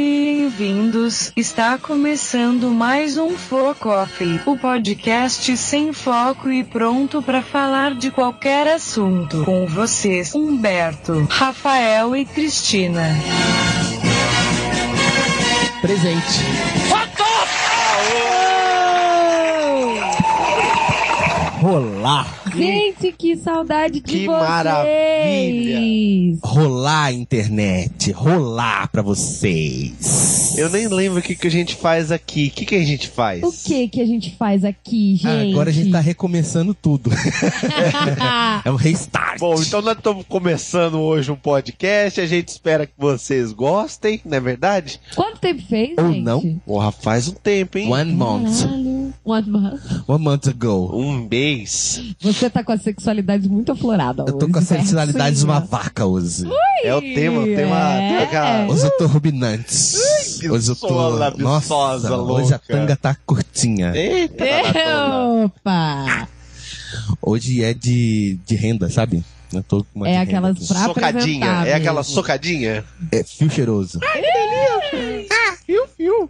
Bem-vindos! Está começando mais um Foco Off, o podcast sem foco e pronto para falar de qualquer assunto. Com vocês, Humberto, Rafael e Cristina. Presente. Rolar. Gente, que saudade de Que vocês! maravilha! Rolar a internet. Rolar pra vocês. Eu nem lembro o que, que a gente faz aqui. O que, que a gente faz? O que que a gente faz aqui, Ah, gente? Agora a gente tá recomeçando tudo. É um restart. Bom, então nós estamos começando hoje um podcast. A gente espera que vocês gostem, não é verdade? Quanto tempo fez, Ou gente? não. Porra, faz um tempo, hein? One month. Caralho. One month. One month ago. Um mês. Você tá com a sexualidade muito aflorada né? Eu tô com a é, sensibilidade de uma vaca hoje. É o tema, o tema. É. Aquela... Hoje eu tô rubinante. Ai, Hoje eu bisola, tô. bisosa, Nossa, hoje a louca. É. tanga tá curtinha. Eita, maratona. Opa! Hoje é de, de renda, sabe? Eu tô com uma É de renda aquelas aqui. pra socadinha. apresentar É aquela mesmo. socadinha? É fio cheiroso.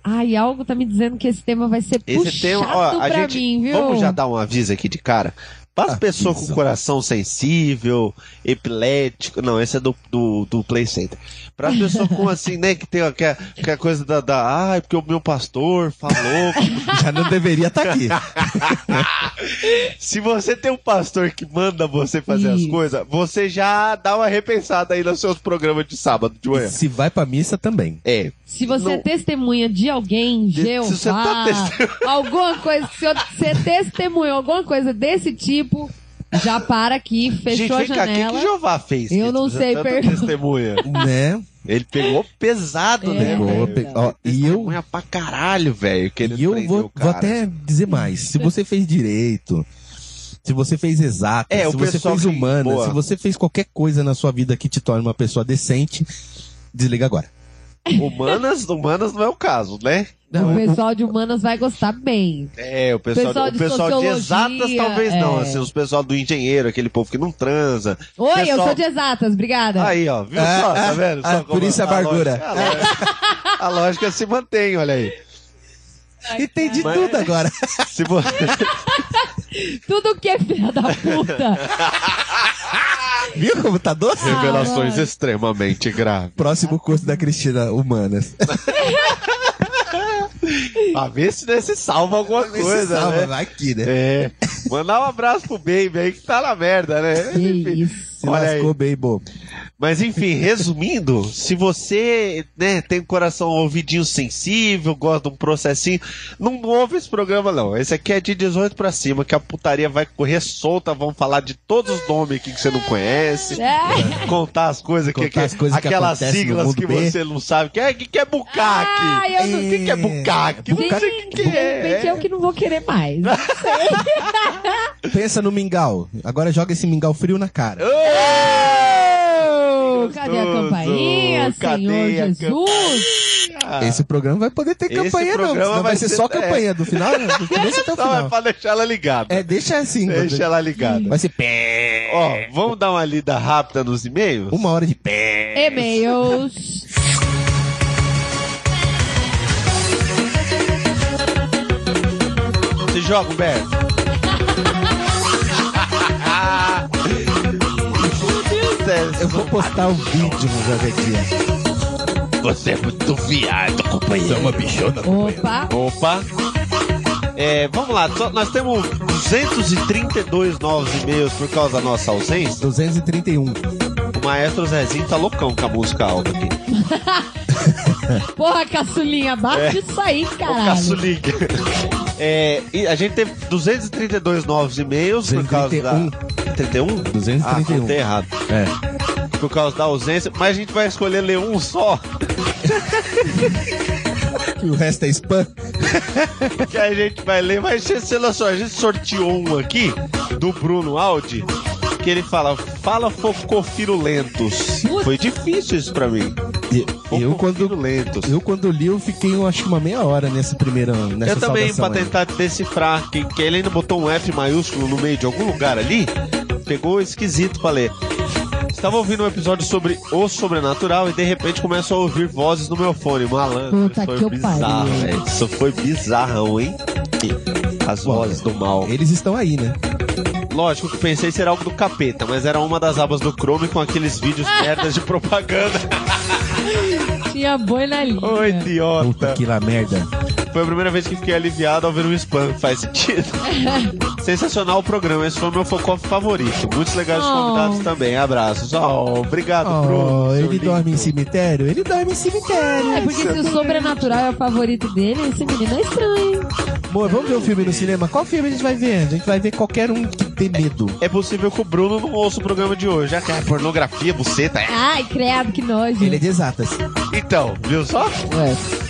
Ai, algo tá me dizendo que esse tema vai ser Esse puxado tema, ó, a pra gente. mim, viu? Ah, Vamos já dar um aviso aqui de cara. Para as pessoas com Aviso. coração sensível, epilético. Não, esse é do, do, do Play Center. Para as pessoas com assim, né, que tem aquela, aquela coisa da, da. Ai, porque o meu pastor falou. Já não deveria estar aqui. Se você tem um pastor que manda você fazer as Isso. coisas, você já dá uma repensada aí nos seus programas de sábado de E manhã. se vai pra missa também. É. Se você Não- é testemunha de alguém, Se Jeová, você tá testemunha- alguma coisa, se você testemunhou alguma coisa desse tipo, já para aqui, Gente, fechou vem a cá, o que, janela. que Jeová fez? Eu não sei, tanta pergunta. testemunha. Né? Ele pegou pesado, É, né? Pegou, velho? pegou. Ó, e eu, Testemunha pra caralho, velho. que ele e eu prendeu vou, o cara. vou até dizer mais. Se você fez direito, se você fez exato, É, se o você pessoal fez que- humana, boa. se você fez qualquer coisa na sua vida que te torne uma pessoa decente, desliga agora. Humanas, humanas não é o caso, né? é O pessoal de humanas vai gostar bem. É, o pessoal, Pessoal o de pessoal de sociologia, exatas talvez não, é. assim, os pessoal do engenheiro, aquele povo que não transa. Oi, eu Pessoal- sou de exatas, obrigada. Aí, ó, viu Ah, só, tá ah, vendo? Só ah, por isso a amargura. lógica- É, a lógica- a lógica se mantém, olha aí. Entendi Mas- tudo agora. Se você... Tudo que é filha da puta. Viu como tá doce? Revelações mano. extremamente graves. Próximo curso da Cristina Humanas. A ver se né, se salva alguma coisa, Salva, né? vai aqui, né? É. Mandar um abraço pro Baby aí que tá na merda, né? que Enfim. isso. Se Olha lascou bem, bobo. Mas enfim, resumindo, se você né, tem um coração ouvidinho sensível, gosta de um processinho, não ouve esse programa não. Esse aqui é de 18 pra cima, que a putaria vai correr solta, vão falar de todos os nomes aqui que você não conhece, É. contar as coisas que, Contar as coisas que aquelas acontecem no siglas mundo que B. você não sabe. Que é que, que é bucaque? Ah, eu não O que, que é bucaque? Não Gente, sei o que, que de repente é. eu que não vou querer mais. Pensa no mingau. Agora joga esse mingau frio na cara. Ô, Cadê a gostoso? campainha, Cadê Senhor a Jesus? campanha? Esse programa vai poder ter Ah. Esse campanha, não. programa Senão vai, vai ser, ser- só campanha do final, né? do começo até o Não, é final. pra deixar ela ligada. É, deixa assim. Deixa ela ligada. Vai ser Ó, vamos dar uma lida rápida nos e-mails? uma hora de pé. E-mails. Se joga, Humberto. Meu Deus, Sérgio. Eu vou postar o vídeo no Jovem Dia. Você é muito viado, companheiro. uma bichona. Opa. Opa. É, vamos lá, só- nós temos 232 novos e-mails por causa da nossa ausência. 231. O maestro Zezinho tá loucão com a música alta aqui. Porra, caçulinha, bate isso aí, Ah, O caralho. É. Caçulinha. É, e a gente teve 232 novos e-mails por causa da. 31? 231. Ah, contei errado. É. por causa da ausência, mas a gente vai escolher ler um só, E o resto é spam. que a gente vai ler, mas sei lá só, a gente sorteou um aqui do Bruno Aldi, que que ele fala, fala focofirulentos. Foi difícil isso pra mim. E- Eu quando, Focofirulentos. eu quando li, eu fiquei, eu acho, uma meia hora nessa primeira. Nessa Eu também, saudação pra aí. tentar decifrar, que, que ele ainda botou um F maiúsculo no meio de algum lugar ali, pegou esquisito pra ler. Estava ouvindo um episódio sobre o sobrenatural e de repente começo a ouvir vozes no meu fone. Malandro, Puta isso que foi eu bizarro, pariu. velho. Isso foi bizarrão, hein? As vozes do mal. Eles estão aí, né? Lógico que pensei ser algo do capeta, mas era uma das abas do Chrome com aqueles vídeos merdas de propaganda. Tinha boi na linha. Ô, Puta idiota. que lá merda. Foi a primeira vez que fiquei aliviado ao ver um spam. Faz sentido. Sensacional o programa. Esse foi o meu foco favorito. Muitos legais Oh. convidados também. Abraços. Oh, obrigado, Bruno. Oh, seu ele lindo. dorme em cemitério? Ele dorme em cemitério. É porque se o sobrenatural é o favorito dele, esse menino é estranho, hein? Amor, vamos ver um filme no cinema? Qual filme a gente vai ver? A gente vai ver qualquer um que tem medo. É possível que o Bruno não ouça o programa de hoje. Já que é pornografia, buceta. É. Ai, credo, que nojo. Ele é de exatas. Então, viu só?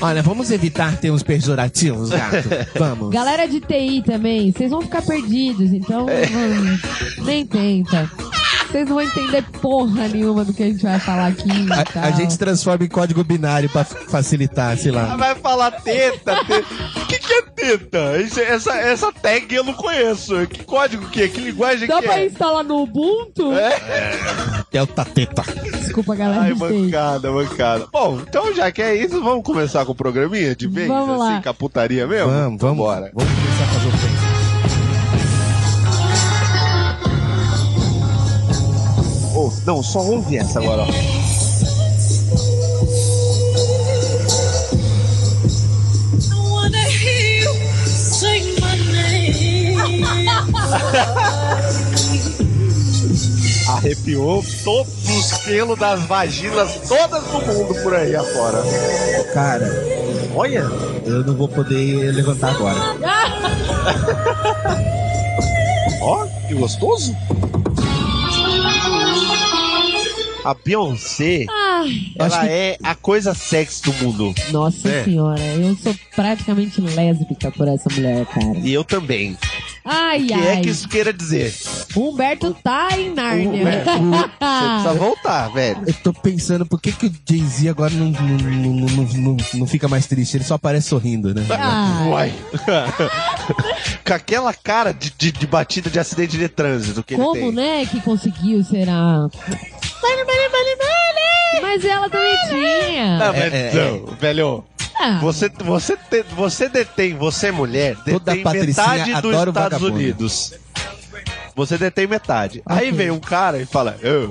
Olha, vamos evitar termos pejorativos, gato. Vamos. Galera de TI também, vocês vão ficar perdidos, então É. mano, nem tenta. Vocês não vão entender porra nenhuma do que a gente vai falar aqui. e A, a tal. gente transforma em código binário pra f- facilitar, sei Ah, lá. Vai falar teta. teta. O que, que é teta? Isso- Essa, essa tag eu não conheço. Que código que é? Que linguagem Dá que pra é? instalar no Ubuntu? Delta Teta. Desculpa, galera. Ai, de TI. mancada, mancada. Bom, então já que é isso, vamos começar com o programinha de vez? Vamos assim, lá. com a putaria mesmo? Vamos, vamos. Bora. Vamos começar a fazer o teste. Oh, não, só ouve essa agora, ó. Arrepiou todos os pelos das vaginas todas do mundo por aí afora. Cara, Olha! eu não vou poder levantar agora. Ó, que gostoso! A Beyoncé, Ai, ela acho que- é a coisa sexy do mundo. nossa É. senhora, eu sou praticamente lésbica por essa mulher, cara. E eu também. Ai, O que ai. é que isso queira dizer? Né? Humberto tá em Nárnia. Você precisa voltar, velho. Eu tô pensando por que, que o Jay-Z agora não, não, não, não, não- não fica mais triste, ele só aparece sorrindo, né? Ai. Uai. Com aquela cara de, de- de batida de acidente de trânsito que ele Como, tem. né, que conseguiu, será? Mas ela também tinha. Não, Ah, mas, É, é, não, velho, Ah, você, você, te- você detém, você mulher, Toda detém patricinha metade dos adora o Estados vagabundo. Unidos. Você detém metade. Aí Ok. vem um cara e fala, eu,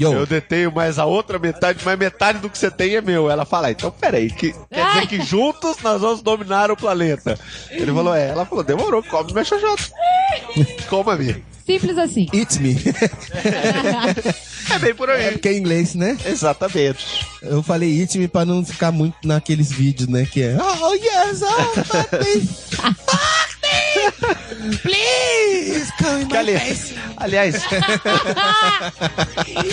Yo, eu detenho mais a outra metade, mas metade do que você tem é meu. Ela fala, então peraí, que, quer dizer que juntos nós vamos dominar o planeta. Ele falou, é. Ela falou, demorou, come meu xoxota. Coma-me. simples assim. It's me. É bem por é aí. porque é inglês, né? Exatamente. Eu falei it me pra não ficar muito naqueles vídeos, né? Que é. Oh, yes, oh, fuck me. Fuck me! Please, come in Que ali- my face. aliás,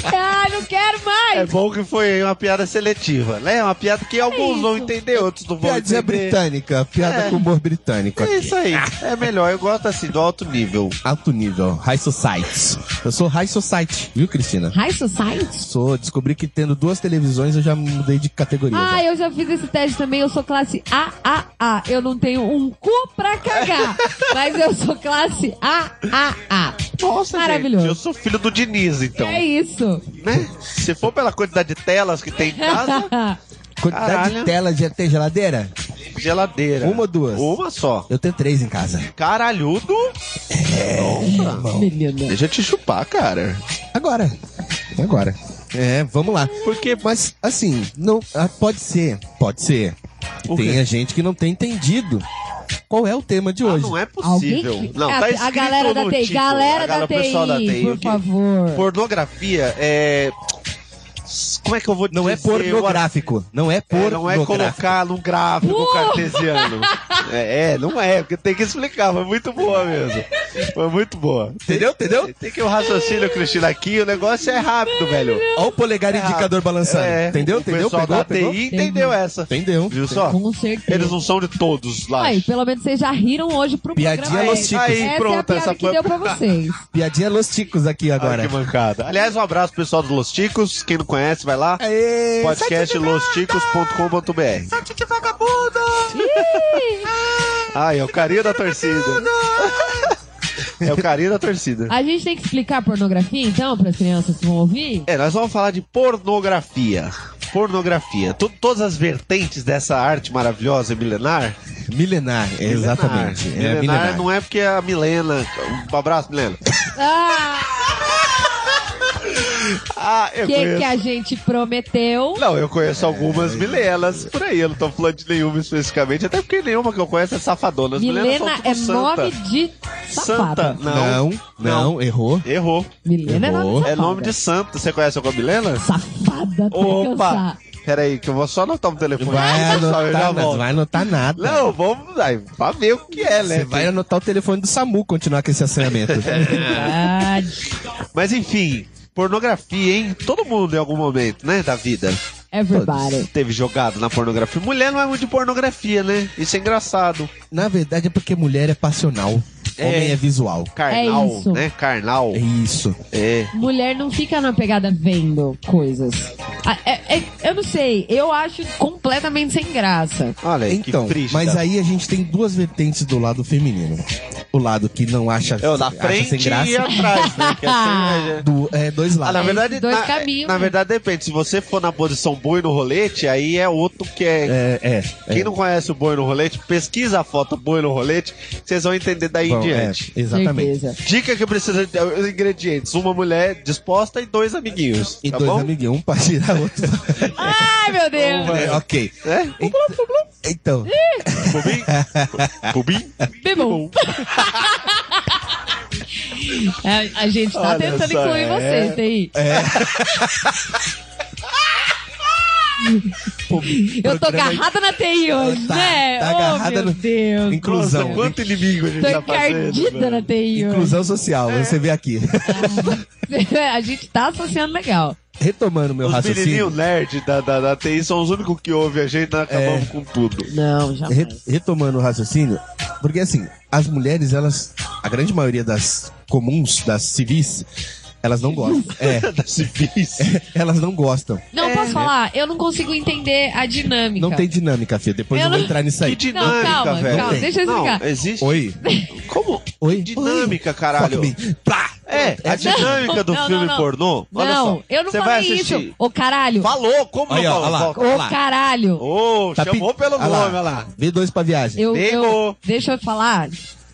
Ah, não quero mais! é bom que foi uma piada seletiva, né? Uma piada que alguns vão entender, outros não vão Piadinha entender. britânica, piada É. com humor britânico. É aqui. isso aí. É melhor, eu gosto assim, do alto nível. Alto nível, high society. Eu sou high society, viu, Cristina? High Society? Sou, descobri que tendo duas televisões eu já mudei de categoria. Ah, já. eu já fiz esse teste também. Eu sou classe AAA. Eu não tenho um cu pra cagar. mas eu sou classe AAA. Nossa, Maravilhoso. gente, eu sou filho do Diniz, então. É isso. Né? Se for pela quantidade de telas que tem em casa, Quantidade Caralho. de tela de tem geladeira? geladeira. Uma ou duas? Uma só. Eu tenho três em casa. Caralhudo. Nossa. Menina. Deixa eu te chupar, cara. Agora. Agora. É, vamos lá. Porque Mas, assim, não, ah, pode ser, pode ser. que O quê? Tenha gente que não tem entendido qual é o tema de ah, hoje. não é Alguém possível. que... Não, a, tá a escrito galera da no TI. título. galera A da o pessoal da TI, TI, por o quê? favor. Pornografia é. Como é que eu vou dizer? Não é pornográfico. Não é É, pornográfico. Uh! não é colocar num gráfico cartesiano. É, é, não é, porque tem que explicar, foi muito boa mesmo. Foi muito boa. Entendeu? Entendeu? Tem que o raciocínio, Cristina, aqui, o negócio é rápido, velho. Olha o polegar indicador balançando. É, entendeu? O Entendeu? pessoal Pegou? da Pegou? TI entendeu essa. Entendeu? Viu só? Com certeza. Eles não são de todos lá. Ai, pelo menos vocês já riram hoje pro Piadinha programa. Los Chicos. Aí, Essa Ah, então é pronto, a piada essa que foi- deu pra vocês. Piadinha Los Ticos aqui agora. Ai, que mancada. Aliás, um abraço pro pessoal do Los Ticos. Quem não conhece, vai lá. Aê, podcastlosticos.com.br Ai, é o carinho da torcida. É o carinho da torcida. A gente tem que explicar pornografia, então, pras crianças que vão ouvir? É, nós vamos falar de pornografia. Pornografia. To- todas as vertentes dessa arte maravilhosa e milenar. Milenar, é, exatamente. Milenar, É milenar. não é porque a Milena. Um abraço, Milena. Ah, Ah, o eu que, é conheço. que a gente prometeu? Não, eu conheço algumas Milenas por aí. Eu não tô falando de nenhuma especificamente, até porque nenhuma que eu conheço é safadona. As Milenas são Milena tudo é tipo santa. nome de Santa, safada. não. não, não, errou. Errou. Milena é nome de Errou. safada. É nome de santa. Você conhece alguma Milena? Safada até Opa! cansar. Peraí, que eu vou só anotar o telefone. Vai pessoal, eu já anotar, não volto. vai anotar nada. Não, vamos aí, pra ver o que é, né? Você vai anotar o telefone do SAMU continuar com esse assanhamento. É. Ah, Mas enfim, pornografia, hein? Todo mundo em algum momento, né, da vida. everybody. Todos Teve jogado na pornografia. Mulher não é muito de pornografia, né? Isso é engraçado. Na verdade é porque mulher é passional, É. homem é visual. Carnal, isso. né? Carnal. É isso. É. Mulher não fica na pegada vendo coisas. Ah, é- é- eu não sei, eu acho completamente sem graça. Olha aí, Então, que triste. mas tá? aí a gente tem duas vertentes do lado feminino. O lado que não acha, É o da acha frente sem graça. e atrás, né? Que é sem- Do, é, dois Ah, lados. na verdade, dois na, caminhos, na né? verdade depende. Se você for na posição boi no rolete, aí é outro que É, é é, Quem é. não conhece o Boi no Rolete, pesquisa a foto Boi no Rolete, vocês vão entender daí Bom, em diante. é, exatamente. Certeza. Dica que precisa de os ingredientes: uma mulher disposta e dois amiguinhos. E tá dois bom? amiguinhos, um pra tirar outro. Ai, meu Deus! É, ok. É? Ent- Então, É, Pubim? Pubim? Bebum. a, a gente tá Olha tentando só, incluir é. vocês aí. pô, Eu tô programa- agarrada na TI hoje, Tá, né? tá oh, agarrada meu no- Deus. Inclusão. Nossa, quanto inimigo a gente Tô tá fazendo. encardida na velho. TI Inclusão social, você vê aqui. hoje. a gente tá associando legal. Retomando meu Os raciocínio. menininhos nerd da, da, da TI são os únicos que ouvem a gente, nós acabamos É. com tudo. Não, já. re- retomando o raciocínio, porque assim, as mulheres, elas. A grande maioria das comuns, das civis, elas não gostam. É, Da civis. elas não gostam. Não, É. posso falar? Eu não consigo entender a dinâmica. Não tem dinâmica, filho. Depois eu, Eu vou não- entrar nisso aí. Que dinâmica, calma, velho. calma, deixa eu não, explicar. existe. Oi? Como? Oi? Dinâmica, caralho. Fuck me. Plá! É, a dinâmica do não, não, filme não. pornô. Olha Não, só. eu não Você vai falei assistir. isso. Ô caralho. Falou, como Aí, não ó, falou? olha lá. Volta. Ô lá. caralho. Ô, Tá chamou pe- pelo Olha nome, olha lá. V2 pra viagem. Eu, Nego. eu- deixa eu falar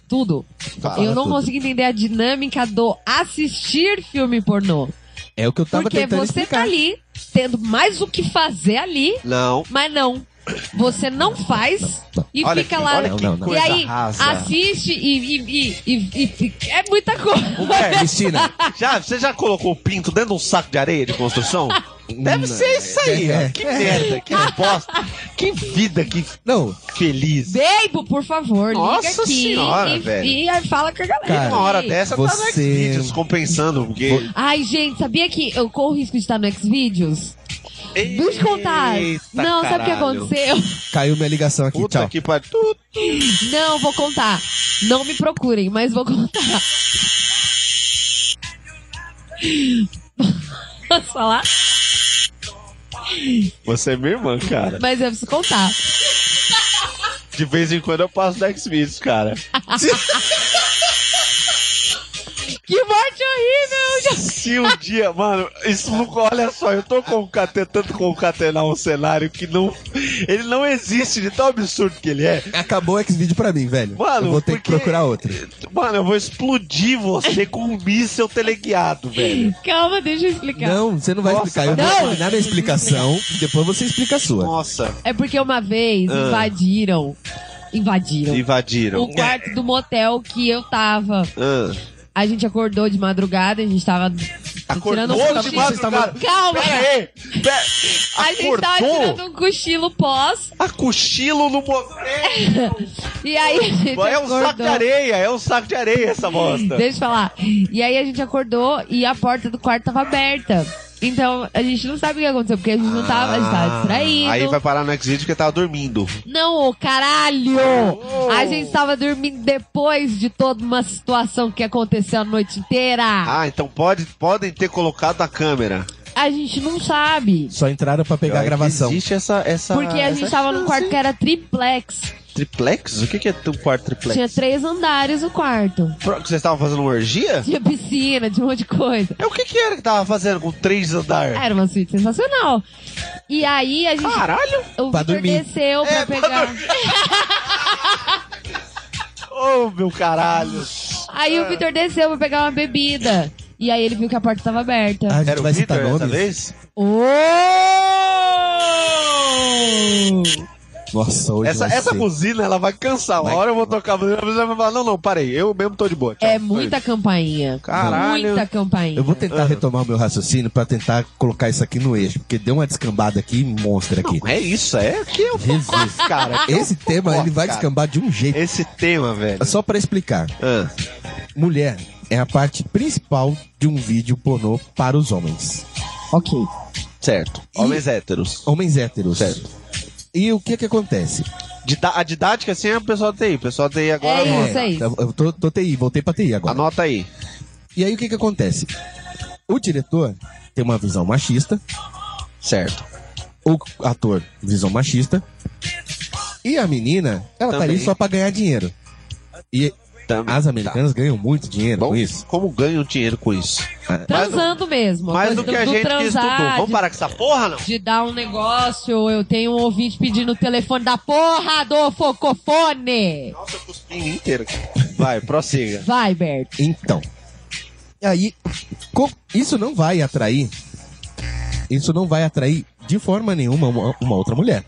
tudo. Fala eu não tudo. consigo entender a dinâmica do assistir filme pornô. É o que eu tava porque tentando você explicar. tá ali, tendo mais o que fazer ali, Não. mas não. Você não faz e Olha fica que- lá. olha que e coisa aí, rasa. assiste e, e- e- e- e- É muita coisa. Humberto, Cristina. Já, você já colocou o pinto dentro de um saco de areia de construção? Deve ser isso aí, ó. É. Que merda, que bosta. Que vida, que Não, feliz. Beibo, por favor, liga Nossa aqui senhora, e, velho. e aí fala com a galera. Cara, Uma hora dessa tá no você- Xvideos compensando, porque... Ai, gente, sabia que eu corro o risco de estar no Xvideos? Deixa eu contar. Eita, não, sabe o que caralho. aconteceu? caiu minha ligação aqui, Puta tchau. que pariu. Tu- Não, vou contar. Não me procurem, mas vou contar. Posso falar? Você é minha irmã, cara. Mas eu preciso contar. De vez em quando eu passo no Xvideos, cara. Que morte horrível! Já- Se um dia, mano, isso não- olha só, eu tô concaten- tentando concatenar um cenário que não. Ele não existe de tão absurdo que ele é. Acabou o X-Video pra mim, velho. Mano, eu vou ter porque- que procurar outro. Mano, eu vou explodir você com um míssel teleguiado, velho. Calma, deixa eu explicar. Não, você não vai Nossa, explicar. Eu não. vou terminar minha explicação, depois você explica a sua. Nossa, É porque uma vez Ah. invadiram. Invadiram. invadiram. O quarto do motel que eu tava. Ah, A gente acordou de madrugada, a gente tava tirando Acordou um de cochilo. madrugada. Calma, Pera aí! Pera... a gente tava tirando Acordou um cochilo pós, a cochilo no momento. e aí a gente É um saco de acordou. areia, é um saco de areia essa bosta. Deixa eu falar. E aí a gente acordou e a porta do quarto tava aberta. Então a gente não sabe o que aconteceu, porque a gente não tava, a gente tava distraído. Ah. Aí vai parar no X-Video porque tava dormindo. Não, ô, caralho! Oh. A gente tava dormindo depois de toda uma situação que aconteceu a noite inteira. Ah, então pode, podem ter colocado a câmera. A gente não sabe. Só entraram pra pegar a gravação. Existe essa. essa Porque a gente essa tava num chance. quarto que era triplex. Triplex? O que que é um quarto triplex? Tinha três andares o quarto. Pro- Vocês estavam fazendo uma orgia? Tinha piscina, tinha um monte de coisa. É o que que era que tava fazendo com três andares? Era uma suíte sensacional. E aí a gente. Caralho! o Pra Vitor dormir. desceu pra É, pra pegar. Ô, meu caralho! Aí Ah. o Vitor desceu pra pegar uma bebida. E aí ele viu que a porta tava aberta. Ah, a gente Era o vai Vitor citar dessa nomes? vez? Nossa, hoje Essa, vai essa ser. buzina, ela vai cansar. Uma hora eu vou tocar a buzina, a buzina vai falar, não, não, parei, eu mesmo tô de boa. tchau." É muita campainha. Caralho. Muita campainha. Eu vou tentar retomar o meu raciocínio pra tentar colocar isso aqui no eixo, porque deu uma descambada aqui, monstro aqui. É isso, é que eu Jesus. cara. que eu Esse tema, foco, ele vai é um cara. descambar Assim, de um jeito. Esse tema, velho. Só pra explicar, Ah, mulher é a parte principal de um vídeo pornô para os homens. Ok. certo. Homens héteros. Homens héteros. Certo. E o que que acontece? Dida- a didática, assim, é o pessoal da TI. O pessoal da TI agora... É anota. isso aí. Eu eu tô, tô TI, voltei pra TI agora. Anota aí. E aí o que que acontece? O diretor tem uma visão machista, Certo. o ator, visão machista, e a menina, ela tá Também. ali só pra ganhar dinheiro. E Também. Tá. as americanas ganham muito dinheiro Bom, com isso. É. como ganham dinheiro com isso? um, Transando mesmo. Mais do Coisa que a gente que transar, estudou. Vamos de- parar com essa porra, não? de dar um negócio, eu tenho um ouvinte pedindo o telefone da porra do focofone. Nossa, eu cuspi inteiro aqui. Vai, prossiga. Vai, Bert. Então. E aí, co- isso não vai atrair. Isso não vai atrair de forma nenhuma uma, uma outra mulher.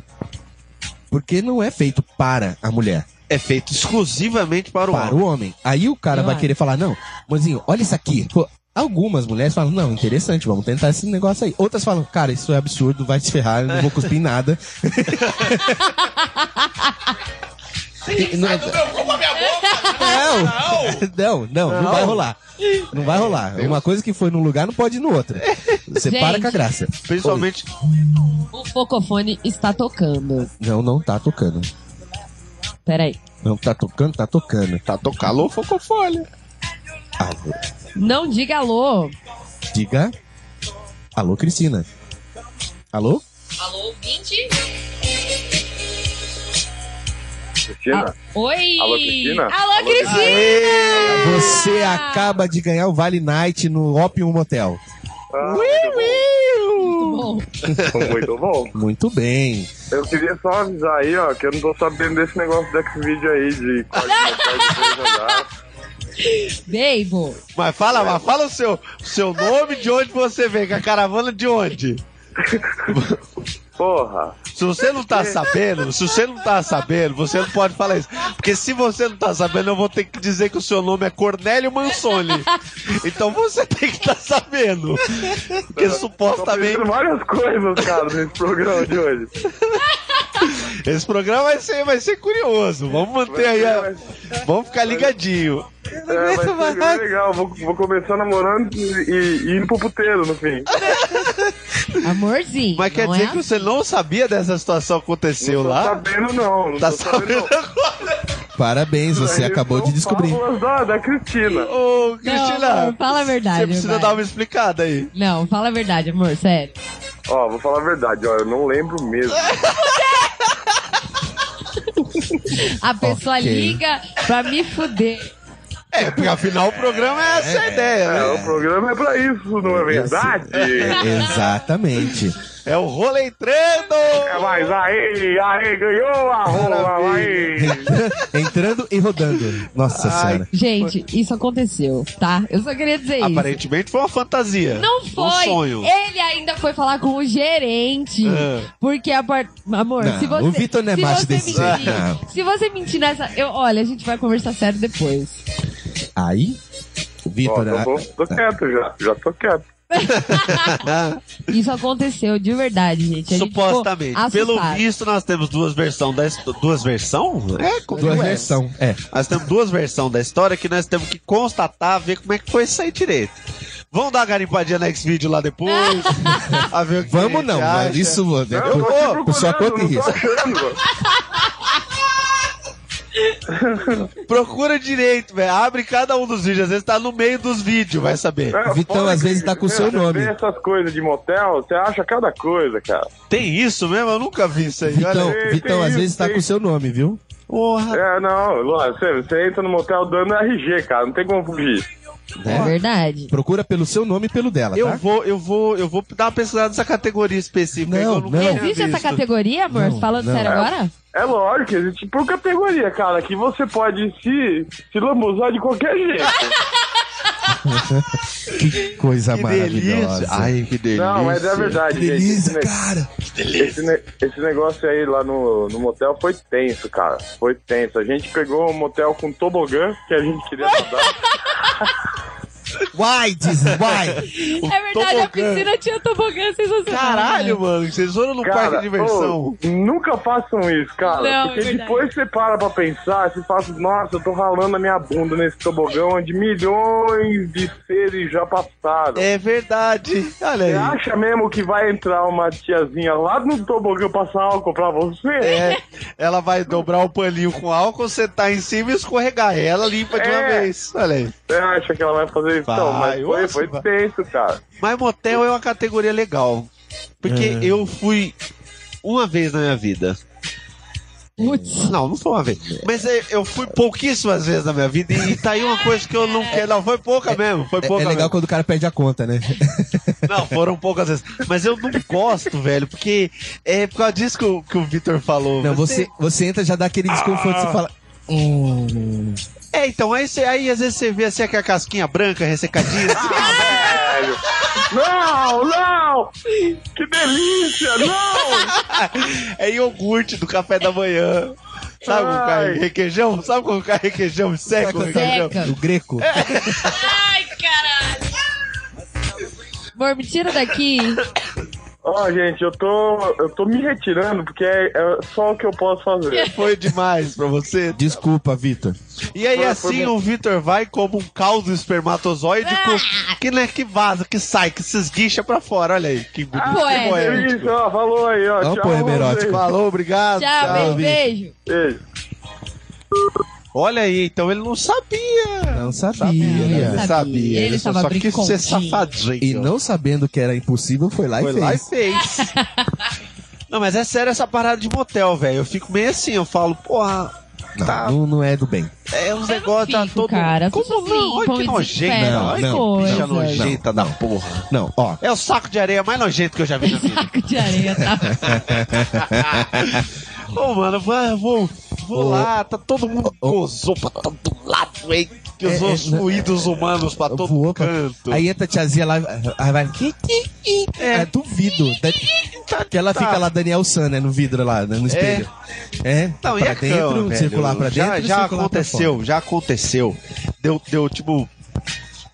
Porque não é feito para a mulher, É feito exclusivamente para o para o homem. homem. Aí o cara Eu vai acho. querer falar: não, mozinho, olha isso aqui. Pô, algumas mulheres falam: não, interessante, vamos tentar esse negócio aí. Outras falam: cara, isso é absurdo, vai se ferrar, eu não vou cuspir em nada. E- não, não, não, não, vai rolar. Não vai rolar. Uma coisa que foi num lugar não pode ir no outro. Você Gente. para com a graça. Principalmente... O focofone está tocando. Não, não tá tocando. Peraí. Não tá tocando, tá tocando. Tá tocando o focofolha. Ah, Não diga alô. diga. Alô, Cristina. Alô? Alô, ouvinte? Ah, Oi! Alô, Cristina? Alô, Cristina! Você acaba de ganhar o Vale Night no Opium Motel. Ah, Bom, muito bom. Muito bem. Eu queria só avisar aí, ó, que eu não tô sabendo desse negócio desse vídeo aí de código mortal de três andares. Beibo. Mas fala, mas fala o seu, o seu nome, de onde você vem, com a caravana de onde? Porra. Se você não tá sabendo, se você não tá sabendo, você não pode falar isso. Porque se você não tá sabendo, eu vou ter que dizer que o seu nome é Cornélio Mansoni. Então você tem que estar tá sabendo. Porque Tô aprendendo supostamente várias coisas, cara, nesse programa de hoje. esse programa vai ser, vai ser curioso. Vamos manter aí. A, vamos ficar ligadinho. É, vai ser bem legal. Vou, vou começar namorando e, e, e indo pro puteiro, no fim. Amorzinho. Mas quer não dizer é que você não sabia dessa situação que aconteceu não tô lá? sabendo, não. não Tá tô sabendo sabendo, não. agora? Parabéns, você Aí acabou de são descobrir. fábulas Da, da Cristina. Ô, Não, Cristina, amor, fala a verdade. você precisa vai. dar uma explicada aí. Não, fala a verdade, amor, sério. Ó, vou falar a verdade, ó, eu não lembro mesmo. A pessoa Ok. liga pra me fuder. É, porque afinal o programa é essa a ideia, É, né? o programa é pra isso, não é verdade? Exatamente. É o rolê entrando! É, mas aí, aí, ganhou a rola, aí. Entrando e rodando. Nossa senhora. Gente, isso aconteceu, tá? Eu só queria dizer isso. Aparentemente foi uma fantasia. Não foi. Um sonho. Ele ainda foi falar com o gerente. Ah. Porque a par... Amor, Não, se você. o Vitor não é se macho você desse mentir- jeito, não. Se você mentir nessa. Eu, olha, a gente vai conversar sério depois. Aí, o Ó, Vitor. tô, a- tá, tô, tô quieto já, já tô quieto. Isso aconteceu, de verdade, gente. A gente ficou Supostamente. Pelo assustado. visto, nós temos duas versões da his- Duas versões? É, como Duas é? versões, é. Nós temos duas versões da história que nós temos que constatar, ver como é que foi isso aí direito. Vamos dar uma garimpadinha no X-Video lá depois. a ver o que a Vamos gente não, acha. mano. Isso, mano. é Não, eu por- tô Ô, aqui por sua conta procurando, e não tô risco. achando. Procura direito, velho. Abre cada um dos vídeos. Às vezes tá no meio dos vídeos, vai saber. É, Vitão, fora às que, vezes, tá com o meu, seu você nome. vê essas coisas de motel, você acha cada coisa, cara. Tem isso mesmo? Eu nunca vi isso aí. Vitão, Olha aí. Ei, Vitão tem às isso, vezes tá tem com o seu nome, viu? Porra. É, não, Luan, você, você entra no motel dando RG, cara, não tem como fugir. É verdade. Procura pelo seu nome e pelo dela, Eu tá? vou, eu vou, eu vou dar uma pesquisada nessa categoria específica. Não, que eu nunca não. tinha Existe essa visto. categoria, amor? Não, Falando não. sério agora? É lógico, que existe por categoria, cara, que você pode se, se lambuzar de qualquer jeito. Que coisa Que delícia. maravilhosa. Ai, que delícia. não, mas é que verdade, gente. Esse, né? delícia, ne- cara. esse ne- esse negócio aí lá no, no motel foi tenso, cara. Foi tenso. A gente pegou um motel com tobogã que a gente queria nadar. Why, Disney, why? É verdade, a piscina tinha tobogã sensacional. Caralho, mano, vocês foram no parque Cara, de diversão. ô, nunca façam isso, cara. Não, é porque verdade. depois você para pra pensar, você fala, assim, nossa, eu tô ralando a minha bunda nesse tobogão onde milhões de seres já passaram. É verdade. Você Olha aí. acha mesmo que vai entrar uma tiazinha lá no tobogã passar álcool pra você? É, ela vai dobrar o paninho com álcool, sentar em cima e escorregar. Ela limpa de uma É. vez. Olha aí. Você acha que ela vai fazer isso? Vai, Não, mas foi, nossa, foi vai. tenso, cara. Mas motel é uma categoria legal. Porque eu fui uma vez na minha vida. Putz. Não, não foi uma vez. Mas é, eu fui pouquíssimas vezes na minha vida e tá aí uma coisa que eu não quero. Não, foi pouca mesmo. Foi É, pouca é legal mesmo. quando o cara perde a conta, né? Não, foram poucas vezes. Mas eu não gosto, velho, porque é por causa disso que o, que o Vitor falou. Não, você, você entra já dá aquele desconforto, Ah. você fala... Hum, É, então, aí, você- aí às vezes você vê assim aquela casquinha branca, ressecadinha. assim, Velho. Não, não! Que delícia! Não! é iogurte do café da manhã. Sabe o Ai. cai requeijão? Sabe quando cai requeijão e seca o requeijão? Seca. o greco. É. Amor, me tira daqui. Ó, gente, eu tô. Eu tô me retirando porque é, é só o que eu posso fazer. Foi demais pra você. Desculpa, Vitor. E aí Foi- assim foi bom. o Vitor vai como um caldo espermatozoide Ah! com- que, né, que vaza, que sai, que se esguicha pra fora. Olha aí, que bonito. Poético. que poético. É Isso, é ó, falou aí, ó. tipo, Dá um tchau, poema erótico. vocês. Falou, obrigado. Tchau, beijo, beijo. Beijo. Olha aí, então ele não sabia. Não Ele sabia. sabia. sabia, ele Ele só, tava só quis brincondinho. ser safadinho. E não sabendo que era impossível, foi lá e Foi fez. lá e fez. não, mas é sério essa parada de motel, velho. Eu fico meio assim, eu falo, porra, Não, Tá. não, não é do bem. é uns negócios tá fico, todo. cara. assim, As Como pessoas não? Olha limpam que e nojenta. desinfetam Olha as que bicha coisas. nojenta da porra. Não, ó. É o saco de areia mais nojento que eu já vi na vida. Saco de areia, tá? Ô, mano, vai, vou, vou Ô. lá, tá todo mundo gozou pra todo lado, hein? Que usou É, os é, fluidos humanos pra todo Voou pra- canto. Aí entra a tiazinha lá, aí vai. É, duvido. Da- Que ela tá. fica lá, Daniel San, né? No vidro lá, né, no espelho. É, Não, e pra a cama, dentro, velho? circular pra Já- dentro. Já, circular pra aconteceu, já aconteceu. Deu, deu, tipo.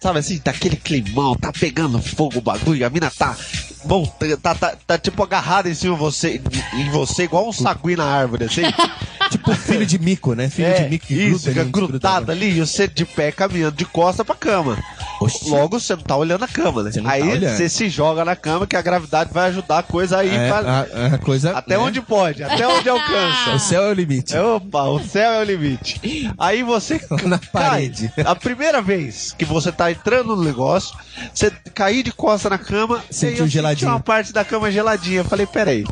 Sabe assim, tá aquele climão, tá pegando fogo o bagulho, a mina tá. Bom, tá, tá, tá, tipo agarrada em cima de você, em você, igual um sagui na árvore, assim. fora. Tipo filho de mico, né? Filho de mico que É, isso, gruda, né, fica ali, grudado gruda. ali, e você de pé caminhando de costa pra cama. Oxi. Logo, você não tá olhando a cama, né? Você não tá Aí olhando. você se joga na cama que a gravidade vai ajudar a coisa aí É, pra- a, a coisa. até né? onde pode, até onde alcança. O céu é o limite. É, Opa, o céu é o limite. Aí você Na cai. parede. A primeira vez que você tá entrando no negócio, você cair de costa na cama, Sentiu aí eu senti geladinho. uma parte da cama geladinha. Eu falei, peraí.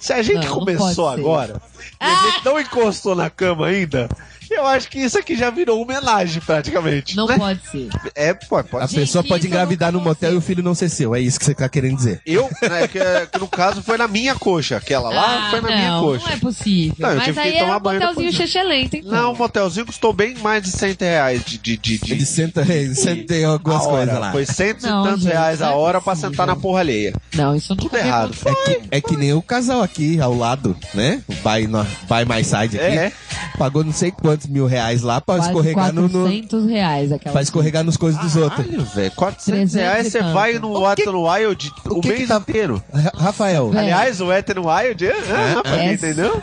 Se a gente Não, não começou pode ser. Ah! agora e a gente não encostou na cama ainda, eu acho que isso aqui já virou um homenagem praticamente. Não né? pode ser. É, pô, pode A Gente, pessoa isso é pode eu engravidar no nunca motel e o consigo. filho não ser seu. É isso que você tá querendo dizer. Eu, né, que, que no caso foi na minha coxa. Aquela lá Ah, foi na não, minha coxa. Não é possível. Não, eu Mas tive que aí é tomar um banho hotelzinho depois. chechelento, então. Não, o motelzinho custou bem mais de 100 reais de, de, de, de- Ele senta, ele senta em algumas a hora. coisas lá. Foi cento e Não, tantos gente, reais a não é hora pra possível. sentar na porra alheia. Não, isso não Tudo errado. É que, é que nem o casal aqui ao lado, né? Vai, no, vai mais side aqui. É. Pagou não sei quantos mil reais lá pra Quase escorregar no. no 400 reais Então, aquela. pra escorregar nos coisas dos outros. Caralho, velho. 400 é, reais você 300 e vai tanto. no O que- Ethan Wild o que o que mês tá- inteiro. Ra- Rafael, Velho. Aliás, o Ethan Wild, é, é, pra quem É. entendeu?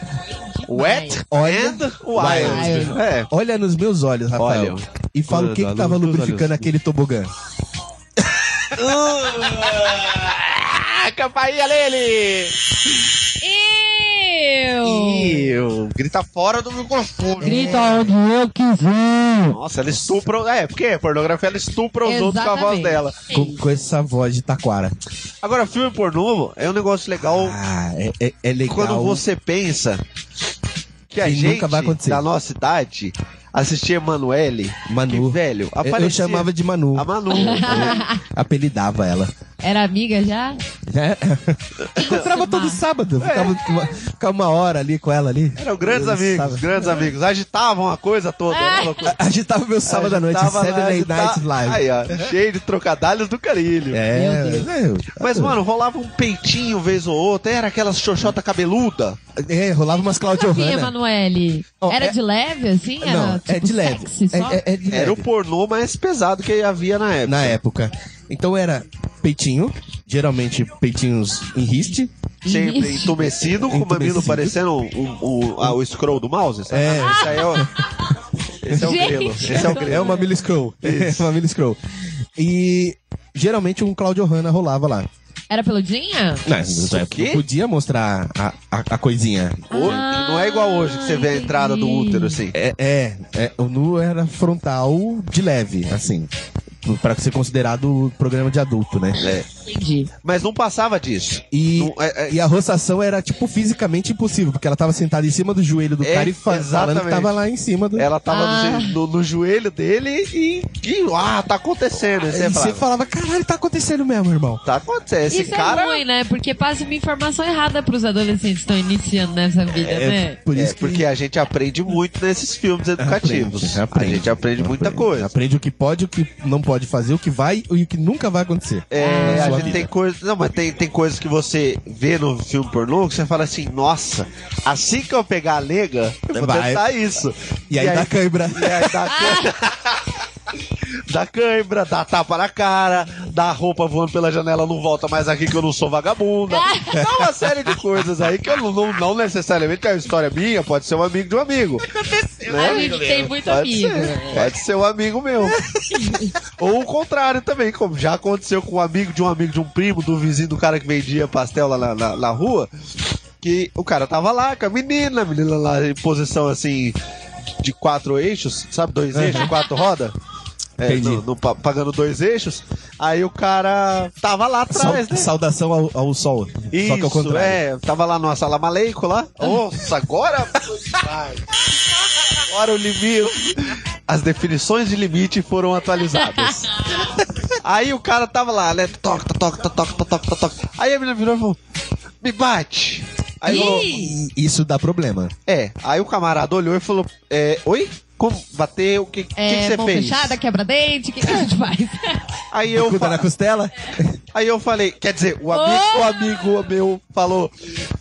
Wet Olha. and Wild. Wild. É. olha nos meus olhos, Rafael. Olha. E fala o que, que Olha, tava olha nos lubrificando olhos. aquele tobogã. Ah, campainha dele! Eu! Eu. Grita fora do microfone. Oh. Grita onde eu quiser. Nossa, ela estupra. É, porque a pornografia ela estupra os outros com a voz Exatamente. dela. Com, com essa voz de taquara. Agora, filme pornô é um negócio legal Ah, é, é- é legal. quando você pensa que a E gente nunca vai acontecer. da nossa idade assistia Emanuele, que Manu. velho, Eu- aparecia Eu chamava de Manu. a Manu. Apelidava ela. Era amiga já? É. Encontrava todo sábado. Ficava, uma, ficava uma hora ali com ela ali. É. Eram grandes Todo amigos, sábado. grandes amigos. Agitavam a coisa toda. era loucura. Agitava meu sábado à noite, Agitava, Saturday agitava- Night Live. Aí, ó, cheio de trocadalhos do carilho. É, Mas, mano, rolava um peitinho vez ou outra, era aquelas xoxota cabeluda. é, rolava umas Claudio Sim, Hanna. Emanuele. Ó, Era é- de leve, assim? Era, Não, é tipo, de leve. Sexy, só? É- é- é de Era o leve. pornô mais pesado que havia na época. Na época. Então era peitinho, geralmente peitinhos em riste. Sempre Ixi. entumecido, com o mamilo Entumecido. parecendo o, o, ah, o scroll do mouse, sabe? É. Esse aí é o... Esse é o Gente. grelo. Esse é o grelo. É uma Mili Scroll. É uma Mili Scroll. E geralmente um Claudio Hanna rolava lá. Era peludinha? Mas o quê? podia mostrar a, a, a coisinha. Ô, Ah, não é igual hoje que você vê a entrada do útero, assim. É, é, é, o nu era frontal de leve, assim. Pra ser considerado programa de adulto, né? Entendi. Mas não passava disso. E, Não, é- é- e a roçação era, tipo, fisicamente impossível, porque ela tava sentada em cima do joelho do É, cara e fa- falando que exatamente. tava lá em cima do. Ela tava no, Ah. je- no- no joelho dele e, e, Ah, tá acontecendo. Aí e Você você fala, falava, caralho, tá acontecendo mesmo, irmão. tá acontecendo. Esse Isso cara... é ruim, né? Porque passa uma informação errada pros adolescentes que estão iniciando nessa vida, né? por É, porque a gente aprende muito nesses filmes educativos. aprende. a gente aprende muita aprende. coisa. Aprende o que pode, o que não pode fazer, o que vai e o que nunca vai acontecer. É, Ah, na a sua gente vida. tem coisas. Não, mas tem, tem coisas que você vê no filme pornô que você fala assim, nossa, assim que eu pegar a nega, eu vou Vai. tentar isso. E aí, dá cãibra. E aí dá cãibra. dá cãibra, dá tapa na cara, dá roupa voando pela janela, não volta mais aqui que eu não sou vagabunda. É. Dá uma série de coisas aí que eu não, não, não necessariamente é uma história minha, pode ser um amigo de um amigo. Né? a gente tem muito Pode amigo. né? ser, pode ser um amigo meu. Ou o contrário também, como já aconteceu com um amigo de um amigo de um primo, do vizinho do cara que vendia pastel lá na, na- na rua, que o cara tava lá com a menina, a menina lá em posição assim de quatro eixos, sabe? Dois eixos, quatro rodas. É, Entendi. no- no pa- pagando dois eixos, aí o cara tava lá Sau- atrás, né? Saudação ao, ao sol. Só que ao Isso, contrário. é, tava lá numa sala maleico lá. Nossa, agora. Ai, agora o limite. As definições de limite foram atualizadas. Aí o cara tava lá, né? Toca, toca, toca, toca, toca, toca. Aí a menina virou e falou: Me bate. Aí eu, E isso dá problema. é, aí o camarada olhou e falou: é, Oi? Como bateu? O que, que, É, que você mão fez? fechada, quebra-dente, o que, que a gente faz? Aí eu, Cuida fa- na Tá costela? Aí eu falei, quer dizer, o amigo, o amigo meu falou,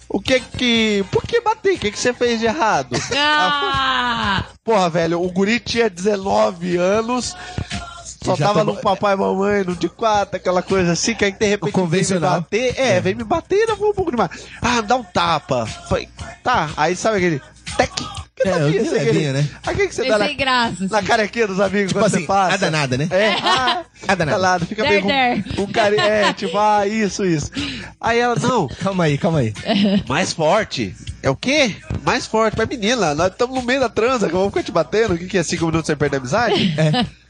o que que... Por que bater? O que que você fez de errado? Ah! Porra, velho, o guri tinha 19 anos... Só Já tava tomou- no papai e mamãe, no de quatro, aquela coisa assim, que aí de repente O convencional. vem me bater. É, vem me bater, não vou um pouco demais. Ah, dá um tapa. Falei, tá, aí sabe aquele tec, que É, tapinha, de assim, levinha, né? Aí o que, que você Foi dá na, sem graça. na assim. carequinha dos amigos Tipo quando assim, você passa? a danada, né? É, ah, A danada. calado, fica Der, meio der. com, com cara, é, tipo, ah, isso, isso. Aí ela, não, Calma aí, calma aí. É. mais forte. É o quê? Mais forte. Mas menina, nós estamos no meio da transa, que eu vou ficar te batendo, o que que é cinco minutos sem perder a amizade?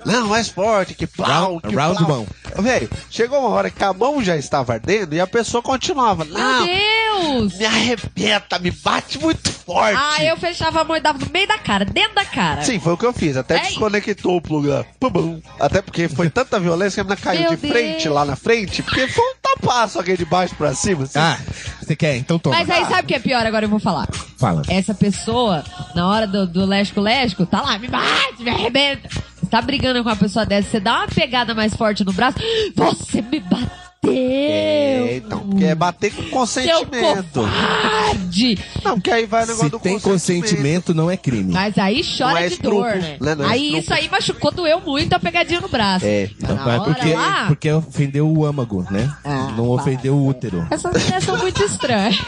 Não, mais forte, que plau, É. Round- que round plau. one. Velho, chegou uma hora que a mão já estava ardendo e a pessoa continuava, Meu não, Deus! me arrebenta, me bate muito forte. Ah, eu fechava a mão e dava no meio da cara, dentro da cara. Sim, foi o que eu fiz. Até Tá Ei. desconectou o plug lá. Pum, pum. Até porque foi tanta violência que a menina caiu Meu de Deus. frente lá na frente. Porque foi um tapaço aqui de baixo pra cima. Assim. Ah, você quer? Então toma. Mas aí sabe o que é pior? Agora eu vou falar. Fala. É, Essa pessoa, na hora do, do lesco-lesco, tá lá, me bate, me arrebenta. Você tá brigando com uma pessoa dessa, você dá uma pegada mais forte no braço, você me bateu! É, Deus! então, porque é bater com Seu consentimento. covarde! Não, porque aí vai o é um negócio Se do tem consentimento, não é crime. Mas aí Não chora é de estrupo, dor, né? né? Não é aí estrupo. isso aí machucou, doeu muito a pegadinha no braço. É, Mas Mas na hora Então, porque, é lá, porque ofendeu o âmago, né? Ah, não para. ofendeu o útero. essas ideias são muito estranhas.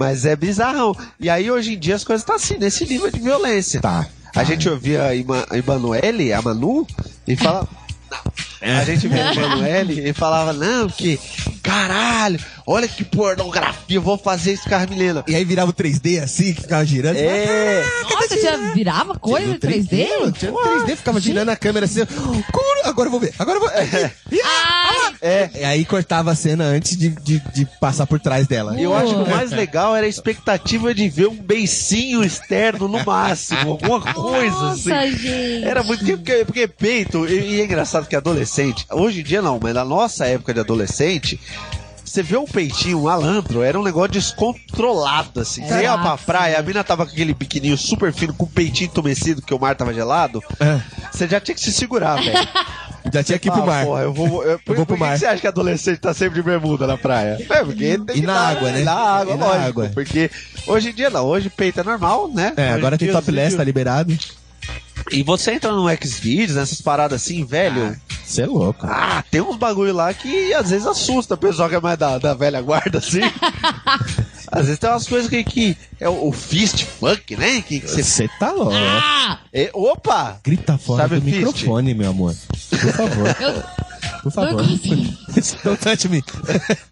Mas é bizarrão. E aí hoje em dia as coisas tá assim, nesse nível de violência. Tá. A gente ouvia a Ima, a Emanuele, a Manu, e fala. É. A gente via a Emanuele e falava, não, que caralho, olha que pornografia, eu vou fazer isso com a menina. E aí virava o 3D assim, que ficava girando. Ah, É, Nossa, já virava coisa No em 3D? mano, tinha 3D, ficava girando a câmera assim. "Cura, Agora eu vou ver, agora eu vou. Ai, é. E aí cortava a cena antes de, de, de passar por trás dela. E eu acho que o mais legal era a expectativa de ver um beicinho externo no máximo, alguma coisa assim. nossa, gente. Era muito. Porque, porque peito. E, e é engraçado que adolescente. Hoje em dia não, mas na nossa época de adolescente. Você vê um peitinho, um alantro, era um negócio descontrolado, assim. Você ia pra praia, a mina tava com aquele biquininho super fino, com o peitinho entumecido, que o mar tava gelado. Você já tinha que se segurar, velho. Ah, Já tinha que ir pro Ah, mar. porra, eu vou, eu, por vou pro por que mar. Que você acha que adolescente tá sempre de bermuda na praia? É, porque tem que na dar- água, né? Na água, E na lógico. água. Porque hoje em dia não, hoje peito é normal, né? É, Hoje agora em tem dia os top less, tá vídeos- liberado. E você entra no Xvideos, nessas paradas assim, velho. Você é louco. Ah, tem uns bagulho lá que às vezes assusta o pessoal que é mais da, da velha guarda, assim. às vezes tem umas coisas que, que é o, o fist funk, né? Que, que você... Você tá louco. Ah, É, opa! Grita fora Sabe do fist? microfone, meu amor. Por favor. Por Tá favor. Don't touch me.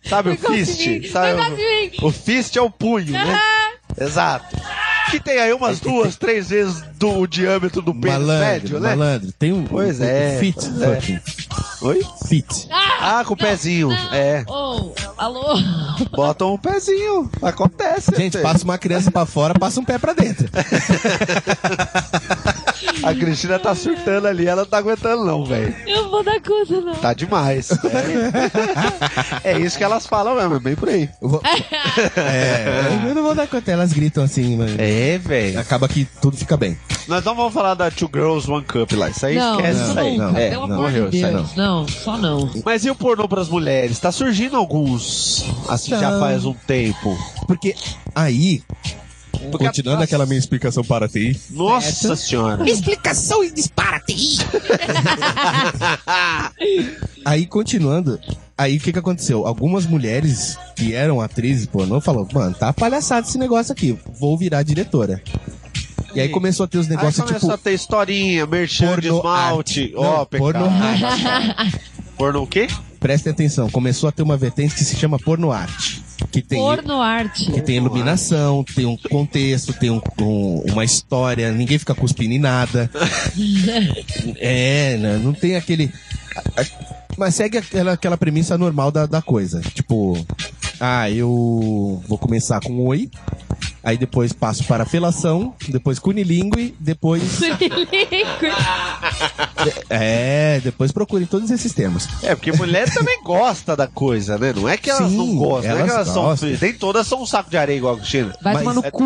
Sabe o Não consegui, fist? Sabe não o- consegui. o fist é o punho, Ah, né? Exato. Que tem aí umas duas, três vezes do o diâmetro do pênis médio, Malandro, né? malandro. Tem um, Pois um- um é, fit, pois é. fucking. Oi? Fit. Ah, com o pezinho. É. Oh, alô? Botam o pezinho. Acontece. Gente, né? passa uma criança pra fora, passa um pé pra dentro. A Cristina tá surtando ali, ela não tá aguentando, não, velho. Eu vou dar conta, não. Tá demais. É. É isso que elas falam mesmo, é bem por aí. Eu, vou- É, eu não vou dar conta, elas gritam assim, mano. É, velho. Acaba que tudo fica bem. Nós não vamos falar da Two Girls One Cup lá. Isso aí Não, esquece isso isso aí. nunca. É, Pelo não, amor morreu, de isso aí Deus. Não, só não. Mas e o pornô pras mulheres? Tá surgindo alguns, assim, já Tá. Então. faz um tempo. Porque aí, continuando aquela minha explicação para ti, Nossa senhora. Explicação e disparate. aí, continuando, aí o que, que aconteceu? Algumas mulheres que eram atrizes pornô falaram, mano, tá palhaçada esse negócio aqui, vou virar diretora. E aí começou a ter os Aí negócios começou tipo. a ter historinha, merchan de porno esmalte, arte. Não, ópera. porno Porno o quê? Prestem atenção, começou a ter uma vertente que se chama porno arte. Que tem, Porno arte. que tem iluminação, tem um contexto, tem um- um- uma história, ninguém fica cuspindo em nada. é, né, não tem aquele. a- a- Mas segue aquela, aquela premissa normal da, da coisa. Tipo, ah, eu vou começar com oi, aí depois passo para felação, depois cunilingue, depois. é, depois procurem todos esses termos. É, porque mulher também gosta da coisa, né? Não é que elas Sim, não gostam, não é que elas elas são. gostam. Nem todas são um saco de areia igual a Cristina. Vai Mas- tomar é no cu.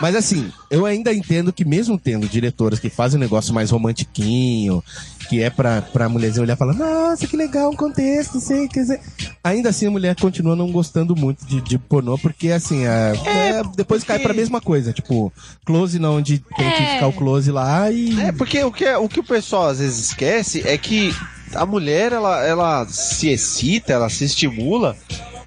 Mas assim, eu ainda entendo que mesmo tendo diretoras que fazem um negócio mais romantiquinho, que é pra, pra mulherzinha olhar e falar, nossa, que legal, um contexto, sei, quer dizer. Ainda assim a mulher continua não gostando muito de, de pornô, porque assim, a- é, depois cai pra mesma coisa, tipo, close não onde tem que É. ficar o close lá e. É, porque o que, o que o pessoal às vezes esquece é que a mulher, ela, ela se excita, ela se estimula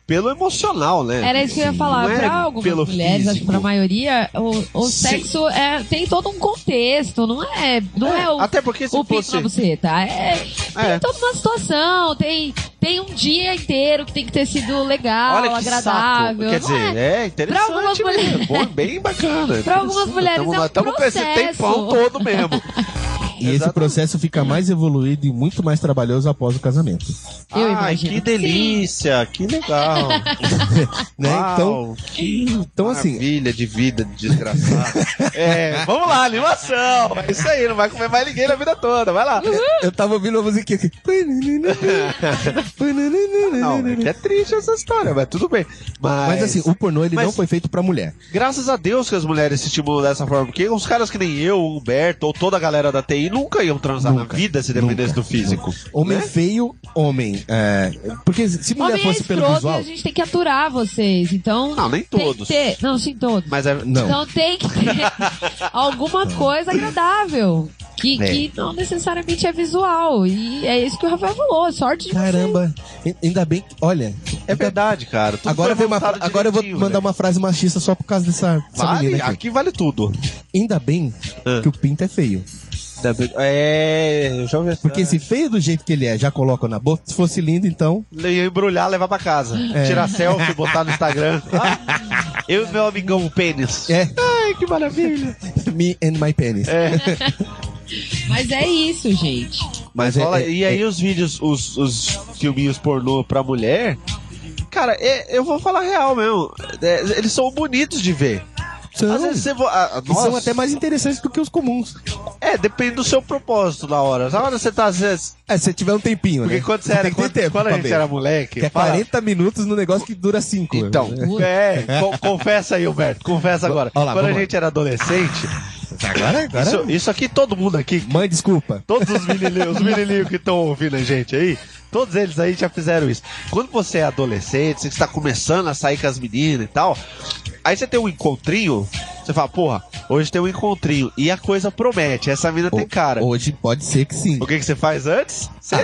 pelo emocional, né? Era isso que eu ia falar. Não é pra algumas pelo mulheres, acho que físico. pra maioria, o, o Sim. sexo é, tem todo um contexto, não é? Não é, o, Até porque se o pinto fosse. na buceta. É, É. Tem toda uma situação, tem, tem um dia inteiro que tem que ter sido legal, Olha que agradável. saco. Quer não dizer, é? é, Pra algumas interessante mesmo. mulheres- Bom, bem bacana. Pra algumas Interessante. mulheres Tamo- é um nós tamo com esse processo. tempão todo mesmo. e esse exatamente. processo fica mais evoluído e muito mais trabalhoso após o casamento. Eu Ai, imagino. que delícia, que legal. Né? Então, Uau, que então assim, maravilha de vida de desgraçado. é, vamos lá, animação. É isso aí, não vai comer mais ninguém na vida toda, vai lá. eu tava ouvindo a musiquinha aqui. Não, é que é triste essa história, mas tudo bem. Mas, Mas assim, o pornô ele Mas- não foi feito pra mulher. graças a Deus que as mulheres se estimulam dessa forma, porque uns caras que nem eu, o Humberto, ou toda a galera da TI nunca iam transar Nunca, na vida se dependesse nunca, do físico. Homem né? feio, homem. é, porque se mulher Homem é fosse pelo escroto visual. e a gente tem que aturar vocês. Então. Não, nem tem que todos. ter- Não, sim, todos. Mas é, Não. Então tem que ter alguma coisa agradável. Que, É. que não necessariamente é visual. E é isso que o Rafael falou. Sorte de Caramba. Ai- Ainda bem que. Olha, é verdade, cara. Tudo agora, vem foi uma, montado agora eu vou direitinho, mandar velho. uma frase machista só por causa dessa, dessa Vale, menina aqui. aqui vale tudo. Ainda bem Ah. que o pinto é feio. Tá É, eu já ouvi essa- Porque se feio do jeito que ele é, já coloca na boca. Se fosse lindo, então. Ia embrulhar, levar pra casa. Tirar selfie, botar no Instagram. Ah, eu e meu amigão pênis. É. Ai, que maravilha. Me and my penis. É, Mas é isso, gente. Mas Mas é- rola- é- e aí os vídeos, os, os filminhos pornô pra mulher, cara, é- eu vou falar real mesmo. É, eles são bonitos de ver. é, São, Às vezes você vo- ah, ah, Então. e são nossa. até mais interessantes do que os comuns. É, depende do seu propósito na hora. Na hora você tá às vezes. É, se você tiver um tempinho, Porque né? quando você Não era. tem que ter Quando, tempo quando a pra gente ver. era moleque. Que é fala- 40 minutos no negócio que dura né? 5. Então, é, co- confessa aí, Humberto, confessa agora. Ó lá, Quando Uhum. a vamos lá. gente era adolescente, Agora, agora. isso, isso aqui todo mundo aqui, Mãe, desculpa. todos os menininhos, os menininhos que estão ouvindo a gente aí, todos eles aí já fizeram isso. Quando você é adolescente, você está começando a sair com as meninas e tal, aí você tem um encontrinho, você fala, porra, hoje tem um encontrinho, e a coisa promete, essa mina tem cara. O, Hoje pode ser que sim. que, que você faz antes? Você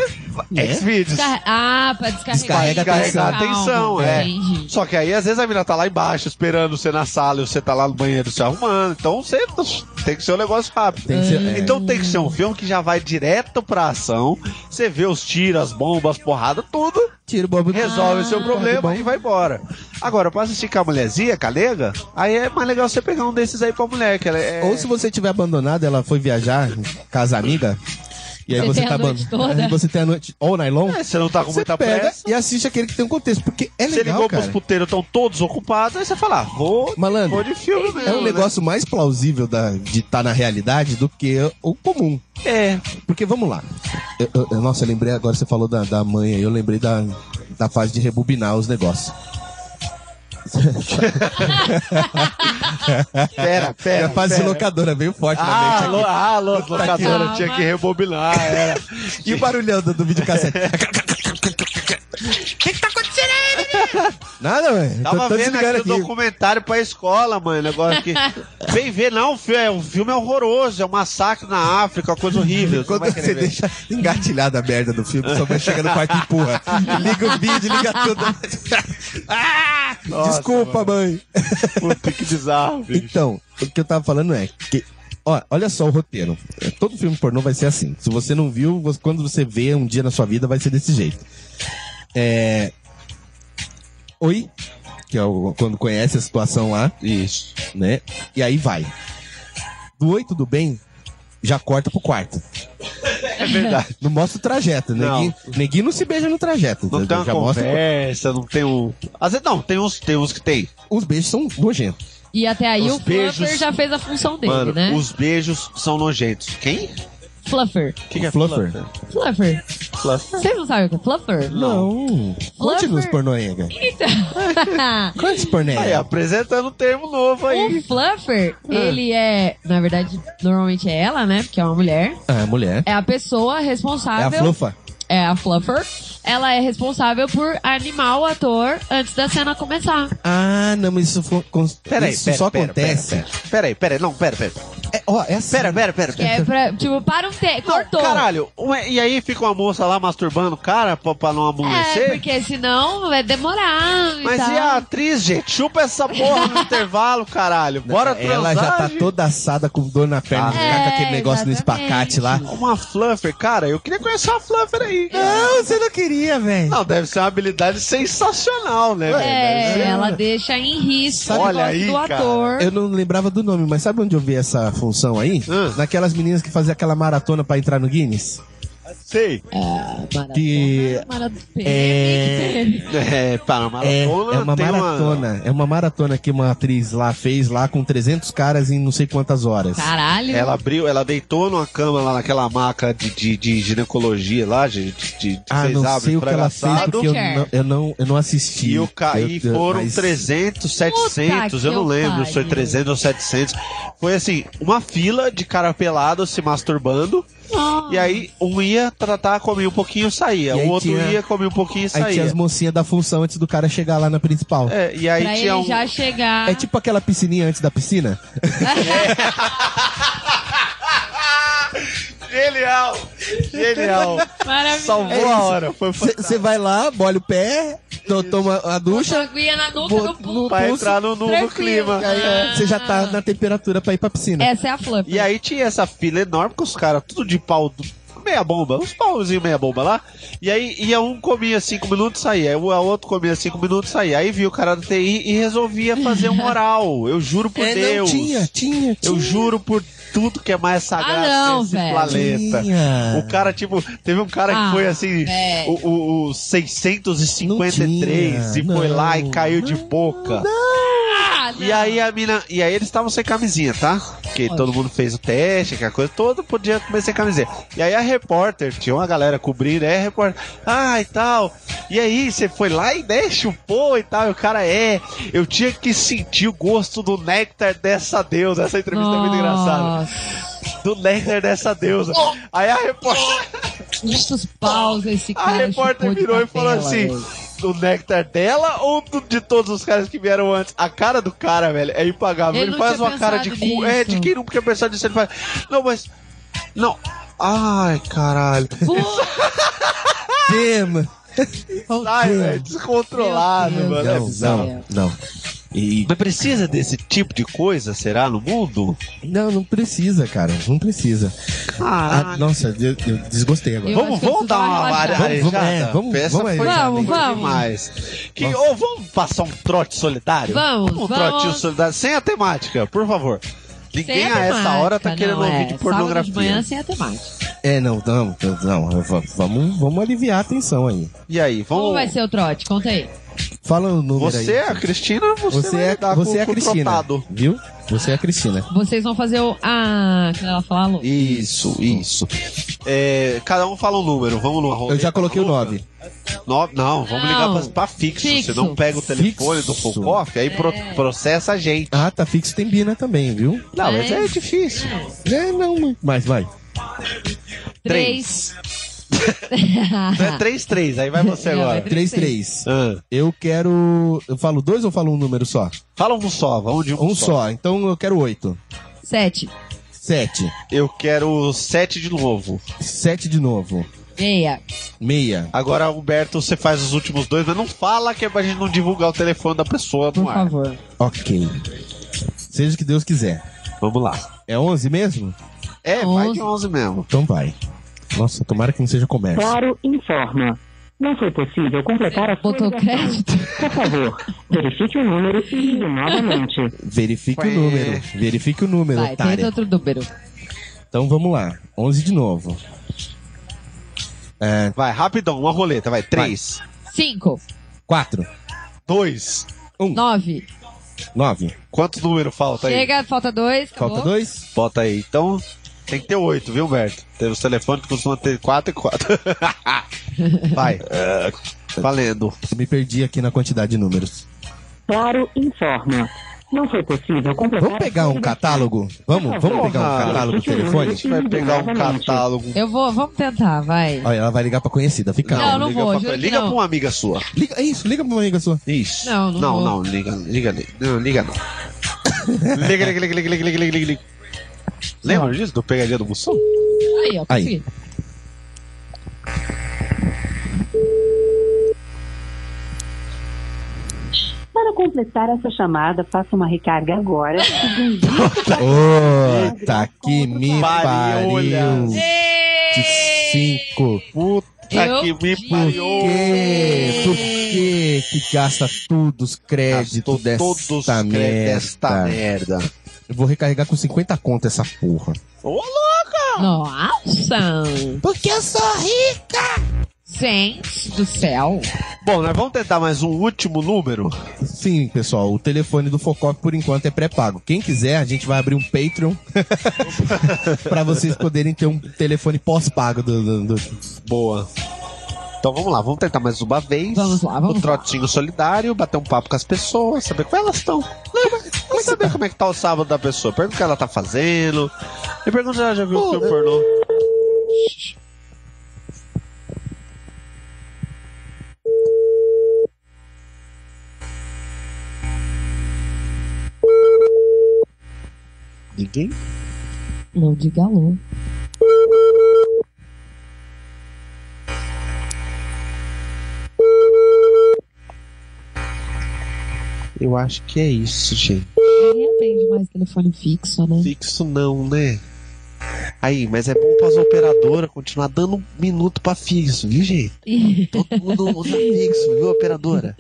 é? Xvideos. Descar- Ah, pra descarregar. Descarrega a né? atenção. atenção, é. Entendi. Só que aí, às vezes, a mina tá lá embaixo esperando você na sala e você tá lá no banheiro se arrumando. Então você tem que ser um negócio rápido. Tem que ser- é. Então tem que ser um filme que já vai direto pra ação. Você vê os tiros, as bombas, as porradas, tudo, Tira o bobo resolve Ah, o seu problema é e vai embora. Agora, pra assistir com a mulherzinha, com a nega, aí é mais legal você pegar um desses aí pra mulher, que ela é. Ou se você tiver abandonado, ela foi viajar, casa amiga, e aí Você você tem tá a noite abandonado. toda. Aí Você tem a noite all night long. É, você não tá com Você muita pega pressa. e assiste aquele que tem um contexto, porque é Você legal, ligou pros cara. puteiros, estão todos ocupados, aí você fala, ah, vou. Vou Malandro, de filme mesmo. é um né? negócio mais plausível da- de estar na realidade do que o comum. É. Porque vamos lá. Eu- eu- eu- nossa, eu lembrei agora, você falou da, da mãe aí, eu lembrei da, da fase de rebobinar os negócios. Pera, É pera. a fase pera. locadora, veio forte na Ah, mente. alô, ah, alô, locadora que- tinha que rebobinar, era. E o barulhão do, do videocassete? O que, que tá tá acontecendo aí, Nada, velho. Tava Tô- tô vendo desligando aqui o documentário pra escola, mano. Negócio que. Vem ver, não, o filme, é, o filme é horroroso, é um massacre na África, uma coisa horrível. Você Quando não vai você querer ver. deixa engatilhada a merda do filme, sua mãe chega no quarto e empurra. Liga o vídeo, liga tudo. Ah, Nossa, desculpa, mãe. Puta, que bizarro, bicho. Então, o que eu tava falando é que. Ó, olha só o roteiro. É, Todo filme pornô vai ser assim. Se você não viu, você- quando você vê um dia na sua vida, vai ser desse jeito. É. Oi? Que é o, quando conhece a situação lá. Isso. né? E aí vai. Do oi, tudo bem? Já corta pro quarto. É verdade. Não mostra o trajeto. né? Não. Neguinho, neguinho não se beija no trajeto. Não tem uma já mostra. conversa, não tem um. Às vezes não, tem uns, tem uns que tem. Os beijos são nojentos. E até aí o Os Fluffer beijos- já fez a função dele, Mano, né? os beijos são nojentos. Quem? Fluffer. O que, que é Fluffer? Fluffer. Fluffer? Vocês não sabem o que é Fluffer? Não. Conte nos Fluffer. pornoenga. Então. Conte os Aí, pornoenga. apresentando um termo novo aí. Ah. O Fluffer, ele é, na verdade, normalmente é ela, né? Porque é uma mulher. Ah, mulher. É a pessoa É a responsável. flufa. é a Fluffer. Ela é responsável por animar o ator antes da cena começar. Ah, não, mas isso, fo- cons- Peraí, isso pera, só pera, acontece. Pera, pera, pera aí, pera aí, não, pera, pera. É, ó, é assim. Pera, pera, pera. Que é pra, tipo, para um tempo. Cortou. Caralho, ué, e aí fica uma moça lá masturbando o cara pra, pra não É, amolecer? porque então senão vai demorar. Mas tal. e a atriz, gente? Chupa essa porra no intervalo, caralho. Bora Ela transar, já tá gente. toda assada com dor na perna, Ah. ficar com aquele É, negócio no exatamente. espacate lá. Uma fluffer, cara, eu queria conhecer uma fluffer aí. É. Não, você não queria, velho. Não, deve ser uma habilidade sensacional, né? velho? É, Deve ser- ela deixa em risco Sabe- o Olha negócio aí, do cara. ator. Eu não lembrava do nome, mas sabe onde eu vi essa função aí? Ah. Naquelas meninas que faziam aquela maratona pra entrar no Guinness. Sei. Que É... É, para uma é, é maratona. uma tem maratona. É uma maratona que uma atriz lá fez lá com 300 caras em não sei quantas horas. Caralho. Ela abriu, ela deitou numa cama lá naquela maca de, de, de ginecologia lá, de, de, de Ah, vocês não abrem sei o que ela fez fracassado. porque eu Care. não, eu não, eu não assisti. E, o ca... Eu- e eu- foram mas- 300, 700, que eu não eu lembro se foi pariu. 300 ou 700. Foi assim, uma fila de cara pelado se masturbando Ah. E aí um ia tratar, comia um pouquinho, saía. E aí O outro tinha- ia, comia um pouquinho e Aí tinha as saía. mocinhas da função antes do cara chegar lá na principal. É, É, e aí pra ele tinha um. já chegar. tipo aquela piscininha antes da piscina. Genial! Genial! Maravilhoso. Salvou a É hora. Foi Você vai lá, molha o pé, to- toma a ducha, Sanguinha na nuca Vou- do pulo. pra pulso, entrar no, no, no tranquilo. clima. É. você já tá na temperatura pra ir pra piscina. Essa é a fluff. E aí tinha essa fila enorme com os caras tudo de pau, do- meia bomba, uns pauzinhos meia bomba lá. E aí ia um comia cinco minutos, saía. Aí o outro comia cinco minutos, saía. Aí via o cara do TI e resolvia fazer um oral. Eu juro por É, não, Deus. tinha, tinha, tinha. Eu juro por tudo que é mais sagrado Ah, não, nesse velho. planeta. Tinha. O cara, tipo, teve um cara Ah, que foi assim, velho. o, o, o 653 Não tinha, e foi lá e não. caiu de boca. Ah, não. E aí a mina. E aí eles estavam sem camisinha, tá? Porque todo mundo fez o teste, aquela coisa, todo podia comer sem camisinha. E aí a repórter, tinha uma galera cobrindo, é repórter, ah e tal. E aí você foi lá e né, chupou e tal. E o cara é, eu tinha que sentir o gosto do néctar dessa deusa. Essa entrevista é muito engraçada. Nossa, Do néctar dessa deusa. Aí a repórter, muitos paus esse a cara. repórter chupou de virou e capela, falou assim. velho. Do néctar dela ou do- de todos os caras que vieram antes? A cara do cara, velho, é impagável. Ele Ele, não faz tinha uma cara de cu. pensado nisso. É, de quem nunca tinha pensado nisso, ele faz. Não, mas. Não. Ai, caralho. Damn. Ai, Deus. velho, descontrolado, Meu mano. É Não, bizarro. não, não. E, Mas precisa desse tipo de coisa, será, no mundo? não, não precisa, cara. Não precisa. Ah, Caralho. nossa, eu, eu desgostei agora. Eu Vamos, acho que eu vamos dar preciso dar uma uma varejada. relaxada. Vamos, vamos, é, vamos- Essa vamos foi arejada. foi Vamos, demais. Que, ô, vamos passar um trote solidário? Vamos, Um vamos. trotinho solidário, sem a temática, por favor. Ninguém Sem a essa é temática, hora tá não, querendo ouvir é. de Sábado de manhã pornografia. sem a temática. É, não, não, não, não, v- vamos, vamos aliviar a tensão aí. E aí, Como vai vamos. ser o trote? Conta aí. Fala o número Você é aí. a Cristina, você, você vai é, lidar você com, é a com o Cristina, trotado. viu? Você é a Cristina. Vocês vão fazer o. Ah, que ela falou. Isso, isso. É, cada um fala um número, vamos no rolê. um Eu já coloquei o 9. Nove- Não, vamos ligar Não. pra, pra fixo. Fixo. É. Você não pega o telefone do Fixo. Focoff, aí pro- processa a gente. Ah, tá fixo tem Bina também, viu? Não, mas é Mas- difícil. É, não, muito. Mas vai. Três. Então é 3-3, aí vai você Ah. Não, agora. é 3, 3. Ah, Eu quero. Eu falo dois ou falo um número só? fala um só, vamos de um, Um só, então eu quero 8. Sete. 7. Eu quero 7 de novo. 7 de novo. Meia. Meia. Agora, Humberto, você faz os últimos dois, mas não fala que é pra gente não divulgar o telefone da pessoa no Por ar. favor. Ok. Seja o que Deus quiser. Vamos lá. É 11 mesmo? É, vai de Onze. 11 mesmo. Então vai. Nossa, tomara que não seja comércio. Claro informa. Não foi possível completar a sua Botou ligação. crédito? Por favor, verifique o número e ligue novamente. Verifique Ué. o número. Verifique o número, Vai, otária. tenta outro número. Então vamos lá. 11 de novo. É, Vai, rapidão, uma roleta, vai. 3, Cinco. 4, 2. Nove. 9. Quantos números falta aí? Chega, falta dois. Acabou. Falta 2. Bota aí. Então, tem que ter 8, viu, Humberto? Tem os telefones que costumam ter 4 e 4. vai. É. Valendo. Me perdi aqui na quantidade de números. Claro informa. Não foi possível completar. Vamos pegar um catálogo? Vamos, vamos pegar Porra. um catálogo do A telefone? gente vai pegar um catálogo. Eu vou, vamos tentar, vai. Olha, ela vai ligar pra conhecida, fica Não, calma. não liga vou, pra- juro que Liga não. pra uma amiga sua. Liga, isso, liga pra uma amiga sua. Isso. Não, não Não, vou. não, liga, liga, liga. Não, liga não. liga, liga, liga, liga, liga, liga, liga, liga, liga. Lembra disso? Do pegadinha do Mussum? Aí, ó, consegui. Para completar essa chamada, faça uma recarga agora. Ô, tá que me Pariu, pariu. olha. De cinco. Puta Eu que me disse. Por pariu. quê? Por quê que gasta todos os Gastou créditos desta todos os créditos desta merda? merda. Eu vou recarregar com 50 conto essa porra. Ô, Nossa! Porque eu sou rico! Gente do céu! Bom, nós vamos tentar mais um último número. Sim, pessoal, o telefone do Focop por enquanto é pré-pago. Quem quiser, a gente vai abrir um Patreon pra vocês poderem ter um telefone pós-pago do, do- do- Boa. Então vamos lá, vamos tentar mais uma vez. Vamos lá, vamos O trotinho solidário, bater um papo com as pessoas, saber como elas estão. Vamos saber como é que tá o sábado da pessoa. Pergunta o que ela tá fazendo. E pergunta se ela já viu o seu pornô. Ninguém? Não diga alô. Eu acho que é isso, gente. Ninguém atende mais telefone fixo, né? Fixo não, né? Aí, mas é bom para as operadoras continuar dando um minuto para fixo, viu, gente? Todo mundo usa fixo, viu, operadora?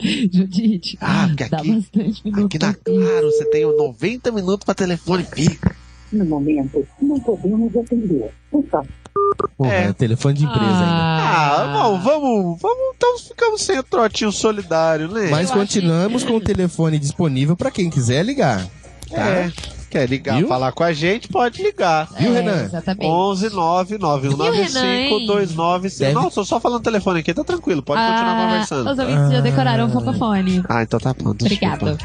Judite. Ah, porque dá aqui- bastante minuto. Aqui na Claro, você tem 90 minutos para telefone fixo. No momento, não podemos atender. Por favor. Porra, É. é telefone de empresa ainda. Ah, bom, vamos, vamos, então ficamos sem o trotinho solidário, né? Mas Eu acho continuamos com o telefone disponível pra quem quiser ligar. Tá? É, quer ligar, Viu? falar com a gente, pode ligar. Viu, Renan? é, Exatamente. 11 9 Renan, hein? 2995 Deve- Não, tô só falando telefone aqui, tá tranquilo, pode continuar Ah, conversando. Os ouvintes já decoraram o Ah. fofofone. Ah, então tá pronto. Obrigado.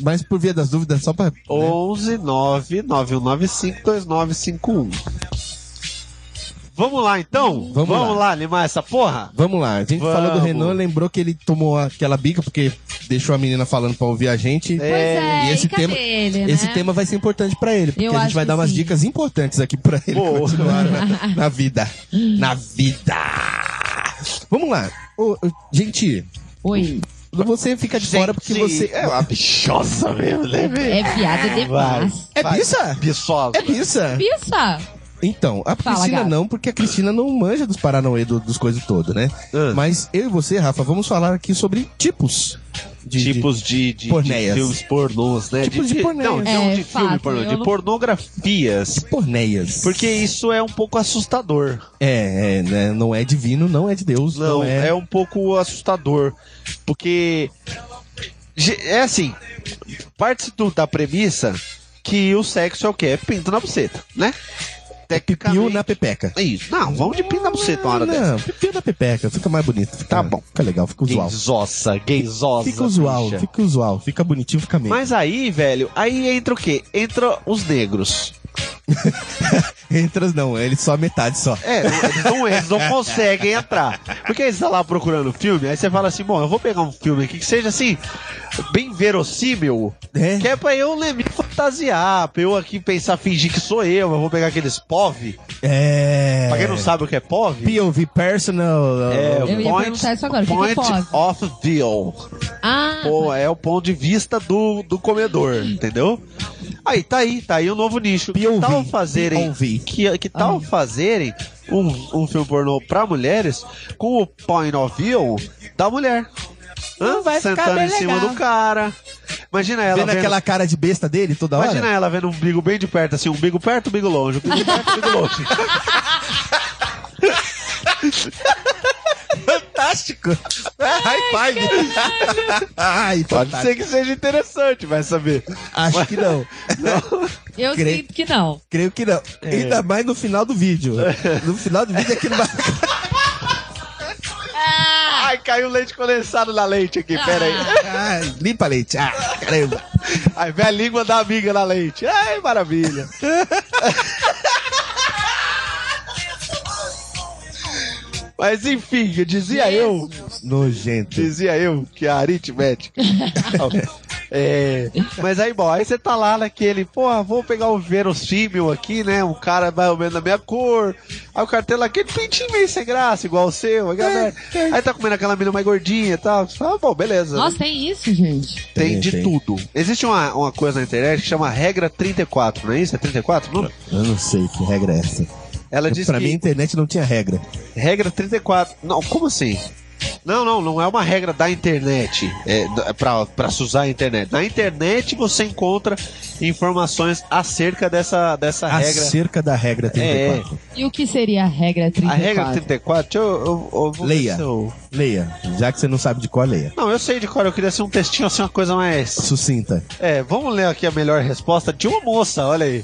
Mas por via das dúvidas, só pra. né? né? 11 9 9195 2951. Vamos lá então? Vamos lá. lá limar essa porra? Vamos lá, a gente Vamos. falou do Renan, lembrou que ele tomou aquela bica porque deixou a menina falando pra ouvir a gente. É. Pois é, e e esse cadê tema- ele, né? Esse tema vai ser importante pra ele, porque Eu a gente acho vai que dar umas sim. dicas importantes aqui pra ele Boa. continuar na, na vida. Na vida! Vamos lá. Ô, ô, gente, Oi. você fica de fora porque Gente, você. É uma bichosa mesmo, né, velho? É viado Vai. demais. É vai. pizza? Bichosa. É pizza? Pissa! Então, a Fala, Cristina gato. não, porque a Cristina não manja dos Paranauê do- dos coisas todo, né? Ah. Mas eu e você, Rafa, vamos falar aqui sobre tipos. de- de- tipos de, de, de porneias. filmes pornôs, né? Tipos de porneias. Não, de, É, de filme fato, pornô, eu de não- pornografias. porneias. Porque isso é um pouco assustador. É, é, né? não é divino, não é de Deus. Não, é... um pouco assustador. Porque. ge- É assim. Parte do- da premissa que o sexo é o quê? É pinto na buceta, né? piu Tecnicamente. É na pepeca. É Isso. Não, vamos de pinto na buceta uma hora não, dessa. piu na pepeca, fica mais bonito. fica- Tá bom. Fica legal, fica usual. Gaysosa, gaysosa. Fica usual, bicha. fica usual, fica bonitinho, fica meio. Mas aí, velho, aí entra o quê? Entra os negros. Entras não, ele só a metade só. É, eles não, eles não conseguem entrar. Porque eles estão lá procurando filme, aí você fala assim, bom, eu vou pegar um filme aqui que seja assim, bem verossímil, É. que é pra eu né, me fantasiar, pra eu aqui pensar, fingir que sou eu, eu vou pegar aqueles POV. É. Pra quem não sabe o que é POV, POV personal. é Eu ia perguntar isso agora, o que que é point POV? of view. Ah, Pô, é o ponto de vista do, do comedor, entendeu? Aí tá aí, tá aí o novo nicho. Que POV, tal fazerem POV. que, que tal Ah. fazerem um, um filme pornô pra mulheres com o point of view da mulher? Hã? vai ficar Sentando bem em cima legal. do cara. Imagina ela Vendo vendo, aquela cara de besta dele toda hora? imagina ela vendo um umbigo bem de perto, assim, um umbigo perto, um umbigo longe, um umbigo perto, um umbigo longe. Fantástico! High five! Ai, Pode fantástico. ser que seja interessante, vai saber. Acho que não. eu Cre- sinto que não. Creio que não. É. Ainda mais no final do vídeo. No final do vídeo aquilo vai. Ai, caiu leite condensado na leite aqui, pera aí. Ah. Ai, limpa leite. Ah, caramba. Aí vem a língua da amiga na leite. Ai, maravilha. Mas enfim, eu dizia eu, Nojento. dizia eu que a aritmética. É, mas aí, bom, aí você tá lá naquele, porra, vou pegar o verossímil aqui, né? Um cara mais ou menos da minha cor. Aí o cara tem lá aquele pintinho meio sem graça, igual o seu. aquela merda. Aí tá comendo aquela mina mais gordinha e tal. Ah, bom, beleza. Nossa, tem isso, gente. Tem, Tem, de tem. tudo. Existe uma, uma coisa na internet que chama regra 34, não é isso? É 34? Não? Eu não sei que regra é essa. Ela diz pra que mim, a internet não tinha regra. regra 34. Não, como assim? Não, não, não é uma regra da internet, é, da- pra, pra se usar a internet. Na internet você encontra informações acerca dessa, dessa regra. É. Acerca da regra 34. E o que seria a regra 34? A regra 34, deixa eu, eu, eu vou ver Leia. se eu- Leia. Já que você não sabe de qual, leia. Não, eu sei de cor, eu queria ser um textinho assim, uma coisa mais Sucinta. É, vamos ler aqui a melhor resposta de uma moça, olha aí.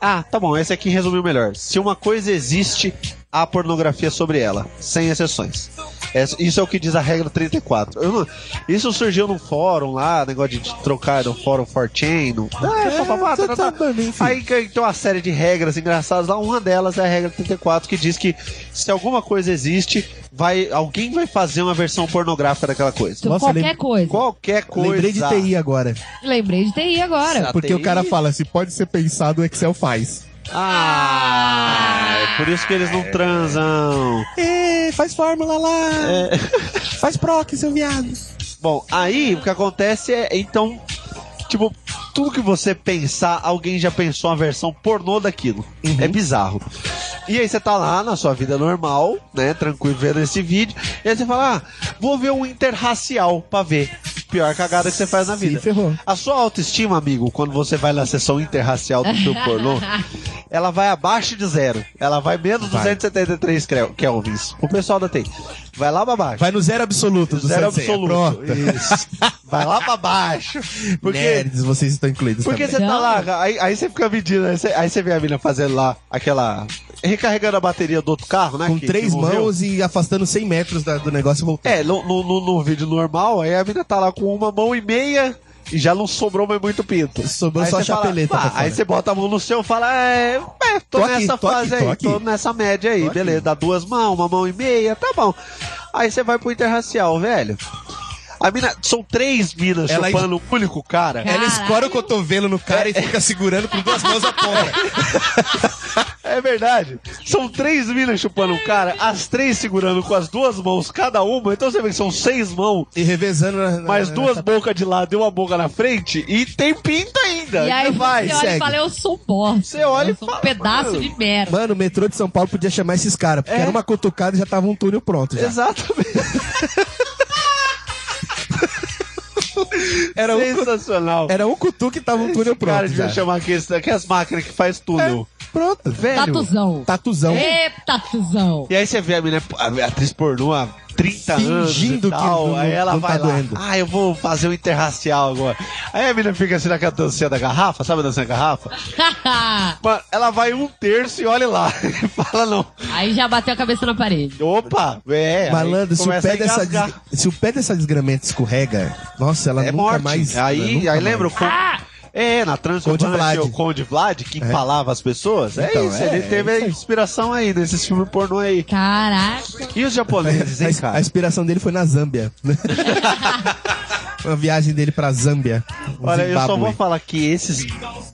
Ah, tá bom, esse aqui resumiu melhor. Se uma coisa existe, há pornografia sobre ela, sem exceções. É, isso é o que diz a regra 34. Eu não- isso surgiu num fórum lá, negócio de trocar no fórum 4chan. No, ah, é, papapá, você tá, tá tá. dando, enfim. Aí que- tem uma série de regras engraçadas lá. Uma delas é a regra 34, que diz que se alguma coisa existe, vai, alguém vai fazer uma versão pornográfica daquela coisa. Nossa, Qualquer lem- coisa. Qualquer coisa. Tá, Lembrei de TI agora. Lembrei de TI agora. A Porque o TI? cara fala, se pode ser pensado, o Excel faz. Ah, é por isso que eles não transam. É. É, faz fórmula lá. Faz proc, seu viado. Bom, aí o que acontece é, então, tipo, tudo que você pensar, alguém já pensou uma versão pornô daquilo. Uhum. É bizarro. E aí você tá lá na sua vida normal, né, tranquilo, vendo esse vídeo, e aí você fala, ah, vou ver um interracial pra ver. Pior cagada que você faz na vida. Se ferrou. A sua autoestima, amigo, quando você vai na sessão interracial do seu pornô, ela vai abaixo de zero. Ela vai menos Vai. 273 Kel- kelvins. O pessoal da TI. Vai lá pra baixo. Vai no zero absoluto do Zero sensei, absoluto. pronto. Isso. Vai lá pra baixo. Porque, Nerds, vocês estão incluídos porque também. você tá lá, aí, aí você fica medindo, aí você, aí você vê a mina fazendo lá aquela. recarregando a bateria do outro carro, né? Com que- três que morreu. mãos e afastando 100 metros da- do negócio e voltando. É, no, no, no- no vídeo normal, aí a mina tá lá com uma mão e meia e já não sobrou mais muito pinto. Sobrou Aí só a você fala, chapeleta "Ah", pra fora. aí você bota a mão no seu e fala, é, é, tô, Tô aqui, nessa tô fase aqui, tô aí, aqui. tô nessa média aí, Tô aqui. beleza, dá duas mãos, uma mão e meia, tá bom. Aí você vai pro interracial, velho. A mina, são três minas Ela- É. chupando um único cara. Ela escora o cotovelo no cara e fica segurando com duas mãos a ponta. É verdade. São três minas chupando um cara, as três segurando com as duas mãos cada uma, então você vê que são seis mãos. E revezando na, na- mais na- duas na- bocas de lado e uma boca na frente e tem pinta ainda. E aí Você então vai. você olha segue. e fala, eu sou um bosta. Você olha e eu sou fala, um pedaço mano. de merda. Mano, o metrô de São Paulo podia chamar esses caras, porque É. era uma cutucada e já tava um túnel pronto. Já. Exatamente. Era um cu- Sensacional. Era um cutuque e tava um túnel Esse cara pronto. devia Já. É, chamar aqueles, aquelas máquinas que faz túnel. Pronto. Velho. Tatuzão. É, Tatuzão. Ê, tatuzão. É. E aí você vê a menina, a atriz pornô há 30 anos. Fingindo e tal, que não- Aí ela não tá vai lá. doendo. Ah, eu vou fazer um interracial agora. Aí a menina fica assim naquela dancinha da garrafa, sabe a dancinha da garrafa? Mano, ela vai um terço e olha lá. E fala não. Aí já bateu a cabeça na parede. Opa, é. aí Malandro, se o, começa pé a dessa engasgar. des- se o pé dessa desgramenta escorrega, nossa, ela é nunca morte. mais. aí, nunca aí mais. lembra o Con- Ah! É, na Conde Transurbana Vlad. É. tinha o Conde Vlad, que empalava as pessoas. É Então, isso, é, ele é teve isso aí. inspiração aí nesses filmes pornô aí. Caraca. E os japoneses, hein, A, a cara? inspiração dele foi na Zâmbia. Uma viagem dele pra Zâmbia. Olha, eu só Zimbábue. vou falar que esses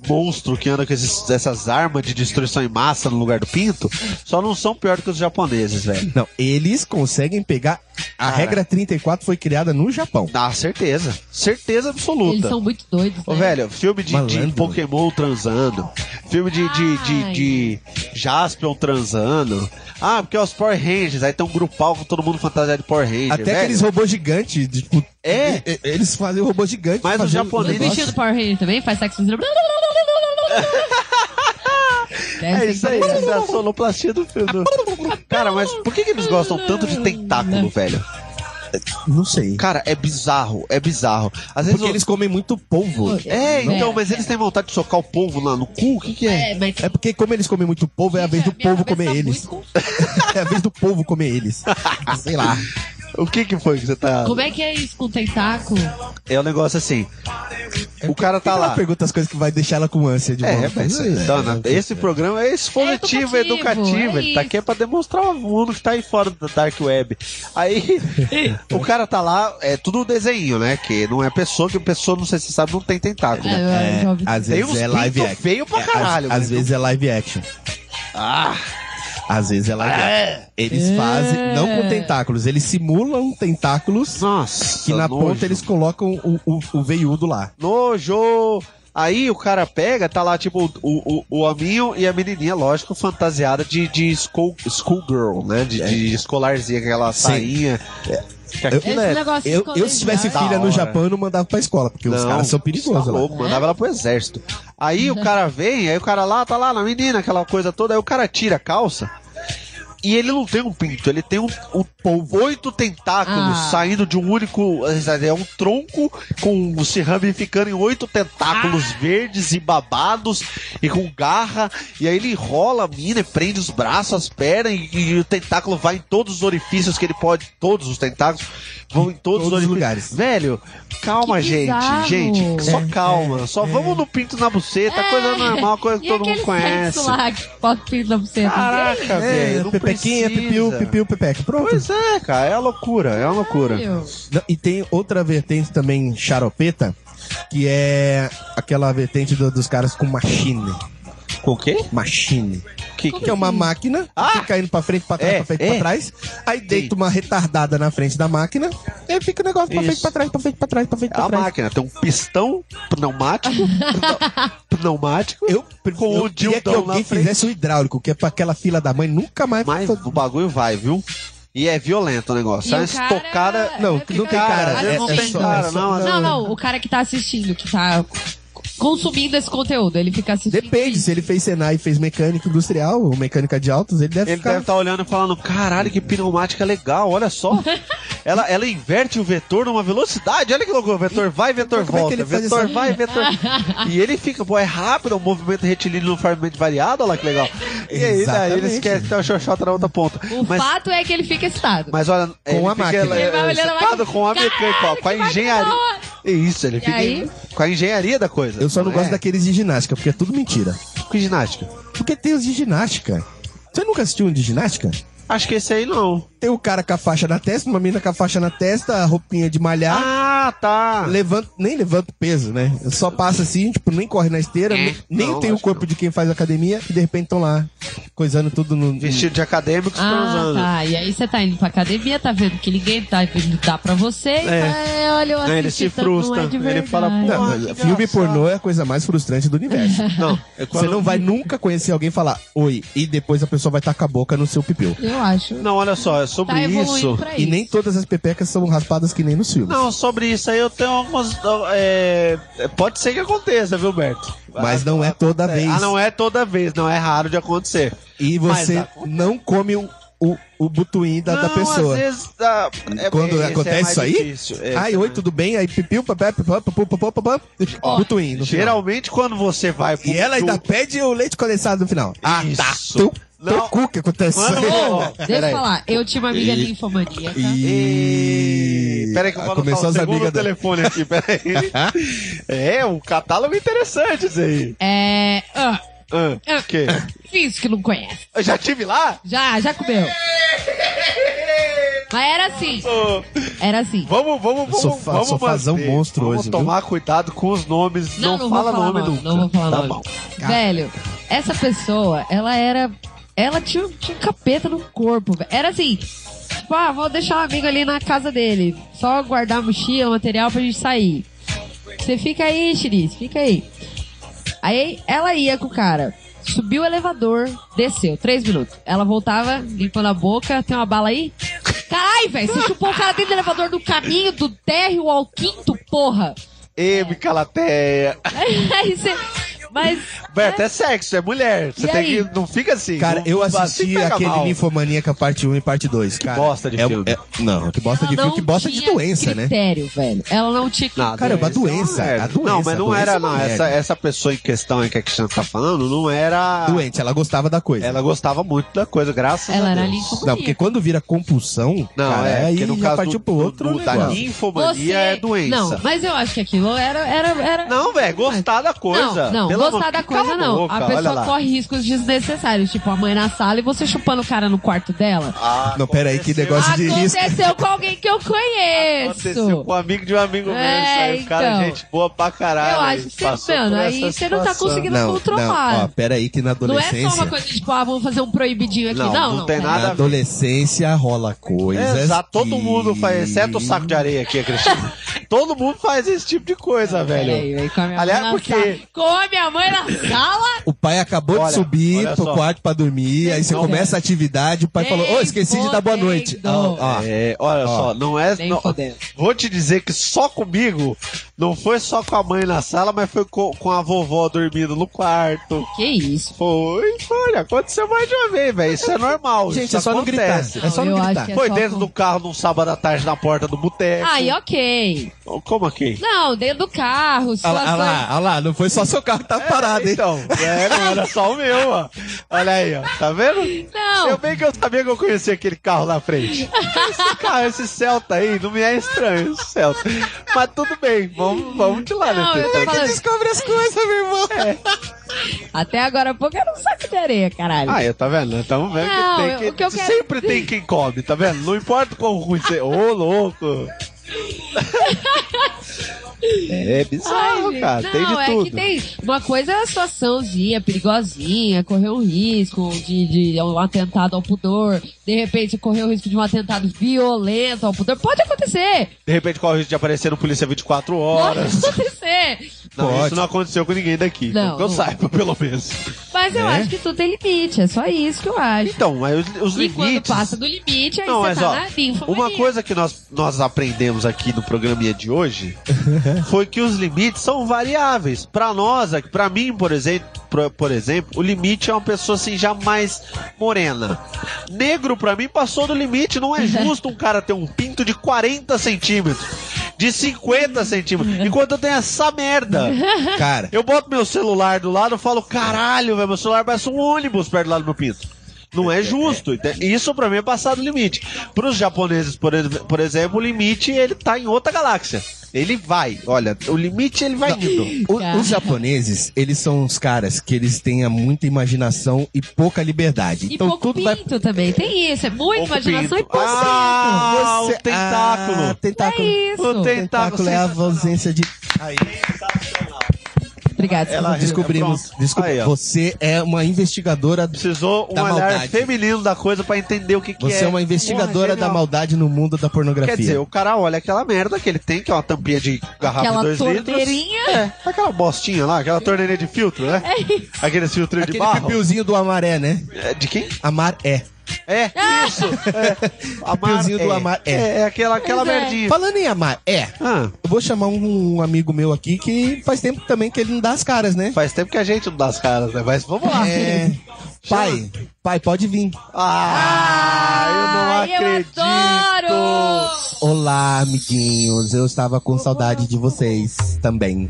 monstros que andam com esses- essas armas de destruição em massa no lugar do pinto, só não são pior que os japoneses, velho. Não, eles conseguem pegar. A Cara. regra 34 foi criada no Japão. Dá Ah, certeza. Certeza absoluta. Eles são muito doidos. Ô, né? velho, filme de, de Malandro. Pokémon transando. Filme de, de, de, de Jaspion transando. Ah, porque é os Power Rangers. Aí tem um grupal com todo mundo fantasiado de Power Ranger. Até velho. aqueles robôs gigantes, de, tipo. É. e- e- Eles fazem o robô gigante. Mas fazendo os japoneses- Os bichinhos do Power Ranger também faz sexo. É isso aí, essa é a sonoplastia do filme. do- Cara, mas por que, que eles gostam tanto de tentáculo, velho? Não sei. Cara, é bizarro, é bizarro. Às vezes Porque eles comem muito polvo. É, Não. então, mas eles têm vontade de socar o povo lá no cu? O que, que é? É, mas... É porque, como eles comem muito polvo, é a vez do Minha polvo cabeça tá comer eles. muito confusa. É a vez do polvo comer eles. Tá Sei lá. O que, que foi que você tá. Como é que é isso com tentáculo? É um negócio assim. O cara tá Por que Ela lá. pergunta as coisas que vai deixar ela com ânsia de né? É, volta? mas, Dona, esse programa é expositivo, É é educativo, educativo. é ele isso. tá aqui é pra demonstrar o mundo que tá aí fora da Dark Web. Aí, o cara tá lá, é tudo desenho, né? Que não é pessoa, que pessoa, não sei se você sabe, não tem tentáculo. É, eu já ouvi- Às Tem vezes uns é live pinto action. feio pra É, caralho. às, às velho. vezes é live action. Ah, Às vezes é live action. é. Eles fazem, não É. com tentáculos, eles simulam tentáculos Nossa. que na nojo. ponta eles colocam o, o, o veiudo lá. Nojo! Aí o cara pega, tá lá tipo o, o, o hominho e a menininha, lógico, fantasiada de, de school, schoolgirl, né? De, de escolarzinha, com aquela É. Sim. sainha. Que aquilo Esse é- negócio de Eu, eu se tivesse esconder- Da filha no hora. Japão, eu não mandava pra escola, porque os Não, caras são perigosos tá lá. louco, mandava ela pro exército. Aí o cara vem, aí o cara lá, tá lá na menina, aquela coisa toda, aí o cara tira a calça. E ele não tem um pinto, ele tem um, um oito tentáculos Ah. saindo de um único. É um tronco com se ramificando em oito tentáculos verdes e babados e com garra. E aí ele enrola a mina e prende os braços, as pernas, e, e o tentáculo vai em todos os orifícios que ele pode. Todos os tentáculos vão em todos, Todos os os orifícios. lugares. Velho, calma, Que bizarro. gente. Gente, só É, calma. só vamos no pinto na buceta, coisa normal, coisa que É. E todo aquele mundo conhece. sexo lá que bota o pinto na buceta? Caraca, É, velho. não pepequinha, precisa. pipiu, pipiu, pepeca. Pronto. Pois é, cara, é uma loucura, é uma loucura. Sério? Não, E tem outra vertente também, xaropeta, que é aquela vertente do- dos caras com machine. Com o quê? Machine. Que, Que é uma máquina, Ah! fica caindo pra frente, pra trás, É, pra frente, é. pra trás. Aí deita uma retardada na frente da máquina, e aí fica o negócio pra Isso. frente, pra trás, pra frente, pra trás, pra frente, É uma pra trás. máquina, tem um pistão pneumático, pneu- pneumático, Eu, Com eu queria o que dildão na alguém frente. fizesse o hidráulico, que é pra aquela fila da mãe nunca mais... mas o bagulho vai, viu? E é violento o negócio. E é uma o cara- estocada. Não, É, não tem cara, cara. às é- vezes não é tem só- cara, é só- não, às Não, não, o cara que tá assistindo, que tá consumindo esse conteúdo, ele fica assistindo. Depende, se ele fez Senai e fez mecânica industrial, ou mecânica de autos, ele deve Ele ficar... deve estar olhando e falando: caralho, que pneumática legal, olha só. ela, ela inverte o vetor numa velocidade, olha que loucura. Vetor vai, vetor Mas como é que volta. ele faz vetor essa- vai, vetor. e ele fica, pô, é rápido, o movimento retilíneo no fragmento variado, olha lá que legal. E aí, daí ele Exatamente. esquece que tá o xoxota na outra ponta. O Mas, fato é que ele fica excitado. mas olha, com a máquina. Ele vai olhando a máquina, é com a mecânica, ó, com a que máquina engenharia. da hora. É Isso, ele fica aí? com a engenharia da coisa. Eu só não É, gosto daqueles de ginástica, porque é tudo mentira. com ginástica. Porque tem os de ginástica. Você nunca assistiu um de ginástica? Acho que esse aí não. Tem o cara com a faixa na testa, uma menina com a faixa na testa, a roupinha de malhar. Ah, tá. Levanta, nem levanta o peso, né? Só passa assim, tipo, nem corre na esteira, nem, nem É, Não, tem o lógico corpo não. de quem faz academia, e de repente estão lá, coisando tudo no. Vestido de acadêmicos Ah, transando. tá. E aí você tá indo pra academia, tá vendo que ninguém tá indo dar pra você. e É. fala, É. olha, eu assisti, Ele se tanto, não é frustra, de ele fala, verdade." pô, Não, Nossa, filme engraçado. pornô é a coisa mais frustrante do universo. Não, é Você não vai nunca conhecer alguém e falar oi, e depois a pessoa vai estar com a boca no seu pipiu. Eu acho. Não, olha só, é sobre Tá isso. evoluindo pra E isso. nem todas as pepecas são raspadas que nem nos filmes. Não, sobre isso aí eu tenho algumas. é, Pode ser que aconteça, viu, Berto? Mas não é toda vez. Ah, não é toda vez, não é raro de acontecer. E Mas você dá conta. não come o, o, o butuim da, da Não, pessoa. Às vezes, dá- é- Quando esse é acontece mais isso aí? difícil, esse, Ai, oi, né? tudo bem? Aí pipiu, papé, papá, papu, papá, papá, butuim. no final. Geralmente, quando você vai pro. E ela ainda pede o leite condensado no final. Ah, tá. Isso. Teu, Não. teu cu que acontece. Mano, ó, Deixa eu peraí. falar, eu tinha uma amiga linfomaníaca. E... Peraí que eu vou anotar ah, Começou o as segundo amigas da... telefone aqui, peraí. é, um catálogo interessante isso aí. É. ah, Ah, o quê? fiz que não conhece. Eu já tive lá? Já, já comeu. Mas era assim, Ô, era assim. Vamos, vamos, vamos. Sou fa- vamos sou fazão manter. monstro vamos hoje, tomar cuidado com os nomes. Não, fala vou falar nome nunca. Não vou falar tá nome. bom. Velho, essa pessoa, ela era. Ela tinha, tinha um capeta no corpo. velho. Era assim. Tipo, ah, vou deixar um amigo ali na casa dele. Só guardar a mochila, material pra gente sair. Você fica aí, Xeriz, fica aí. Aí ela ia com o cara. Subiu o elevador, desceu, três minutos. Ela voltava, limpando a boca. Tem uma bala aí? Caralho, velho, você chupou o cara dentro do elevador do caminho do térreo ao quinto, porra. M, Calateia. Aí você. Mas. Berto, é sexo, é mulher. Você E tem aí? que. Não fica assim. Cara, não- eu assim assisti pega aquele mal. Ninfomaníaca parte 1 e parte 2. Cara, bosta de é, filme. é- não, que bosta de Ela filme, que não bosta de tinha doença, né? critério, velho. Ela não tinha Não, Cara, é uma doença, é uma merda. a doença, não, mas a não doença é era, uma não. merda. Essa, essa pessoa em questão aí que a Cristina tá falando não era. Doente, ela gostava da coisa. Ela gostava muito da coisa, graças Ela a era Deus. linfomaníaca. Não, porque quando vira compulsão, Não, cara, é, aí porque no já caso partiu do, pro outro do, da negócio. ninfomania é doença. Não, mas eu acho que aquilo era. era, era... Não, velho, gostar da coisa. Não, não Pelo gostar amor- da coisa Cala não. boca, a olha pessoa lá. corre riscos desnecessários, tipo a mãe na sala e você chupando o cara no quarto dela. Ah, Não, pera aí, que aconteceu. negócio de risco. Aconteceu com alguém que eu Aconteceu conheço. com um amigo de um amigo meu. É, Aí o cara, então. gente boa pra caralho. Eu acho aí que você- passou mano, por aí essa você não tá situação. conseguindo- Não, controlar. não, ó, pera aí que na Não é adolescência... só uma coisa de tipo, ah, vamos fazer um proibidinho aqui. Não, Não, não tem velho. nada a Na ver. adolescência rola coisas. Exato, todo é, que- mundo faz, exceto o saco de areia aqui, Cristina. todo mundo faz esse tipo de coisa, Ah, velho. Velho, aí com a minha Aliás, mãe na porque- sala. Com a minha mãe na sala? O pai acabou Olha, de subir olha pro só. quarto pra dormir, aí você não. começa a atividade, o pai Nem falou, ô, esqueci de dar boa fodendo. noite. Ó, ó, É, olha Ó. só, não é. Nem não- fodendo. vou te dizer que só comigo Não foi só com a mãe na sala, mas foi com, com a vovó dormindo no quarto. Que isso? Foi, foi. Aconteceu mais de uma vez, velho. Isso é normal. Gente, isso é só não gritar. acontece. É só Não, não eu gritar. acho que é Foi só dentro com- do carro num sábado à tarde na porta do boteco. Aí, ok. Como aqui? Não, dentro do carro, Olha lá, olha situações lá, olha lá, não foi só seu carro que tá parado, hein? Então, é, não era só o meu, ó. Olha aí, ó. Tá vendo? Não. Eu bem que eu sabia que eu conhecia aquele carro lá na frente. Esse carro, esse Celta aí, não me é estranho, esse Celta. Mas tudo bem, vamos, vamos de lá, Não, né? eu tô falando- Descobre as coisas, meu irmão. Até agora há pouco era um saco de areia, caralho. Ah, eu tá vendo? Estamos vendo Não, que tem eu- quem- o que eu quero- Sempre tem quem come, tá vendo? Não importa o quão ruim você. Ô, louco! é bizarro, gente, cara. não, tem de é tudo. que tem. Uma coisa é a situaçãozinha perigosinha, correr um risco de, de um atentado ao pudor, de repente correr o risco de um atentado violento ao pudor. Pode acontecer! De repente corre o risco de aparecer no polícia 24 Pode horas. acontecer! Não, Pode. isso não aconteceu com ninguém daqui. Não, Não, que eu não. saiba, pelo menos. Mas eu É? acho que tudo tem limite, é só isso que eu acho. Né? Então, mas os, os e quando limites. passa do limite, aí Não, você mas tá ó, na linfa. uma coisa que nós, nós aprendemos aqui no programinha de hoje foi que os limites são variáveis. Pra nós, aqui- pra mim, por exemplo, por, por exemplo, o limite é uma pessoa assim já mais morena. Negro pra mim passou do limite, não é justo um cara ter um pinto de 40 centímetros, de 50 centímetros, enquanto eu tenho essa merda. Cara, Eu boto meu celular do lado, eu falo, caralho, velho, meu celular parece um ônibus perto do lado do meu pinto. Não é justo. ente- Isso pra mim é passar do limite. Pros japoneses, por, ex- por exemplo, o limite ele tá em outra galáxia. Ele vai, olha, o limite ele vai indo. o- Cara. os japoneses, eles são uns caras que eles têm muita imaginação e pouca liberdade. E então pouco tudo vai... pinto também, tem isso, é muita Pouco imaginação e pinto. pouco Ah, o Você- tentáculo. Ah, tentáculo. É isso. O O tentáculo é a tá- ausência de... Aí, Obrigado, Ela- descobrimos. Pronto. Desculpa, Aí, ó. você é uma investigadora... Precisou um Da olhar maldade. feminino da coisa pra entender o que, que é. Você é uma investigadora Porra, da genial. maldade no mundo da pornografia. Quer dizer, o cara olha aquela merda que ele tem, que é uma tampinha de garrafa de aquela dois litros. torneirinha. É. É, aquela bostinha lá, aquela torneirinha de filtro, né? Aqueles filtros de Aquele barro. pipiozinho do Amaré, né? É, De quem? Amar é. É, isso. É. Piozinho do Amar É, é. é, aquela, aquela Pois é. merdinha. Falando em amar é, Ah, eu vou chamar um, um amigo meu aqui que faz tempo também que ele não dá as caras, né? faz tempo que a gente não dá as caras, né? Mas vamos lá. É. Pai, pai, pode vir. Ah, eu não acredito. adoro! Olá, amiguinhos. Eu estava com saudade de vocês também.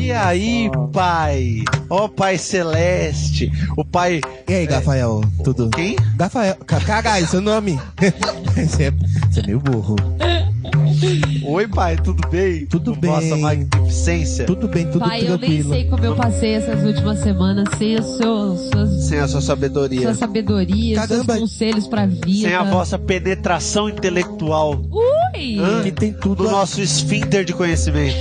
E é aí, pai? Ó, oh, pai celeste. O pai. E aí, Gafael? Tudo? Quem? Gafael. Ca- Cagai, seu nome. você, é, você é meio burro. Oi, pai, tudo bem? Tudo Com bem. Nossa magnificência. Tudo bem, tudo Pai, eu nem tranquilo. sei como eu passei essas últimas semanas sem a seu, suas, Sem a sua sabedoria. sua sabedoria, Caramba. seus conselhos pra vida. Sem a vossa penetração intelectual Ui! Hã? Ah, Que tem tudo. do nosso esfínter de conhecimento.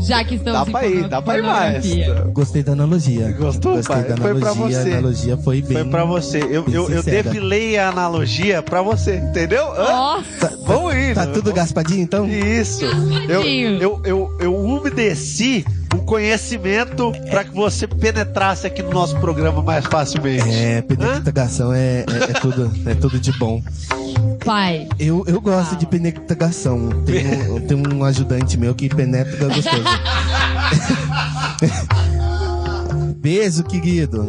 Já que estamos Dá em pra ir, dá pra ir mais. pornografia. Gostei da analogia. Gostou, Gostei pai? da analogia. Foi pra você. A analogia foi bem. Foi pra você. Eu, eu, eu Sincera. depilei a analogia pra você, entendeu? Hã? Nossa, Vamos ir. Tá tudo gaspadinho, então? Isso. Eu, Tadinho. eu, eu, eu umedeci o conhecimento pra que você penetrasse aqui no nosso programa mais facilmente. É, penectagação é, é, é tudo, é tudo de bom. pai. Eu, eu gosto Ah. de penectagação. Tem um, tem um ajudante meu que penetra gostoso. Beijo, querido.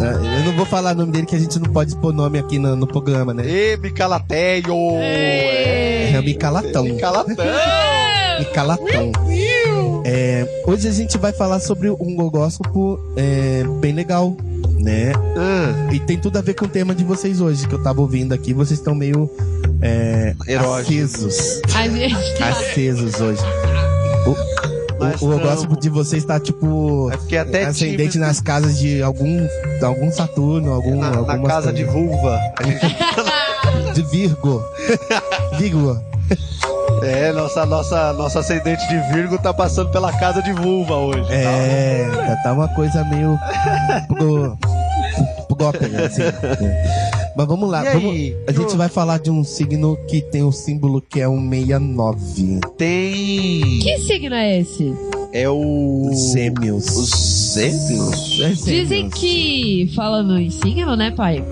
Ah, Eu não vou falar o nome dele que a gente não pode expor nome aqui no, no programa, né? Ê, Micalateio! É o Micalatão. Micalatão! Micalatão. É, hoje a gente vai falar sobre um horóscopo é, bem legal, né? Ah, E tem tudo a ver com o tema de vocês hoje, que eu tava ouvindo aqui. Vocês estão meio é, Erógeno. acesos. A gente tá... acesos hoje. Nós O, o horóscopo estamos. de vocês tá tipo. Eu Fiquei É até ascendente tímido. nas casas de algum. de algum Saturno, algum. Na, na algumas casa de coisas. vulva. A gente- de Virgo. Virgo. é, nossa, nossa, nossa ascendente de Virgo tá passando pela casa de vulva hoje. tá? É. Tá, tá uma coisa meio. pro. pro golpe, né, assim. É. Mas vamos lá, E vamos- aí? A gente vai falar de um signo que tem o símbolo que é um 69. tá? Tem. Que signo é esse? É o. Gêmeos. Os gêmeos? É Dizem gêmeos. que, falando em signo, né, pai?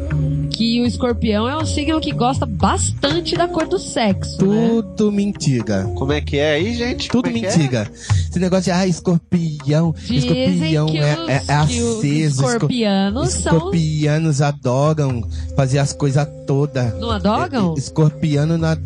Que o escorpião é um signo que gosta bastante da cor do sexo, né? Tudo mentira. Como é que é aí, gente? Tudo Como é que é? mentira. Esse negócio de, ah, escorpião, escorpião é, é, é que os aceso. escorpi- escorpianos são... Escorpianos adoram fazer as coisas todas. Não adogam? É, Escorpiano na,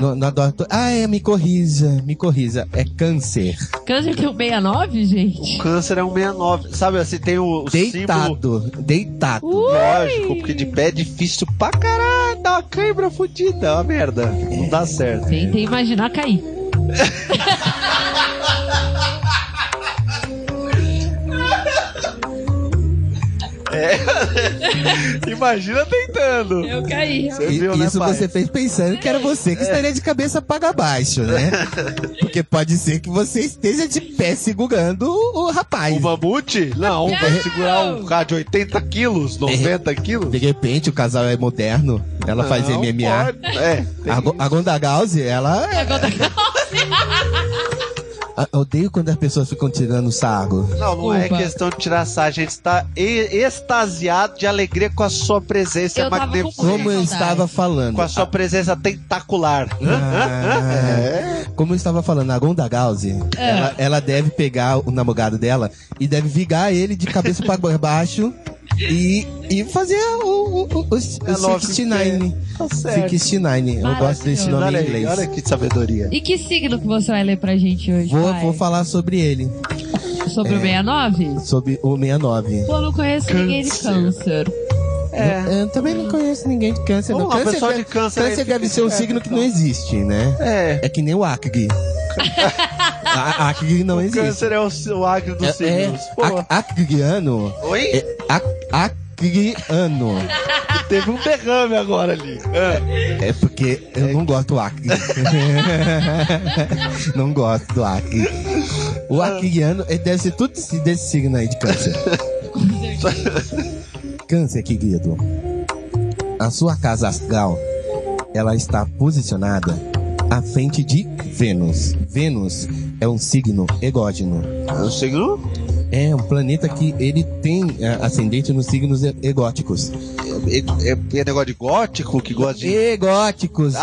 na, na adora to- Ah, é, me corrija, me corrija. É câncer. Câncer tem um 69, gente? O câncer é um 69. Sabe assim, tem o, o símbolo. Deitado, deitado. Uh! Lógico, porque de pé é difícil pra caralho. Dá uma cãibra fodida, é uma merda. Não dá certo. Tentei imaginar cair. Imagina tentando. Eu caí. Você viu, né, Isso pai? É. você fez pensando que era você que estaria de cabeça para baixo, né? Porque pode ser que você esteja de pé segurando o o rapaz. O mamute? Não, vai Não! segurar um cara de 80 É. quilos, 90 quilos. De repente o casal é moderno, ela faz Não, MMA. pode. É. A, Go- a Gonda Gause, ela. é- Ah, eu Odeio quando as pessoas ficam tirando sarro. Não, não é Desculpa. questão de tirar sarro. A gente está e- extasiado de alegria com a sua presença Eu tava magnífica. com- Como eu saudade. estava falando. Com a sua presença tentacular. Ah, Como eu estava falando, a Gonda Gause, É. ela, ela deve pegar o namorado dela e deve vigar ele de cabeça para baixo e, e fazer o, o, o, o, o É lógico que 69. Tá certo. 69. Eu gosto Maravilhoso. desse nome Olha em aí, olha inglês. que sabedoria. E que signo que você vai ler pra gente hoje, Vou, pai? vou É. falar sobre ele, Sobre o 69? sobre o 69. Pô, eu não conheço ninguém de câncer. É. Eu, eu também não conheço ninguém de câncer. Não. Vamos lá, Câncer, pessoal deve- de câncer aí câncer fica deve ser um esperto, signo então. que não existe, né? É. É que nem o Acre. A- Acre não O existe. câncer é o, o agro dos É, signos. Pô, é, acriano Oi? É, ac- acriano. Teve um derrame agora ali. Ah, É porque eu não gosto do Acre. não gosto do Acre. O acriano é, deve ser tudo desse, desse signo aí de câncer. câncer, querido. A sua casa astral, ela está posicionada à frente de Vênus. Vênus é um signo egógeno. É um signo? É um planeta que ele tem é, ascendente nos signos e- egóticos. É, é- é negócio de gótico que gosta de. Ah, Egóticos, de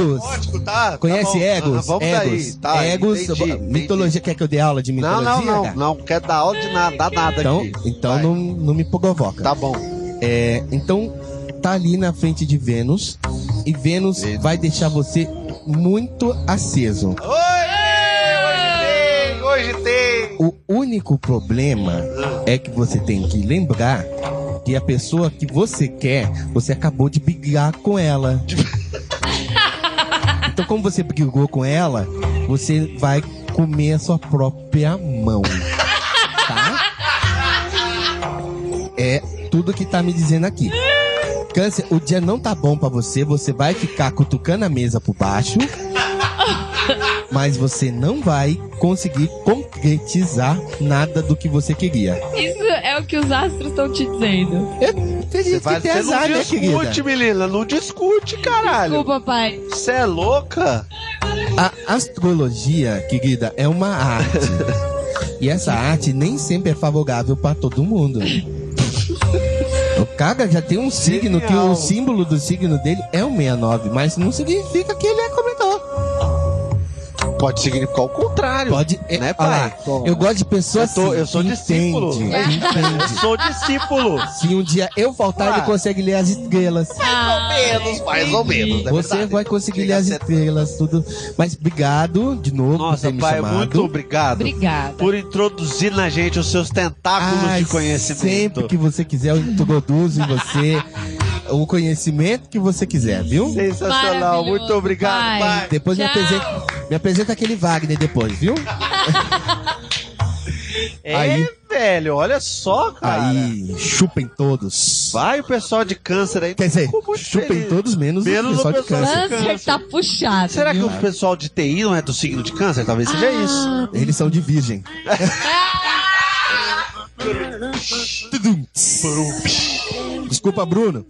Eros. gótico, tá. tá Conhece bom. Ah, Egos? vamos Egos, daí. Tá, Egos entendi, bo- entendi. mitologia. Quer que eu dê aula de Não, mitologia? não, não. cara? Não quer dar aula de nada, dar nada Então, aqui. então Vai. não, não me provoca. Tá bom. É, então, tá ali na frente de Vênus. E Vênus Vênus. vai deixar você muito aceso. Oi! Hoje tem! Hoje tem! O único problema é que você tem que lembrar que a pessoa que você quer, você acabou de brigar com ela. Então, como você brigou com ela, você vai comer a sua própria mão. Tá? É tudo que tá me dizendo aqui. Câncer, o dia não tá bom pra você, você vai ficar cutucando a mesa por baixo mas você não vai conseguir concretizar nada do que você queria. Isso é o que os astros estão te dizendo. Tem Você gente vai que tem você azar, não né, discute, querida? menina. Não discute, caralho. Desculpa, pai. Você é louca? A astrologia, querida, é uma arte. E essa arte nem sempre é favorável pra todo mundo. O cara já tem um signo que Genial. o símbolo do signo dele é o 69, mas não significa que ele é comedor. Pode significar o contrário. Pode, é, Né, olha pai? lá, eu gosto de pessoas Eu tô- assim, eu sou que discípulo. entende, que Eu entende. sou discípulo. Se um dia eu faltar, ele Ah. consegue ler as estrelas. menos, mais ou menos. é Você verdade. vai conseguir ler Chega as a ser- estrelas, tudo. Mas obrigado de novo por Nossa, ter me pai, é chamado. muito obrigado Obrigada. por introduzir na gente os seus tentáculos Ai, de conhecimento. Sempre que você quiser, eu introduzo em você o conhecimento que você quiser, viu? Sensacional, Maravilhoso, muito obrigado, pai. pai. Depois me Tchau. apresenta, me apresenta aquele Wagner depois, viu? É, Aí. velho, olha só, cara. Aí, chupem todos. Vai o pessoal de câncer aí. Quer dizer, Fico muito chupem feliz. todos menos, assim? Menos o pessoal de câncer. pessoal- Câncer tá puxado. Será que viu? o pessoal de TI não é do signo de câncer? Talvez seja Ah, isso. Eles são de virgem. Tudum. Desculpa, Bruno.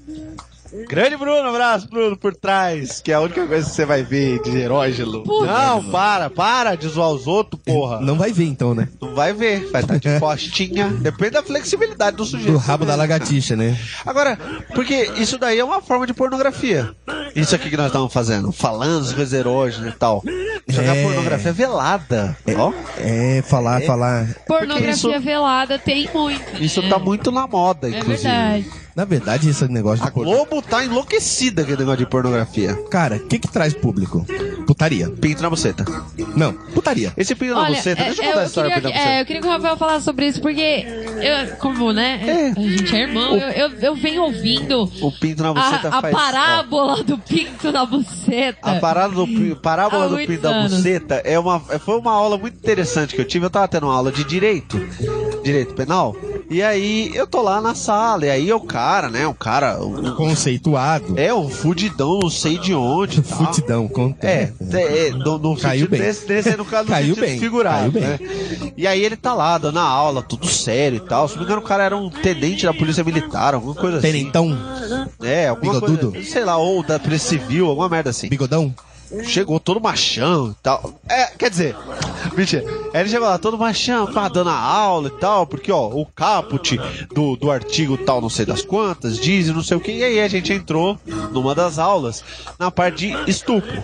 Grande Bruno, abraço, Bruno, por trás, que é a única coisa que você vai ver de Herógelo. Não, para, para de zoar os outros, porra. Não vai ver então, né? Não vai ver, vai estar de postinha. Depende da flexibilidade do sujeito. Do rabo da lagartixa, né? Agora, porque isso daí é uma forma de pornografia. Isso aqui que nós estamos fazendo, falando as coisas erógenas e tal. Isso aqui é É. uma pornografia velada. ó. É, falar, falar. Pornografia isso- velada tem muito. Isso né? tá muito na moda, É inclusive. verdade. Na verdade, esse negócio A de pornografia. Globo tá enlouquecida com esse negócio de pornografia. Cara, o que que traz público? Putaria. Pinto na buceta. Não, putaria. Esse pinto na Olha, buceta, é- deixa eu é, contar a história do queria, pinto na buceta. é, eu queria que o Rafael falasse sobre isso, porque eu, como, né? A gente é irmão, eu, eu, eu venho ouvindo O pinto na buceta a, a tá faz. parábola do pinto na ó, a buceta. parada do pi- parábola Há do muitos pinto na anos. buceta é uma, foi uma aula muito interessante que eu tive. Eu tava tendo uma aula de direito, direito penal. E aí eu tô lá na sala, e aí o cara, né? O cara. o- Conceituado. é um fudidão, não sei de onde. Tá? Futidão, conta. É, é, é, no, no Caiu sentido bem. desse, desse é no caso Caiu no sentido bem, figurado, caiu né? E aí ele tá lá, dando a aula, tudo sério e tal. Se não me engano, o cara era um tenente da polícia militar, alguma coisa assim. Tenentão, É, alguma Bigodudo. coisa, sei lá, ou da Polícia Civil, alguma merda assim. bigodão. Chegou todo machão e tal. É, quer dizer, mentira. Aí ele chegou lá todo machão, pá, dando a aula e tal, porque, ó, o caput do, do artigo tal, não sei das quantas, diz e não sei o que. E aí a gente entrou numa das aulas, na parte de estupro.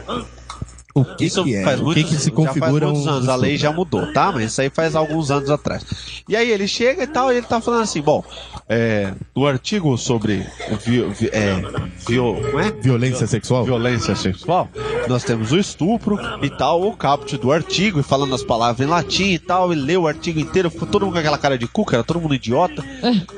O que Isso que é? faz o que muitos, que se já faz configura muitos um anos. A lei já mudou, tá? Mas isso aí faz alguns anos atrás. E aí ele chega e tal, e ele tá falando assim, bom, é, do artigo sobre vi, vi- é, viol- como é? violência sexual? violência sexual, nós temos o estupro e tal, o caput do artigo, e falando as palavras em latim e tal, e leu o artigo inteiro, ficou todo mundo com aquela cara de cu, cara, todo mundo idiota,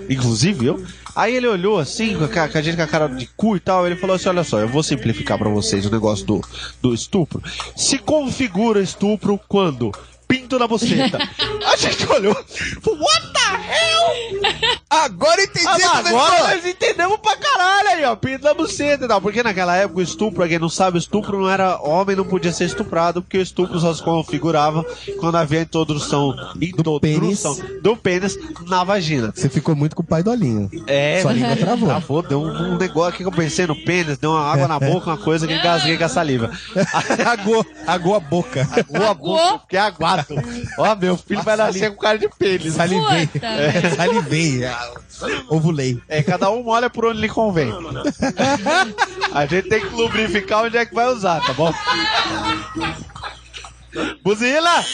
inclusive eu. Aí ele olhou assim, com a, ca- com a gente com a cara de cu e tal, ele falou assim: olha só, eu vou simplificar pra vocês o negócio do, do estupro. Se configura estupro quando? Pinto na buceta. A gente olhou. falou, What the hell? Agora entendi Ah, essa mas agora pessoa. nós entendemos pra caralho aí, ó. Pinto na buceta e tal. Porque naquela época o estupro, pra quem não sabe, o estupro não era. Homem não podia ser estuprado, porque o estupro só se configurava quando havia introdução. Introdução do, pênis na vagina. Você ficou muito com o pai do Olinho. É, Sua língua travou. Travou, deu um, um negócio aqui que eu pensei no pênis, deu uma água na boca, uma coisa que engasguei com a saliva. agou, agou a boca. Boa boca, fiquei aguado. Ó, meu filho vai nascer com cara de pênis. Salivei. É, Puta, Salivei. Ovulei. É, cada um olha por onde lhe convém. A gente tem que lubrificar onde é que vai usar, tá bom? Buzina!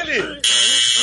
Ele!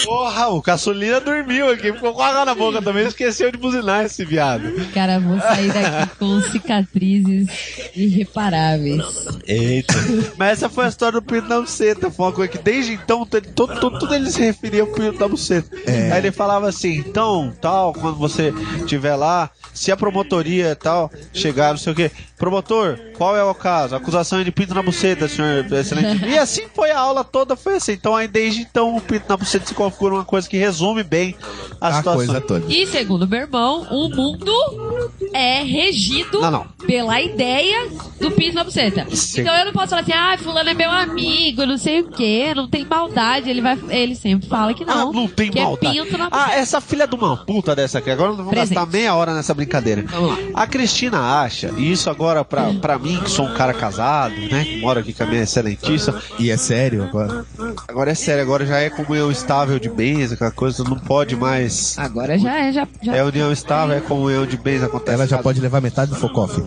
Porra, o caçulinha dormiu aqui, ficou com água na boca também, esqueceu de buzinar esse viado. Cara, eu vou sair daqui com cicatrizes irreparáveis. Eita. Mas essa foi a história do Pinto da Buceta, foi uma coisa que desde então, todo, todo, todo- tudo ele se referia ao Pinto da Buceta. Aí ele falava assim, então, tal, quando você estiver lá, se a promotoria tal, chegar, não sei o quê, promotor, qual é o caso? Acusação de Pinto na Buceta, senhor excelente. E assim foi a aula toda, foi assim. Então aí desde então o Pinto na Buceta se configura uma coisa que resume bem a, A situação. coisa toda. E segundo meu irmão, o mundo é regido Não, não. pela ideia do pinto na buceta. Sim. Então eu não posso falar assim, ah, fulano é meu amigo, não sei o quê, não tem maldade. Ele, vai, ele sempre fala que não. ah, não tem que maldade. É pinto na ah, buceta. essa filha de uma puta dessa aqui. Agora nós vamos Presente. gastar meia hora nessa brincadeira. Vamos lá. A Cristina acha, e isso agora pra, pra mim, que sou um cara casado, né? Que moro aqui com a minha excelentíssima. E é sério agora? Agora é sério, agora já é comunhão estável de bens, aquela coisa, não pode mais. Agora já é, já, já É união estável, é comunhão de bens, acontece. Ela já cada- pode levar metade do focoff.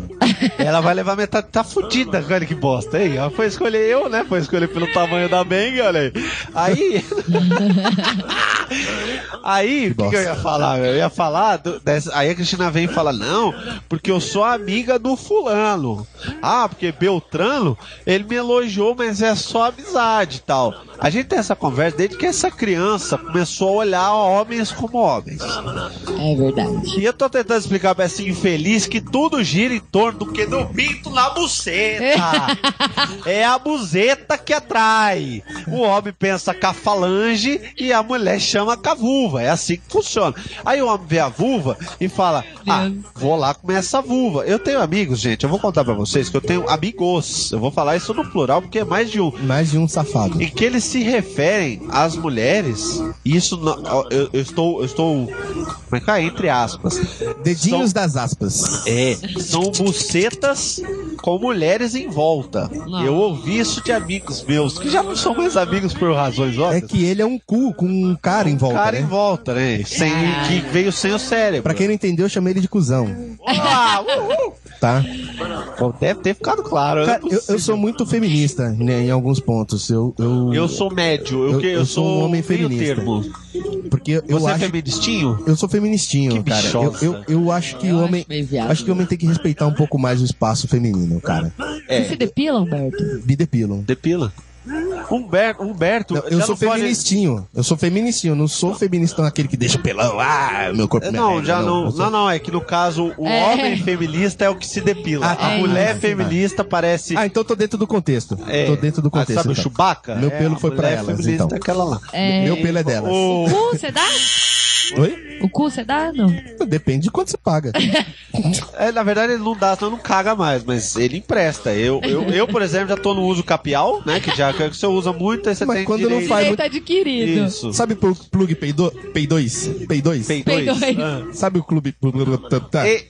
Ela vai levar metade. Tá fudida, olha que bosta. Aí, ela foi escolher eu, né? Foi escolher pelo tamanho da benga, olha aí. Aí. aí, o que, que eu ia falar? meu? Eu ia falar. do- dessa- aí a Cristina vem e fala: Não, porque eu sou amiga do Fulano. Ah, porque Beltrano, ele me elogiou, mas é só amizade e tal. A gente tem essa conversa desde que essa criança começou a olhar homens como homens. é verdade. E eu tô tentando explicar pra essa infeliz que tudo gira em torno do que no pinto na buceta. é a buzeta que atrai. O homem pensa com a falange e a mulher chama com a vulva. É assim que funciona. Aí o homem vê a vulva e fala: Ah, vou lá comer essa vulva. Eu tenho amigos, gente, eu vou contar pra vocês que eu tenho amigos. Eu vou falar isso no plural porque é mais de um Mais de um safado. em que eles se referem às mulheres, e isso não- eu, eu estou, eu estou, como é que é? Entre aspas. Dedinhos São- das aspas. É, são bucetas com mulheres em volta. Eu ouvi isso de amigos meus, que já não são mais amigos por razões É óbvias. que ele é um cu com um cara em volta, cara né? em volta, né? Sem, que veio sem o cérebro. Pra quem não entendeu, eu chamei ele de cuzão, Ah, uhul. tá? Bom, deve ter ficado claro. Cara, não é eu, eu sou possível. muito feminista né, em alguns pontos. Eu, eu, Eu sou médio, eu, Eu- que- eu eu sou sou um homem meio feminista. termo. porque eu Você é acho, feministinho? eu sou feministinho, Que cara. Eu, bichosa. eu, eu acho que o homem, meio viado. acho que o homem tem que respeitar um pouco mais o espaço feminino, cara. Você se depila, Humberto? Me depilam. Depila. Humberto, Humberto Não, eu já sou não pode- feministinho. Eu sou feministinho. Eu não sou feministão aquele que deixa o pelão. Ah, meu corpo É, me Não, arrega. já não. eu Não, sou- não, é que no caso o É. homem feminista é o que se depila. Ah, a é mulher isso. feminista parece. Ah, então tô dentro do contexto. é, Tô dentro do contexto. Ah, sabe o então. Chewbacca? Meu pelo a foi pra mulher elas, feminista então. é aquela lá. É. Meu pelo é delas. O O... cu, você dá? Oi? O cu, você dá? Não. Depende de quanto você paga. É, na verdade, ele não dá, senão não caga mais, mas ele empresta. Eu, eu, eu, por exemplo, já tô no uso capial, né? Que já que você usa muito, aí você Mas tem quando não direito. faz Direito tá adquirido. Isso. Sabe pro plug pay, do, pay 2? Pay 2? Peidões. Peidões. Ah. Sabe o clube. tá. E-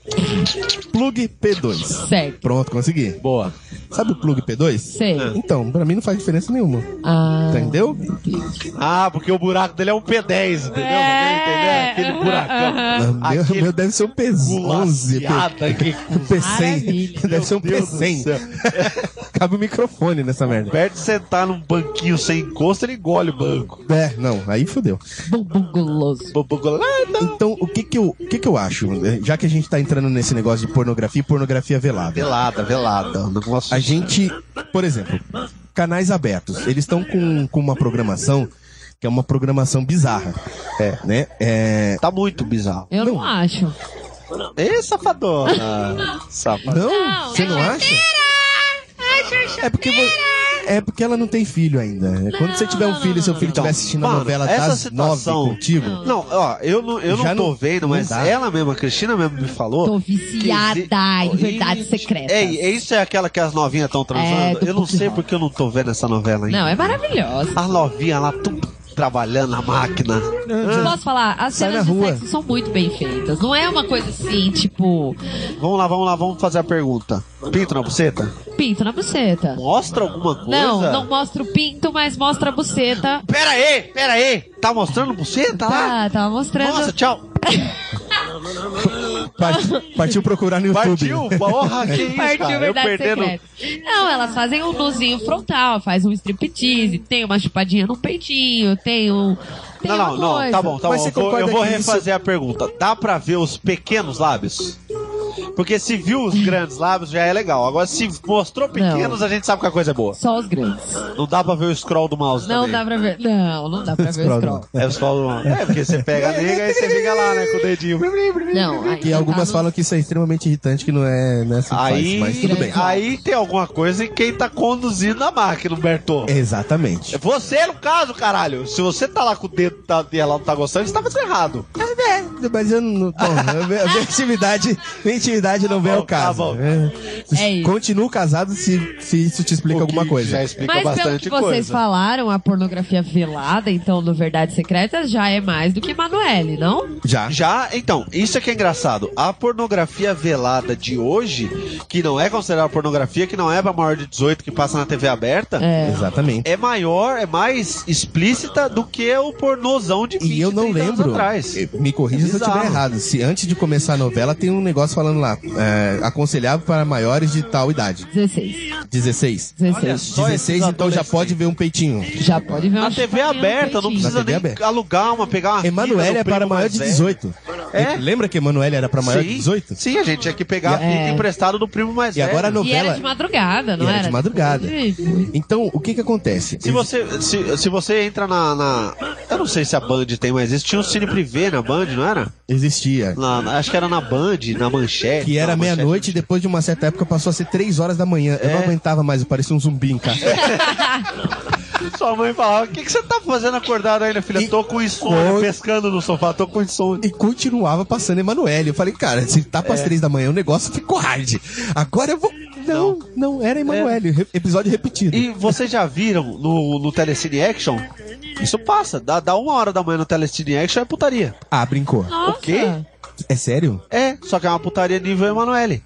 Plug P2. Certo. Pronto, consegui. Boa. Sabe o plug P2? Sei. Então, pra mim não faz diferença nenhuma. Ah. Entendeu? Ah, porque o buraco dele é um P10, entendeu? É. Entendeu? Aquele buracão. O Uhum. meu, Ah, Aquele meu deve ser um P11. Gulaciada que P100. Meu Deve ser um Deus do céu. É. P100. Cabe o microfone nessa merda. Perto de sentar num banquinho sem encosto, ele engole o banco. É, não, aí fodeu. Bumbum guloso. Bobogolada. Então, o que que eu, o que que eu acho? né? Já que a gente tá entrando nesse negócio de pornografia, e pornografia velada. Velada, velada. A gente, por exemplo, canais abertos, eles estão com, com uma programação que é uma programação bizarra. É, né? É, Tá muito bizarro. Eu não, Não. acho. Ê, safadona. Safadona. não, você não acha? É porque vo- é porque ela não tem filho ainda. Quando você tiver um filho, e seu filho estiver assistindo a Mano, novela essa das situação- nove contigo, Não, ó, eu não, eu não Já tô não- vendo, mas não dá. ela mesma, a Cristina mesmo me falou. Tô é que exi- viciada em verdades secretas. É, é isso é aquela que as novinhas estão transando? É, tô eu não puto de sei raiva. porque eu não tô vendo essa novela ainda. Não, é maravilhosa. As novinhas lá, tudo trabalhando na máquina. Posso falar? As Sai cenas na de rua. sexo são muito bem feitas. Não é uma coisa assim, tipo, Vamos lá, vamos lá, vamos fazer a pergunta. Pinto na buceta? pinto na buceta. Mostra alguma coisa? Não, não mostra o pinto, mas mostra a buceta. Pera aí, pera aí. Tá mostrando buceta lá? Tá, tava mostrando. Nossa, tchau. parti- partiu procurar no YouTube. Partiu, porra, que isso, Partiu cara. Eu verdade perdendo... secreta. Não, elas fazem um nuzinho frontal, faz um striptease, tem uma chupadinha no peitinho, tem um. Tem Não, não, uma não, coisa. tá bom, tá Mas bom. você Eu vou, eu concorda vou que isso- refazer a pergunta. Dá pra ver os pequenos lábios? Porque se viu os grandes lábios já é legal. Agora, se mostrou pequenos, a gente sabe que a coisa é boa. Só os grandes. Não dá pra ver o scroll do mouse Não também. dá pra ver. Não, não dá pra ver o Scroll, scroll. É o scroll do mouse. É, porque você pega a nega e você fica lá, né, com o dedinho. Não, aí E algumas tá no- falam que isso é extremamente irritante, que não é, não é assim que Aí, faz, mas tudo bem. aí tem alguma coisa em quem tá conduzindo a máquina, Humberto. Exatamente. É você no caso, caralho. Se você tá lá com o dedo tá, e ela não tá gostando, você tá fazendo errado. é, Mas eu não. Bom, a minha, a minha intimidade, minha intimidade não vem bom, ao caso. tá bom. É, É isso. Continuo casado se, se isso te explica O alguma que coisa. Já é explica Mas pelo bastante que vocês coisa. falaram, a pornografia velada, então, do Verdades Secretas, já é mais do que Manuele, não? Já. Já, então, isso é que é engraçado. A pornografia velada de hoje, que não é considerada pornografia, que não é pra maior de 18 que passa na TV aberta, é, Exatamente. maior, é mais explícita do que o pornozão de 20, E eu não 30 anos lembro. atrás. eh, Me corrija É se eu estiver bizarro. errado. Se antes de começar a novela tem um negócio falando lá, é, aconselhável para maiores de tal idade, 16. 16. 16. só esses 16 então já adolescentes. pode ver um peitinho. Já pode ver Na uma TV chupadinha no é aberta, não peitinho. precisa Na TV nem aberta. alugar uma, pegar uma. fita Emanuele do é para Ah, primo maior mais de velho. 18. É? Lembra que a Emanuele era pra maior de Sim. 18? Sim, a gente tinha que pegar E- a fita É. emprestado do primo mais E velho. agora a E era novela. de madrugada, não E era era? de madrugada. Sim. Então, o que que acontece? Se você, se, se você entra na, na- Eu não sei se a Band tem, mas isso tinha um cine privê na Band, não era? Existia. Na- na- acho que era na Band, na Manchete. Que era na Manchete. meia-noite e depois de uma certa época passou a ser três horas da manhã. Eu não É. aguentava mais, eu parecia um zumbi em casa. Sua mãe falava: O que, que você tá fazendo acordado ainda, filha? E- Tô com insônia, Oi. pescando no sofá, tô com insônia. e continuava passando Emanuele. Eu falei, cara, se tá É. pras três da manhã, o negócio ficou hard. Agora eu vou. Não, não, era Emanuele. Re- episódio repetido. É. E vocês já viram no, no Telecine Action? Isso passa, dá, dá uma hora da manhã no Telecine Action é putaria. Ah, brincou. Nossa. quê? É sério? É, só que é uma putaria nível Emanuele.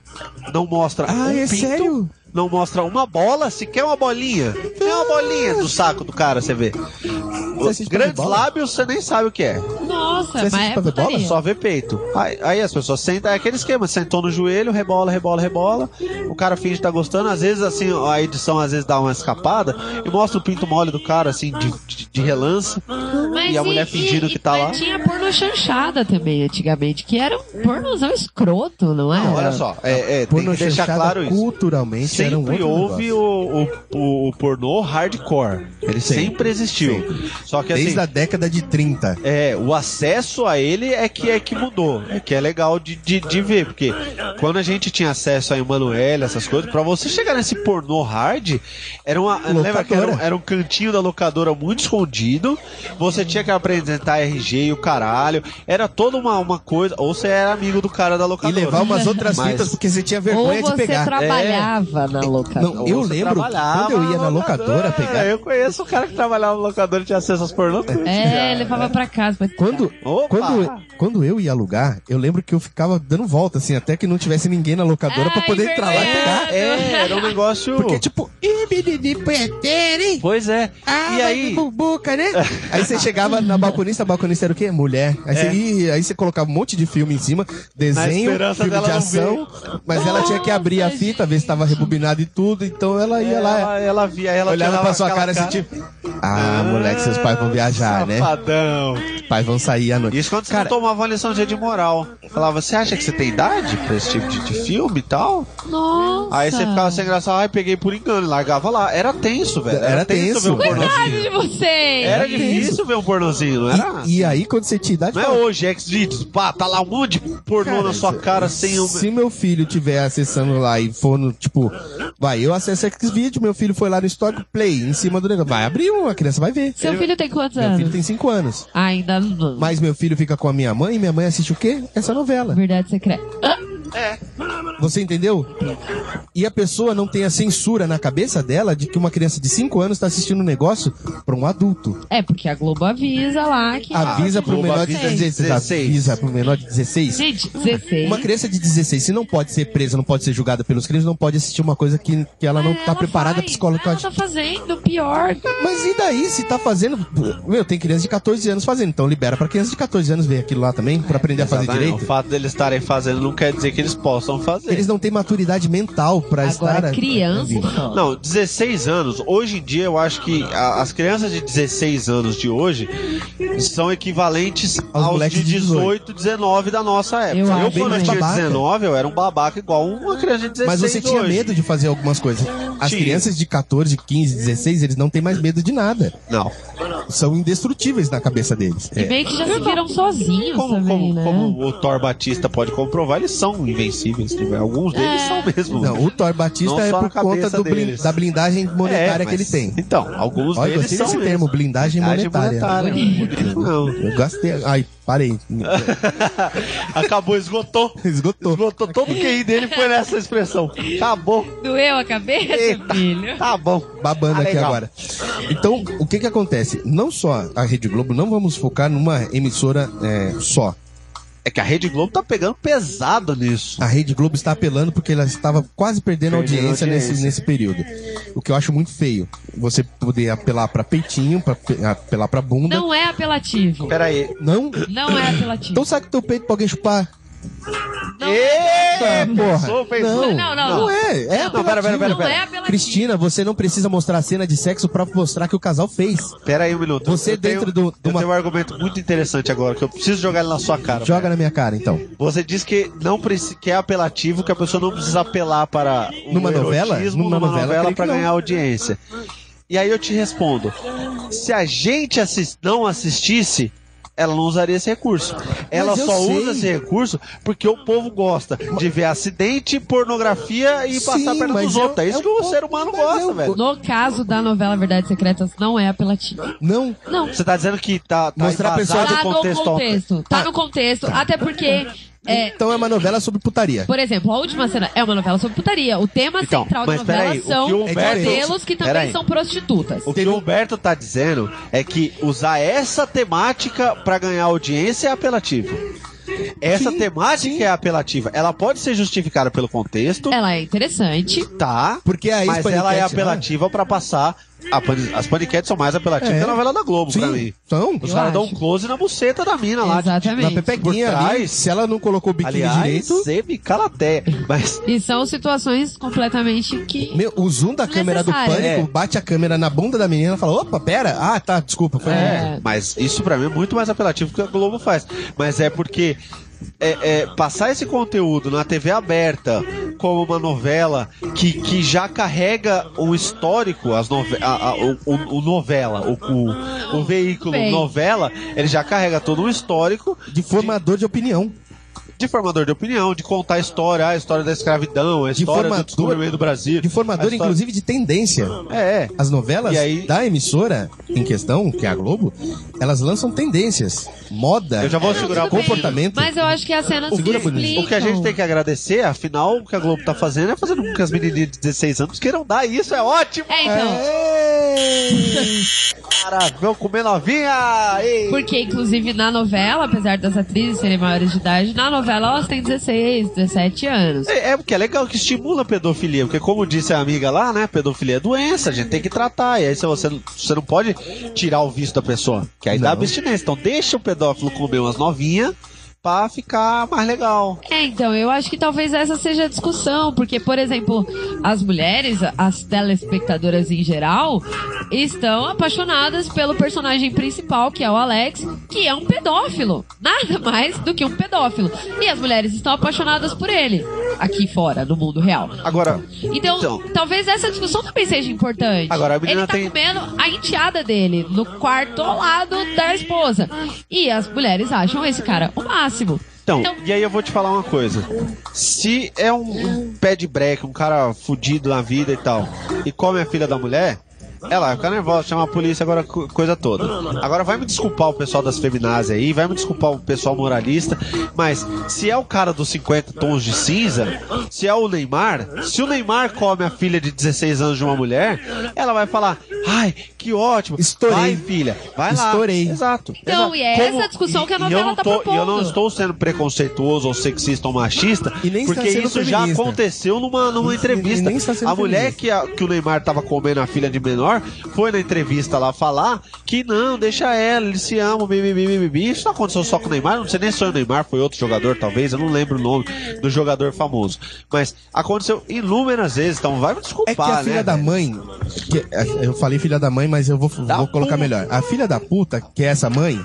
Não mostra Ah, um é pinto, sério? não mostra uma bola, sequer uma bolinha. É uma bolinha do saco do cara, você vê. Ah. assiste Grandes bola? lábios, você nem sabe o que é. Nossa, Você assiste mas é pra ver bola? putaria. Só vê peito. Aí, aí as pessoas sentam, é aquele esquema, sentou no joelho, rebola, rebola, rebola. O cara finge estar gostando, às vezes assim, a edição às vezes dá uma escapada e mostra o pinto mole do cara, assim, de, de- de relance. Mas E a mulher fingindo que tá mas lá? Tinha porno chanchada também antigamente, que era um pornozão escroto, não era? Não, olha só, é, é, tem que deixar chanchada claro isso. Culturalmente era um Sempre outro houve negócio. o, o, o pornô hardcore. Ele Sempre. sempre, existiu. Só que assim, Desde a década de 30. é, o acesso a ele é que é que mudou. É que é legal de, de, de ver. Porque quando a gente tinha acesso a Emanuele, essas coisas, pra você chegar nesse pornô hard, era uma. Lembra que era um, era um cantinho da locadora muito escondido. Você tinha que apresentar RG e o caralho. Era toda uma, uma coisa. Ou você era amigo do cara da E locadora. levar umas outras Mas- fitas porque você tinha Ou vergonha de você pegar. É. trabalhava na locadora. Não, eu Você lembro que trabalhava É, quando eu ia na locadora pegar. Eu conheço o cara que trabalhava na locadora e tinha acesso às pornô. tudo. É, levava pra casa. Mas... Quando, Ah, Opa! quando, quando eu ia alugar, eu lembro que eu ficava dando volta, assim, até que não tivesse ninguém na locadora pra Ai, poder entrar lá e pegar. envergonhado. É, era um negócio. Porque, tipo, ih, menino, punheteiro, hein? Pois é. Ah, e vai de aí, bumbuca, né? aí você chegava na balconista, a balconista era o quê? Mulher. Aí, É. Você, ih, aí você colocava um monte de filme em cima, desenho, esperança filme dela de não ação, mas ela tinha que abrir a fita, ver se tava rebobinado e tudo, então ela ia lá, é, ela, ela via, ela olhava tirava pra sua aquela cara, assim, tipo, ah, moleque, seus pais vão viajar, né? Safadão. Pais vão sair à noite. Isso quando você Cara, não tomava uma lição de moral. Falava, você acha que você tem idade pra esse tipo de, de filme e tal? Nossa. Aí você ficava sem graça, ai, peguei por engano, e largava lá. Era tenso, velho. Era tenso, ver um velho. pornozinho. de vocês. Era difícil ver um pornozinho, não era? E, e aí, quando você tipo, tinha idade, Não é fala, hoje, Xvideos, pá, tá lá um monte de pornô na sua é cara sem o. Se meu filho tiver acessando lá e for no, tipo, vai, eu acesso Xvideo, meu filho foi lá no histórico, play, em cima do negócio. Vai abrir uma, a criança vai ver. Seu filho tem quantos Meu filho anos? tem 5 anos. Ainda não. Mas meu filho fica com a minha mãe e minha mãe assiste o quê? Essa novela. Verdade secreta. Você entendeu? E a pessoa não tem a censura na cabeça dela de que uma criança de 5 anos tá assistindo um negócio pra um adulto. É, porque a Globo avisa lá que. Avisa pro Globo menor de avisa. 16. Avisa pro menor de 16. Gente, 16. Uma criança de 16, se não pode ser presa, não pode ser julgada pelos crimes, não pode assistir uma coisa que, que ela não É, Ela tá preparada faz. Ela psicologicamente. tá fazendo pior. Mas e daí, se tá fazendo. Meu, tem criança de 14 anos fazendo, então libera pra criança de 14 anos ver aquilo lá também, pra aprender a fazer Exatamente. O direito. fato deles estarem fazendo não quer dizer que eles possam fazer. Eles não têm maturidade mental pra estar. Agora, criança. Não, 16 anos. Hoje em dia eu acho que a- as crianças de 16 anos de hoje são equivalentes Aos aos, moleques de de 18, 19 da nossa Eu época. Eu, acho quando eu bem tinha babaca. 19, eu era um babaca igual uma criança de 16 Mas você tinha hoje. medo de fazer algumas coisas. As Tinha. crianças de 14, 15, 16, eles não têm mais medo de nada. Não. São indestrutíveis na cabeça deles. É. E meio que já se viram sozinhos Como, também, como- né? como o Thor Batista pode comprovar, eles são invencíveis. né? Alguns deles são mesmo. Não, o Thor Batista Não é só na por conta cabeça do blin- deles. da blindagem monetária É, que ele mas- tem. Então, alguns Olha, eu deles gostei são desse mesmo. termo, blindagem monetária. né? monetária. Não. Eu gastei. Ai, parei. Acabou, esgotou. Esgotou. Esgotou todo o QI dele foi nessa expressão. Acabou. Doeu a cabeça, Eita. é filho? Tá bom. Babando Ah, aqui legal. agora. Então, o que que acontece? Não só a Rede Globo, não vamos focar numa emissora é, só. É que a Rede Globo tá pegando pesado nisso. A Rede Globo está apelando porque ela estava quase perdendo, Perdendo audiência, nesse- Nesse, audiência. período. O que eu acho muito feio. Você poder apelar pra peitinho, pra pe- apelar pra bunda. Não é apelativo. Pera aí. Não. Não é Então apelativo. saca teu peito pra alguém chupar. Não, Ê, porra. É, pensou, pensou. Não, Não, não, não. não é. É Não, apelativo. pera, pera, pera, Não pera. é apelativo. Cristina, você não precisa mostrar a cena de sexo pra mostrar que o casal fez. Pera aí um minuto. Você Eu dentro tenho, do- de eu uma- tenho um argumento muito interessante agora, que eu preciso jogar ele na sua cara. Joga velho. na minha cara, então. Você diz que, não preci- que é apelativo, que a pessoa não precisa apelar para o Numa novela? erotismo Numa numa, novela, eu novela, creio que para não. ganhar audiência. E aí eu te respondo. Se a gente assis- não assistisse, ela não usaria esse recurso. Ela eu só sei. usa esse recurso porque o povo gosta de ver acidente, pornografia e passar Sim, perto mas dos é o- outros. É isso é o que o povo- ser humano mas é gosta, o- velho. No caso da novela Verdades Secretas, não é apelativo. Não, Você tá dizendo que tá, tá Mostrar a pessoa embasado Tá o no contexto. Tá no contexto. Até porque. é, então é uma novela sobre putaria. por exemplo, a última cena é uma novela sobre putaria. O tema Então, central da mas novela peraí, o que são o Humberto- modelos que também Peraí. são prostitutas. O que o Humberto tá dizendo é que usar essa temática pra ganhar audiência é apelativo. Essa Sim, temática é apelativa. Ela pode ser justificada pelo contexto, Ela é interessante. tá? Porque a mas ela é ex-paniquete né? lá- apelativa pra passar. a pan- as paniquetes são mais apelativas É. que a novela da Globo, pra mim. Sim, então, Os Eu caras dão um acho. close na buceta da mina lá. de- na Exatamente. pepequinha Por ali, trás. se ela não colocou o biquíni Aliás, direito... sempre calateia. Mas E são situações completamente que. Meu, o zoom da câmera do é Necessário. É. pânico bate a câmera na bunda da menina e fala: opa, pera, ah, tá, desculpa, foi mal." É. Mas isso pra mim é muito mais apelativo que a Globo faz. Mas é porque é, é, passar esse conteúdo na TV aberta como uma novela que, que já carrega o histórico, as nove a- a- o, o- o novela, o, o, o veículo Bem. novela, ele já carrega todo um histórico de formador de opinião. de formador de opinião, de contar a história, a história da escravidão, a De história formador- do descobrimento do Brasil. De formador, a história- inclusive, de tendência. É, é. As novelas E aí- da emissora em questão, que é a Globo, elas lançam tendências. Moda. Eu já vou é, segurar um o tudo bem. comportamento. Mas eu acho que as cenas O que que- explicam. O que a gente tem que agradecer, afinal, o que a Globo tá fazendo é fazendo com que as menininhas de 16 anos queiram dar, e isso é ótimo! É, então. Maravilha, vamos comer novinha! Ei. Porque, inclusive, na novela, apesar das atrizes serem maiores de idade, na novela elas têm 16, 17 anos. É, é porque é legal que estimula a pedofilia, porque como disse a amiga lá, né, pedofilia é doença, a gente tem que tratar, e aí se você, você não pode tirar o vício da pessoa, que aí dá Não. abstinência, então deixa o pedófilo comer umas novinhas pra ficar mais legal. É, então, eu acho que talvez essa seja a discussão, porque, por exemplo, as mulheres, as telespectadoras em geral, estão apaixonadas pelo personagem principal, que é o Alex, que é um pedófilo. Nada mais do que um pedófilo. E as mulheres estão apaixonadas por ele, aqui fora, no mundo real. Agora, Então, Então. talvez essa discussão também seja importante. Agora, a menina Ele tá tem- comendo a enteada dele no quarto ao lado da esposa. E as mulheres acham esse cara o máximo. Então, Então- e aí eu vou te falar uma coisa. Se é um, um pé de break, um cara fudido na vida e tal, e come a filha da mulher, é ela vai ficar nervosa, chama a polícia, agora co- coisa toda. Agora vai me desculpar o pessoal das feminazes aí, vai me desculpar o pessoal moralista, mas se é o cara dos 50 tons de cinza, se é o Neymar, se o Neymar come a filha de 16 anos de uma mulher, ela vai falar, ai, que ótimo. Estourei. Vai, filha, vai lá. Estourei. Exato. Então, exato. e é essa a discussão que a e novela eu não tá tô- e Eu não propondo. estou estou sendo preconceituoso ou sexista ou machista, E nem está porque sendo isso já feminista. aconteceu numa, numa E- entrevista. e nem está sendo a mulher feminista. que, a- que o Neymar tava comendo a filha de menor foi na entrevista lá falar que não, deixa ela, eles se amam, bibibi, bibibi. Isso não aconteceu só com o Neymar, não sei nem se foi o Neymar, foi outro jogador, talvez, eu não lembro o nome do jogador famoso. Mas aconteceu inúmeras vezes, então vai me desculpar, É que a né, filha da velho? mãe. que- é, eu falei filha da mãe, mas eu vou, Da vou colocar puta. melhor. A filha da puta, que é essa mãe,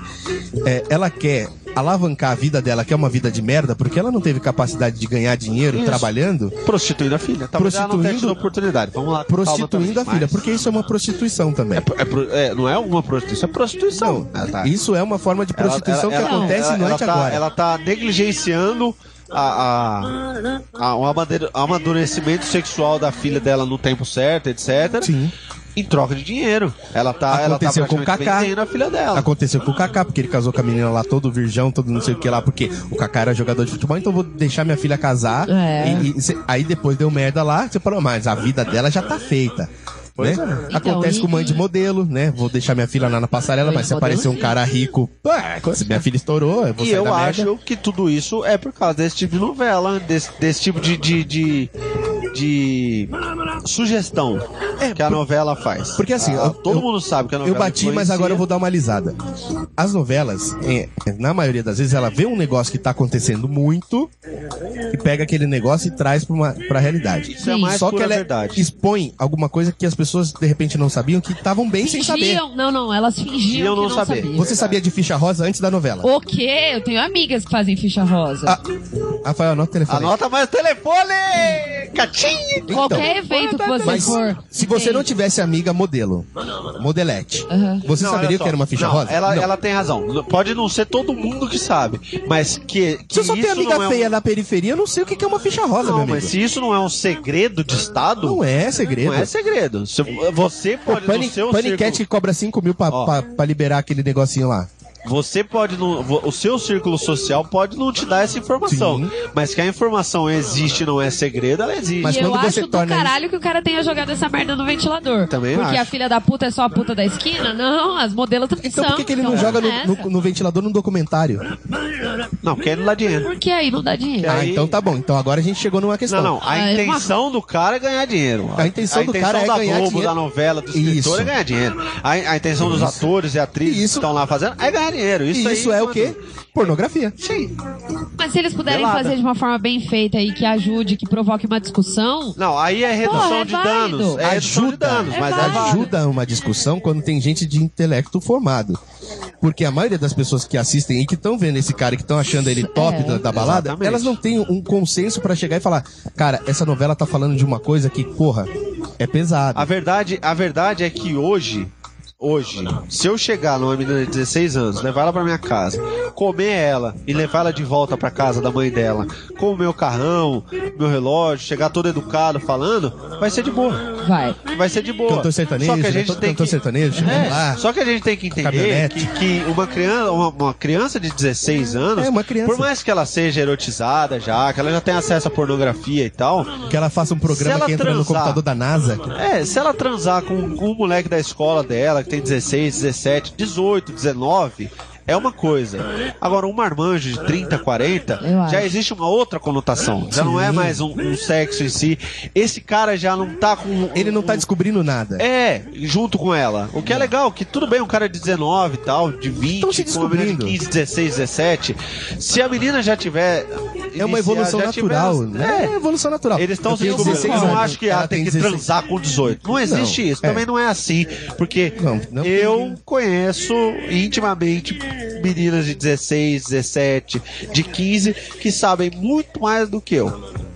é, ela quer alavancar a vida dela, que é uma vida de merda, porque ela não teve capacidade de ganhar dinheiro Isso. trabalhando, Prostituindo a filha, talvez ela não tenha tido Prostituindo- oportunidade. Vamos lá, calma prostituindo também, a filha, mas- porque isso é uma prostituição também. É pro- é pro- é, não é uma prostituição, é prostituição. Não, Ah, tá. Isso é uma forma de prostituição Ela- ela- que ela- acontece ela- no ela ante tá, agora. Ela tá negligenciando a, a, a- o amade- amadurecimento sexual da filha dela no tempo certo, etc. Sim. Em troca de dinheiro. Ela tá, ela tá Aconteceu com o praticamente Kaká. vendendo a filha dela. Aconteceu com o Kaká, porque ele casou com a menina lá todo virgão, todo não sei o que lá, porque o Kaká era jogador de futebol, então eu vou deixar minha filha casar. É. E- e cê- aí depois deu merda lá, você falou, mas a vida dela já tá feita. Né? é. Acontece Então, com mãe de e- modelo, né? Vou deixar minha filha lá na passarela, Mãe mas de se aparecer um modelo, é cara rico, pá, se minha filha estourou, eu vou É, E sair eu da merda. acho que tudo isso é por causa desse tipo de novela, desse, desse tipo de. de, de, de sugestão que a novela faz. É, porque assim, Ah, eu- todo eu- mundo sabe que a novela é Eu bati, mas influencia. agora eu vou dar uma alisada. As novelas, é, na maioria das vezes, ela vê um negócio que tá acontecendo muito e pega aquele negócio e traz pra, uma, pra realidade. Isso é mais Só que pura ela verdade. expõe alguma coisa que as pessoas de repente não sabiam que estavam bem sem saber. Fingiam, não, não, elas fingiam Fingiam que não não saber. sabiam. Você sabia de ficha rosa antes da novela? O quê? Eu tenho amigas que fazem ficha rosa. Ah, Rafael, anota o telefone. aí. Anota mais o telefone! Catinho! Então, Qualquer evento que você mas for. se você Tem. não tivesse amiga modelo, modelete, Aham. você Não, olha saberia só. que era uma ficha Não, rosa? Ela, Não. ela tem razão. N- Pode não ser todo mundo que sabe, mas que, que Se eu só tenho isso não amiga é um- feia na periferia, eu não sei o que que é uma ficha rosa, Não, meu mas amigo. se isso não é um segredo de Estado, Não é segredo. não é segredo. Se- Você Pô, pode Pani- no seu Paniquete círculo, que cobra 5 mil pra, Ó. pra- pra liberar aquele negocinho lá. você pode no, vo- o seu círculo social pode não te dar essa informação, Sim. mas que a informação existe e não é segredo, ela existe. Mas e eu quando você acho do torna- caralho que o cara tenha jogado essa merda no ventilador. Também Porque acho. a filha da puta é só a puta da esquina? Não, as modelos também Então são. por que, que ele não Então, joga essa. no, no- no ventilador num documentário? Não, é quer não dá dinheiro. Por que aí não dá dinheiro? É. Ah, Aí- então tá bom. Então agora a gente chegou numa Não, questão. não. A Ah, é uma- intenção do cara é ganhar dinheiro. A intenção do cara é da ganhar Globo, dinheiro. da novela, do escritor Isso. é ganhar dinheiro. A, a intenção dos atores e atrizes Isso. que estão lá fazendo é ganhar dinheiro. Isso, Isso, aí, é o mano, quê? Pornografia. Sim. Mas se eles puderem Velada. fazer de uma forma bem feita e que ajude, que provoque uma discussão. Não, aí é redução Porra, é de válido. danos. É redução de Ajuda. danos, É mas válido. é válido. Ajuda uma discussão quando tem gente de intelecto formado. Porque a maioria das pessoas que assistem e que estão vendo esse cara, e que estão achando ele top É. da, da balada, Exatamente. elas não têm um consenso pra chegar e falar: Cara, essa novela tá falando de uma coisa que, porra, é pesada. A verdade, a verdade é que hoje, hoje, se eu chegar numa menina de 16 anos, levar ela pra minha casa, comer ela e levar ela de volta pra casa da mãe dela, com o meu carrão, meu relógio, chegar todo educado falando, vai ser de boa. Vai. Vai ser de boa. Cantor sertanejo, Só que a né? gente Todo tem cantor que... sertanejo, chegando É, lá. Só que a gente tem que entender Caminhonete. que, que uma, criança, uma, uma criança de 16 anos, É, uma criança. por mais que ela seja erotizada já, que ela já tenha acesso à pornografia e tal, Que ela faça um Se programa ela que entra no transar- computador da NASA. é, se ela transar com um moleque da escola dela, que tem 16, 17, 18, 19, é uma coisa. Agora, um marmanjo de 30, 40, Eu já acho. existe uma outra conotação. Já não é Sim. mais um, um sexo em si. Esse cara já não tá com. Ele não tá um- descobrindo nada. É, junto com ela. O que é legal, que tudo bem, um cara de 19 e tal, de 20, Tão se com uma menina de descobrindo. 15, 16, 17. Se a menina já tiver. É uma evolução já tiver- natural, né? É uma É, evolução natural. eles estão Eu se tenho descobrindo. 16 Eu não anos, acho que ela tem que tem 16. transar com 18. Não existe isso. é. Também não é assim. Porque Não, não tem eu conheço intimamente meninas de 16, 17, de 15 que sabem muito mais do que eu.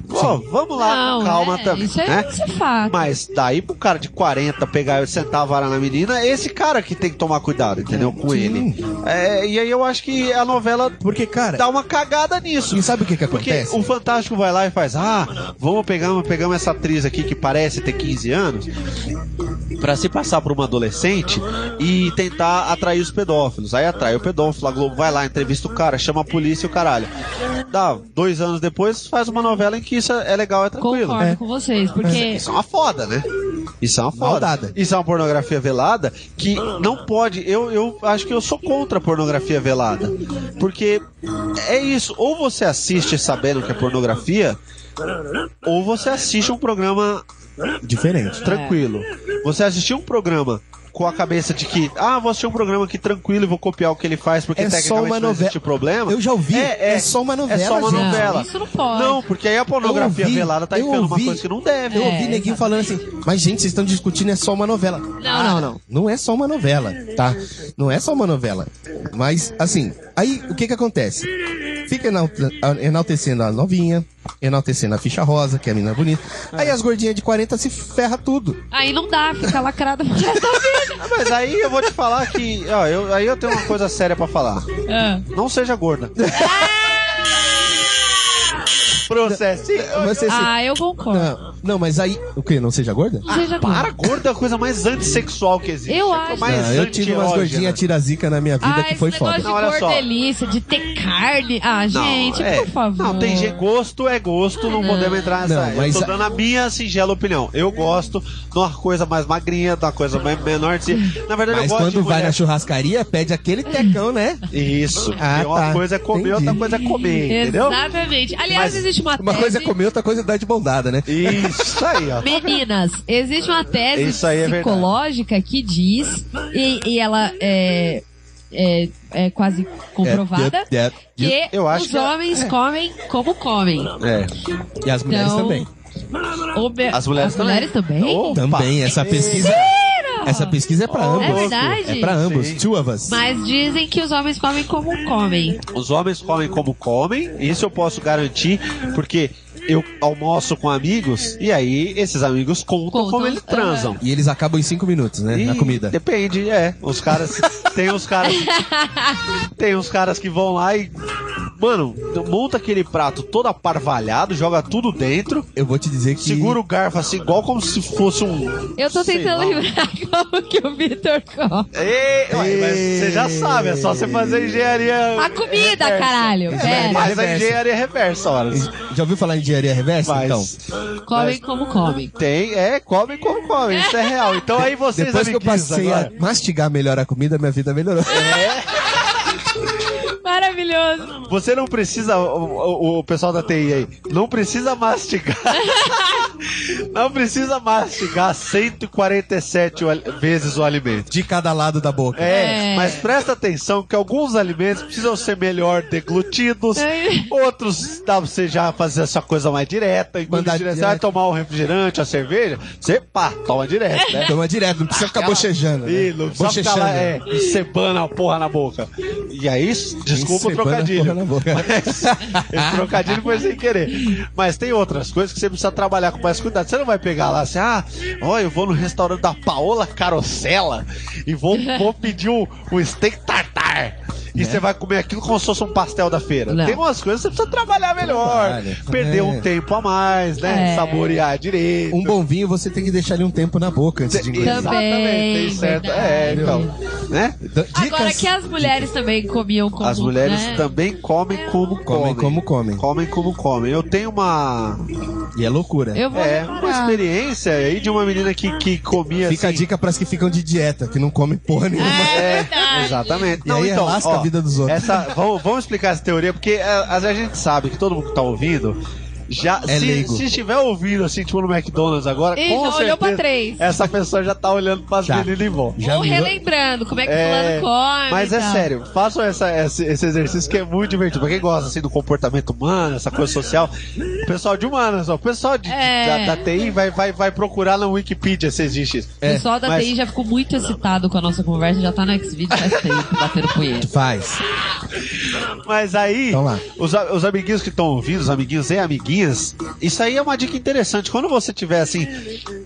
Pô, vamos lá, não, com calma é, também. Isso é, né? isso é fato. Mas daí pro cara de 40 pegar e sentar a vara na menina, é esse cara que tem que tomar cuidado, entendeu? Com Sim. ele. É, e aí eu acho que a novela Porque, cara, dá uma cagada nisso. e sabe o que que Porque acontece? o Fantástico vai lá e faz, ah, vamos pegar, pegamos essa atriz aqui que parece ter 15 anos, pra se passar por uma adolescente e tentar atrair os pedófilos. Aí atrai o pedófilo, a Globo vai lá, entrevista o cara, chama a polícia e o caralho. Dá, dois anos depois, faz uma novela em que isso é legal, é tranquilo. Concordo com vocês, porque. Isso é uma foda, né? Isso é uma foda. Maldada. Isso é uma pornografia velada que não pode. Eu, eu acho que eu sou contra a pornografia velada. Porque é isso. Ou você assiste sabendo que é pornografia, ou você assiste um programa Diferente. tranquilo. Você assistir um programa com a cabeça de que, ah, vou assistir um programa aqui tranquilo e vou copiar o que ele faz porque É só tecnicamente uma não novela. existe problema. Eu já ouvi, É, é. é só uma novela, É só uma gente. novela. Não, isso não pode. Não, porque aí a pornografia Eu ouvi, velada tá eu enfiando uma ouvi. coisa que não deve. Eu ouvi É, neguinho falando assim, mas gente, vocês estão discutindo, é só uma novela. Não, não, não. Não é só uma novela, tá? Não é só uma novela. Mas, assim, aí o que que acontece? Fica enal- enaltecendo a novinha, enaltecendo a ficha rosa, que é a menina bonita. Aí as gordinhas de 40 se ferra tudo. Aí não dá, fica lacrado pro resto da vida. Ah, Mas aí eu vou te falar que. Ó, eu, aí eu tenho uma coisa séria pra falar. Ah. Não seja gorda. Processo. Você se- Ah, eu concordo. Não, não, mas aí. O quê? Não seja gorda? Não seja gordo. Para, gorda é a coisa mais antissexual que existe. Eu É a coisa acho. Mais Não, Ah, eu tive umas anti-erógena. gordinhas tirazica na minha vida ah, que foi esse negócio foda. Não, olha de só. gordelícia, de ter carne. Ah, Não, gente, é. por favor. Ah. Não, tem jeito. Gosto é gosto, não, podemos entrar nessa. Não, mas eu a- tô dando a minha singela opinião. Eu gosto de uma coisa mais magrinha, de uma coisa mais menor. de- Na verdade, eu Mas gosto de quando vai mulher- na churrascaria, pede aquele tecão, né? Isso. Ah, porque uma tá. coisa é comer, outra Entendi. coisa é comer, entendeu? Exatamente. Aliás, Mas existe uma Uma tese- coisa é comer, outra coisa é dar de bondada, né? Isso. Isso aí, ó. Meninas, existe uma tese Isso aí é verdade. psicológica que diz, e, e ela é, é, é quase comprovada, É, é, é, que eu acho os que é- homens comem como comem. é. E as mulheres Então- também. Ou be- As mulheres também. Oh. também? Ou- Opa. Também, essa pesquisa. Essa pesquisa é pra Ô, ambos. É verdade? É pra ambos. Sim. Two of us. Mas dizem que os homens comem como comem. Os homens comem como comem, isso eu posso garantir, porque eu almoço com amigos e aí esses amigos contam, Contam, como eles é. transam. E eles acabam em cinco minutos, né? Na Ih, comida. Depende, é. Os caras. tem os caras. tem os caras que vão lá e. Mano, monta aquele prato todo aparvalhado, joga tudo dentro, Eu vou te dizer que. segura o garfo assim, igual como se fosse um. Eu tô sei tentando lá. lembrar como que o Vitor come. Ei, ué, mas você já sabe, é só você fazer engenharia. A comida, caralho! é. Pera, Mas a engenharia reversa, horas. Já ouviu falar em engenharia reversa? Mas Então, comem como comem. tem, é, come como come, isso é real. Então aí vocês depois que eu amiguinhos passei agora- É. a mastigar melhor a comida, minha vida melhorou. Maravilhoso! Você não precisa, o, o- o pessoal da TI aí, não precisa mastigar. não precisa mastigar 147 o al- vezes o alimento. De cada lado da boca. É, É. mas presta atenção que alguns alimentos precisam ser melhor deglutidos, É. outros dá pra você já fazer essa coisa mais direta. enquanto Mandar direto, você direto. vai tomar um refrigerante, a cerveja, você pá, toma direto, Toma né? Então é direto, não precisa ficar bochejando. Né? Ih, não precisa ficar lá, é, cebando a porra na boca. E aí, desculpa Encebando o a trocadilho. porra na boca. Mas esse trocadilho foi sem querer. Mas tem outras coisas que você precisa trabalhar com mais cuidado. Você não vai pegar lá assim, ah, ó, eu vou no restaurante da Paola Carosella e vou, vou pedir um, um steak tartar. Né? E você vai comer aquilo como se fosse um pastel da feira. Não. Tem umas coisas que você precisa trabalhar melhor. Trabalha. Perder É. um tempo a mais, né? É. Saborear direito. Um bom vinho você tem que deixar ele um tempo na boca antes de engolir. Também. Exatamente, tem certo. É, então. Né? Agora que as mulheres também comiam como As mulheres né? também comem como Comem comem. como comem. Comem como comem. Eu tenho uma. E é loucura. Eu vou É, uma lembrar. experiência aí de uma menina que, que comia Fica assim. a dica para as que ficam de dieta, que não comem porra nenhuma. É, exatamente. então, E aí lasca a vida dos outros. Essa, vamos, vamos explicar essa teoria, porque é, às vezes a gente sabe que todo mundo que tá ouvindo. Já, É se, leigo. se estiver ouvindo assim, tipo no McDonald's agora, Ih, com já certeza, olhou pra três. essa pessoa já tá olhando pras Já. meninas e vão. Já Ou me- relembrando como é que É, fulano come. então? Mas e é tal. sério, façam essa- esse, esse exercício que é muito divertido. Pra quem gosta assim, do comportamento humano, essa coisa social, o pessoal de humanas, ó, o pessoal de- É. da, da TI vai, vai, vai procurar na Wikipedia se existe isso. O é, pessoal da mas- TI já ficou muito excitado com a nossa conversa, já tá no X-Video faz tempo, batendo punheta. Faz. Mas aí, Então lá. os, a- os amiguinhos que estão ouvindo, os amiguinhos e amiguinhas, isso aí é uma dica interessante. Quando você tiver assim.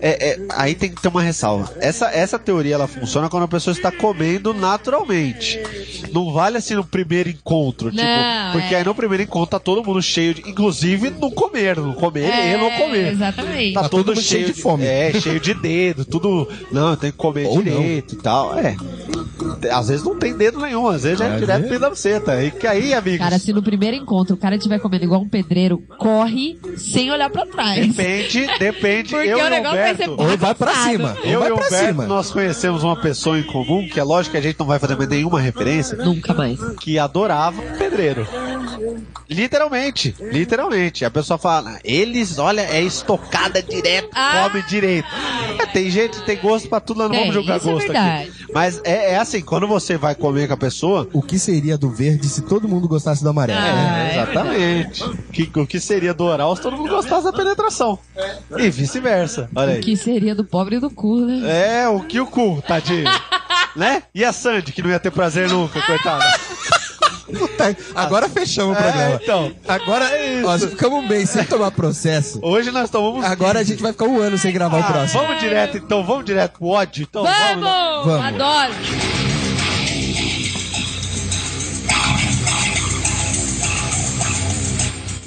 é- é, aí tem que ter uma ressalva. Essa, essa teoria ela funciona quando a pessoa está comendo naturalmente. Não vale assim no primeiro encontro. tipo, Não, porque é. aí no primeiro encontro tá todo mundo cheio de. Inclusive no comer, no comer É, e no comer. Exatamente. Tá, todo, mundo cheio de, fome. É, cheio de dedo, tudo. Não, tem que comer Ou direito e tal. É. Às vezes não tem dedo nenhum, às vezes é Às direto vezes- dentro da buceta. E que aí, amigos. Cara, se no primeiro encontro o cara estiver comendo igual um pedreiro, corre sem olhar pra trás. Depende, depende. Porque eu o e negócio vai ser Humberto- Ou vai pra cima. Ou Eu vai e o pra Humberto, cima. nós conhecemos uma pessoa em comum, que é lógico que a gente não vai fazer mais nenhuma referência, Nunca mais. que adorava pedreiro. Literalmente, literalmente. A pessoa fala, eles, olha, é estocada direto, Ah! come direito. É, tem gente, tem gosto pra tudo, nós não Tem, vamos julgar isso é gosto verdade. aqui. Mas é, é assim, quando você vai comer com a pessoa. O que seria do verde se todo mundo gostasse do amarelo? né? Ah, é exatamente. Que- o que seria do oral se todo mundo gostasse da penetração. E vice-versa. Olha aí. O que seria do pobre do cu, né? É, o que o cu, tadinho. né? E a Sandy, que não ia ter prazer nunca, coitada. Puta, Tá, agora fechamos o programa. É, então. Agora, É isso. ó, se ficamos bem sem tomar processo. Hoje nós tomamos. Agora a gente vai ficar um ano sem gravar o Ah, próximo. Vamos direto, então, vamos direto pro ódio. Então, Vamos! Vamos. Adoro!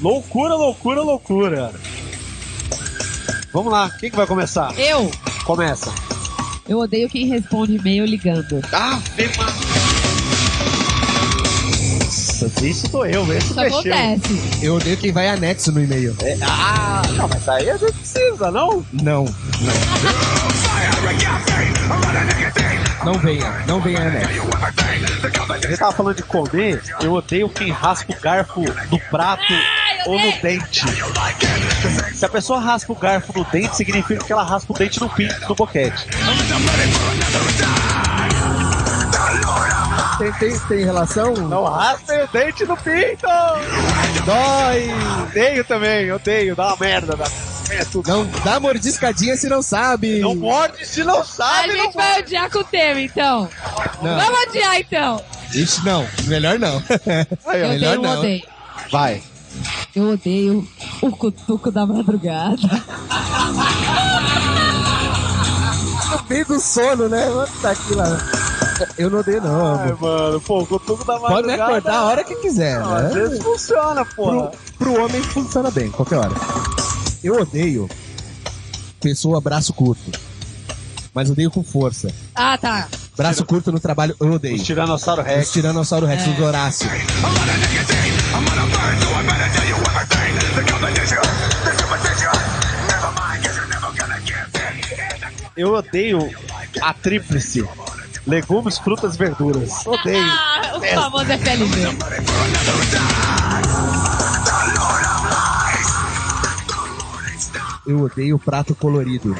Loucura, loucura, loucura. Vamos lá, quem que vai começar? Eu, Começa. eu odeio quem responde e-mail ligando. Ave Nossa, isso sou eu, esse Isso mexeu. acontece. Eu odeio quem vai anexo no e-mail. Ah, não, mas aí a gente precisa, não? Não. Não venha, não venha, né? Você tava falando de comer, eu odeio quem raspa o garfo no prato ou no dente. Se a pessoa raspa o garfo no dente, significa que ela raspa o dente no pinto, no boquete. Tem, tem, tem relação? Não raspem o dente no pinto! Dói! Odeio também, odeio, dá uma merda. Dá... É tudo. Não dá mordiscadinha se não sabe. Não morde se não A sabe, não gente vai odiar com o tema, então. Não. Vamos odiar, então. Ixi, não. Melhor não. É, Eu Melhor odeio, não. odeio. Vai. Eu odeio o cutuco da madrugada. Meio do sono, né? Tá aqui lá. Eu não odeio, não. amor. Ai, É, mano, pô, o cutuco da madrugada... Pode me acordar a hora que quiser, Não, Às né? vezes funciona, Pro, pô. pro homem funciona bem, qualquer hora. Eu odeio pessoa braço curto. Mas odeio com força. Ah, tá. Braço curto no trabalho, eu odeio. Os Tiranossauro Os Rex. Tiranossauro Rex, os Horácio. Eu odeio a tríplice. Legumes, frutas, verduras. Odeio. Ah, o É. famoso FLV. Eu odeio prato colorido.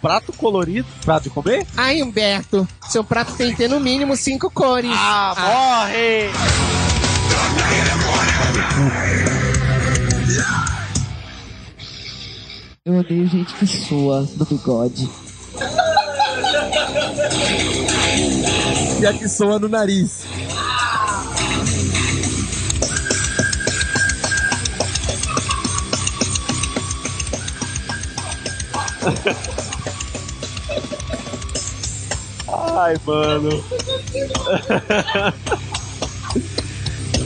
Prato colorido, prato de comer? Ai, Humberto, seu prato tem que ter no mínimo cinco cores. Ah, morre! Eu odeio gente que sua do bigode. E a que soa no nariz. Ai, mano.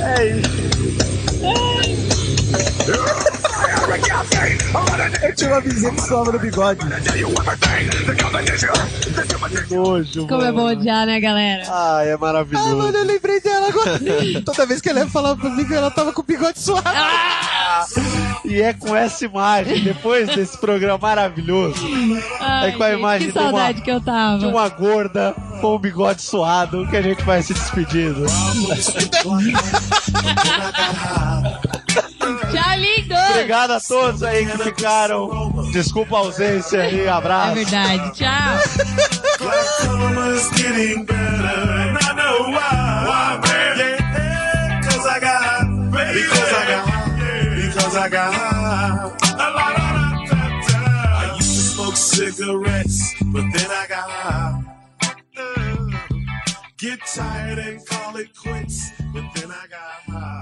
É Eu tinha uma vizinha que soava no bigode. Que nojo, Como é mano. bom odiar, né, galera? Ai, é Ah, mano, maravilhoso. eu lembrei dela agora. Toda vez que ela falava comigo, ela tava com o bigode suado. E é com essa imagem, depois desse programa maravilhoso, Ai, É com a gente, imagem que de uma- saudade que eu de tava. uma gorda com um bigode suado, que a gente vai se despedindo. Tchau, lindo! Obrigado a todos aí que ficaram. Desculpa a ausência e É abraço. verdade, tchau. Get tired and call it quits, but then I got high.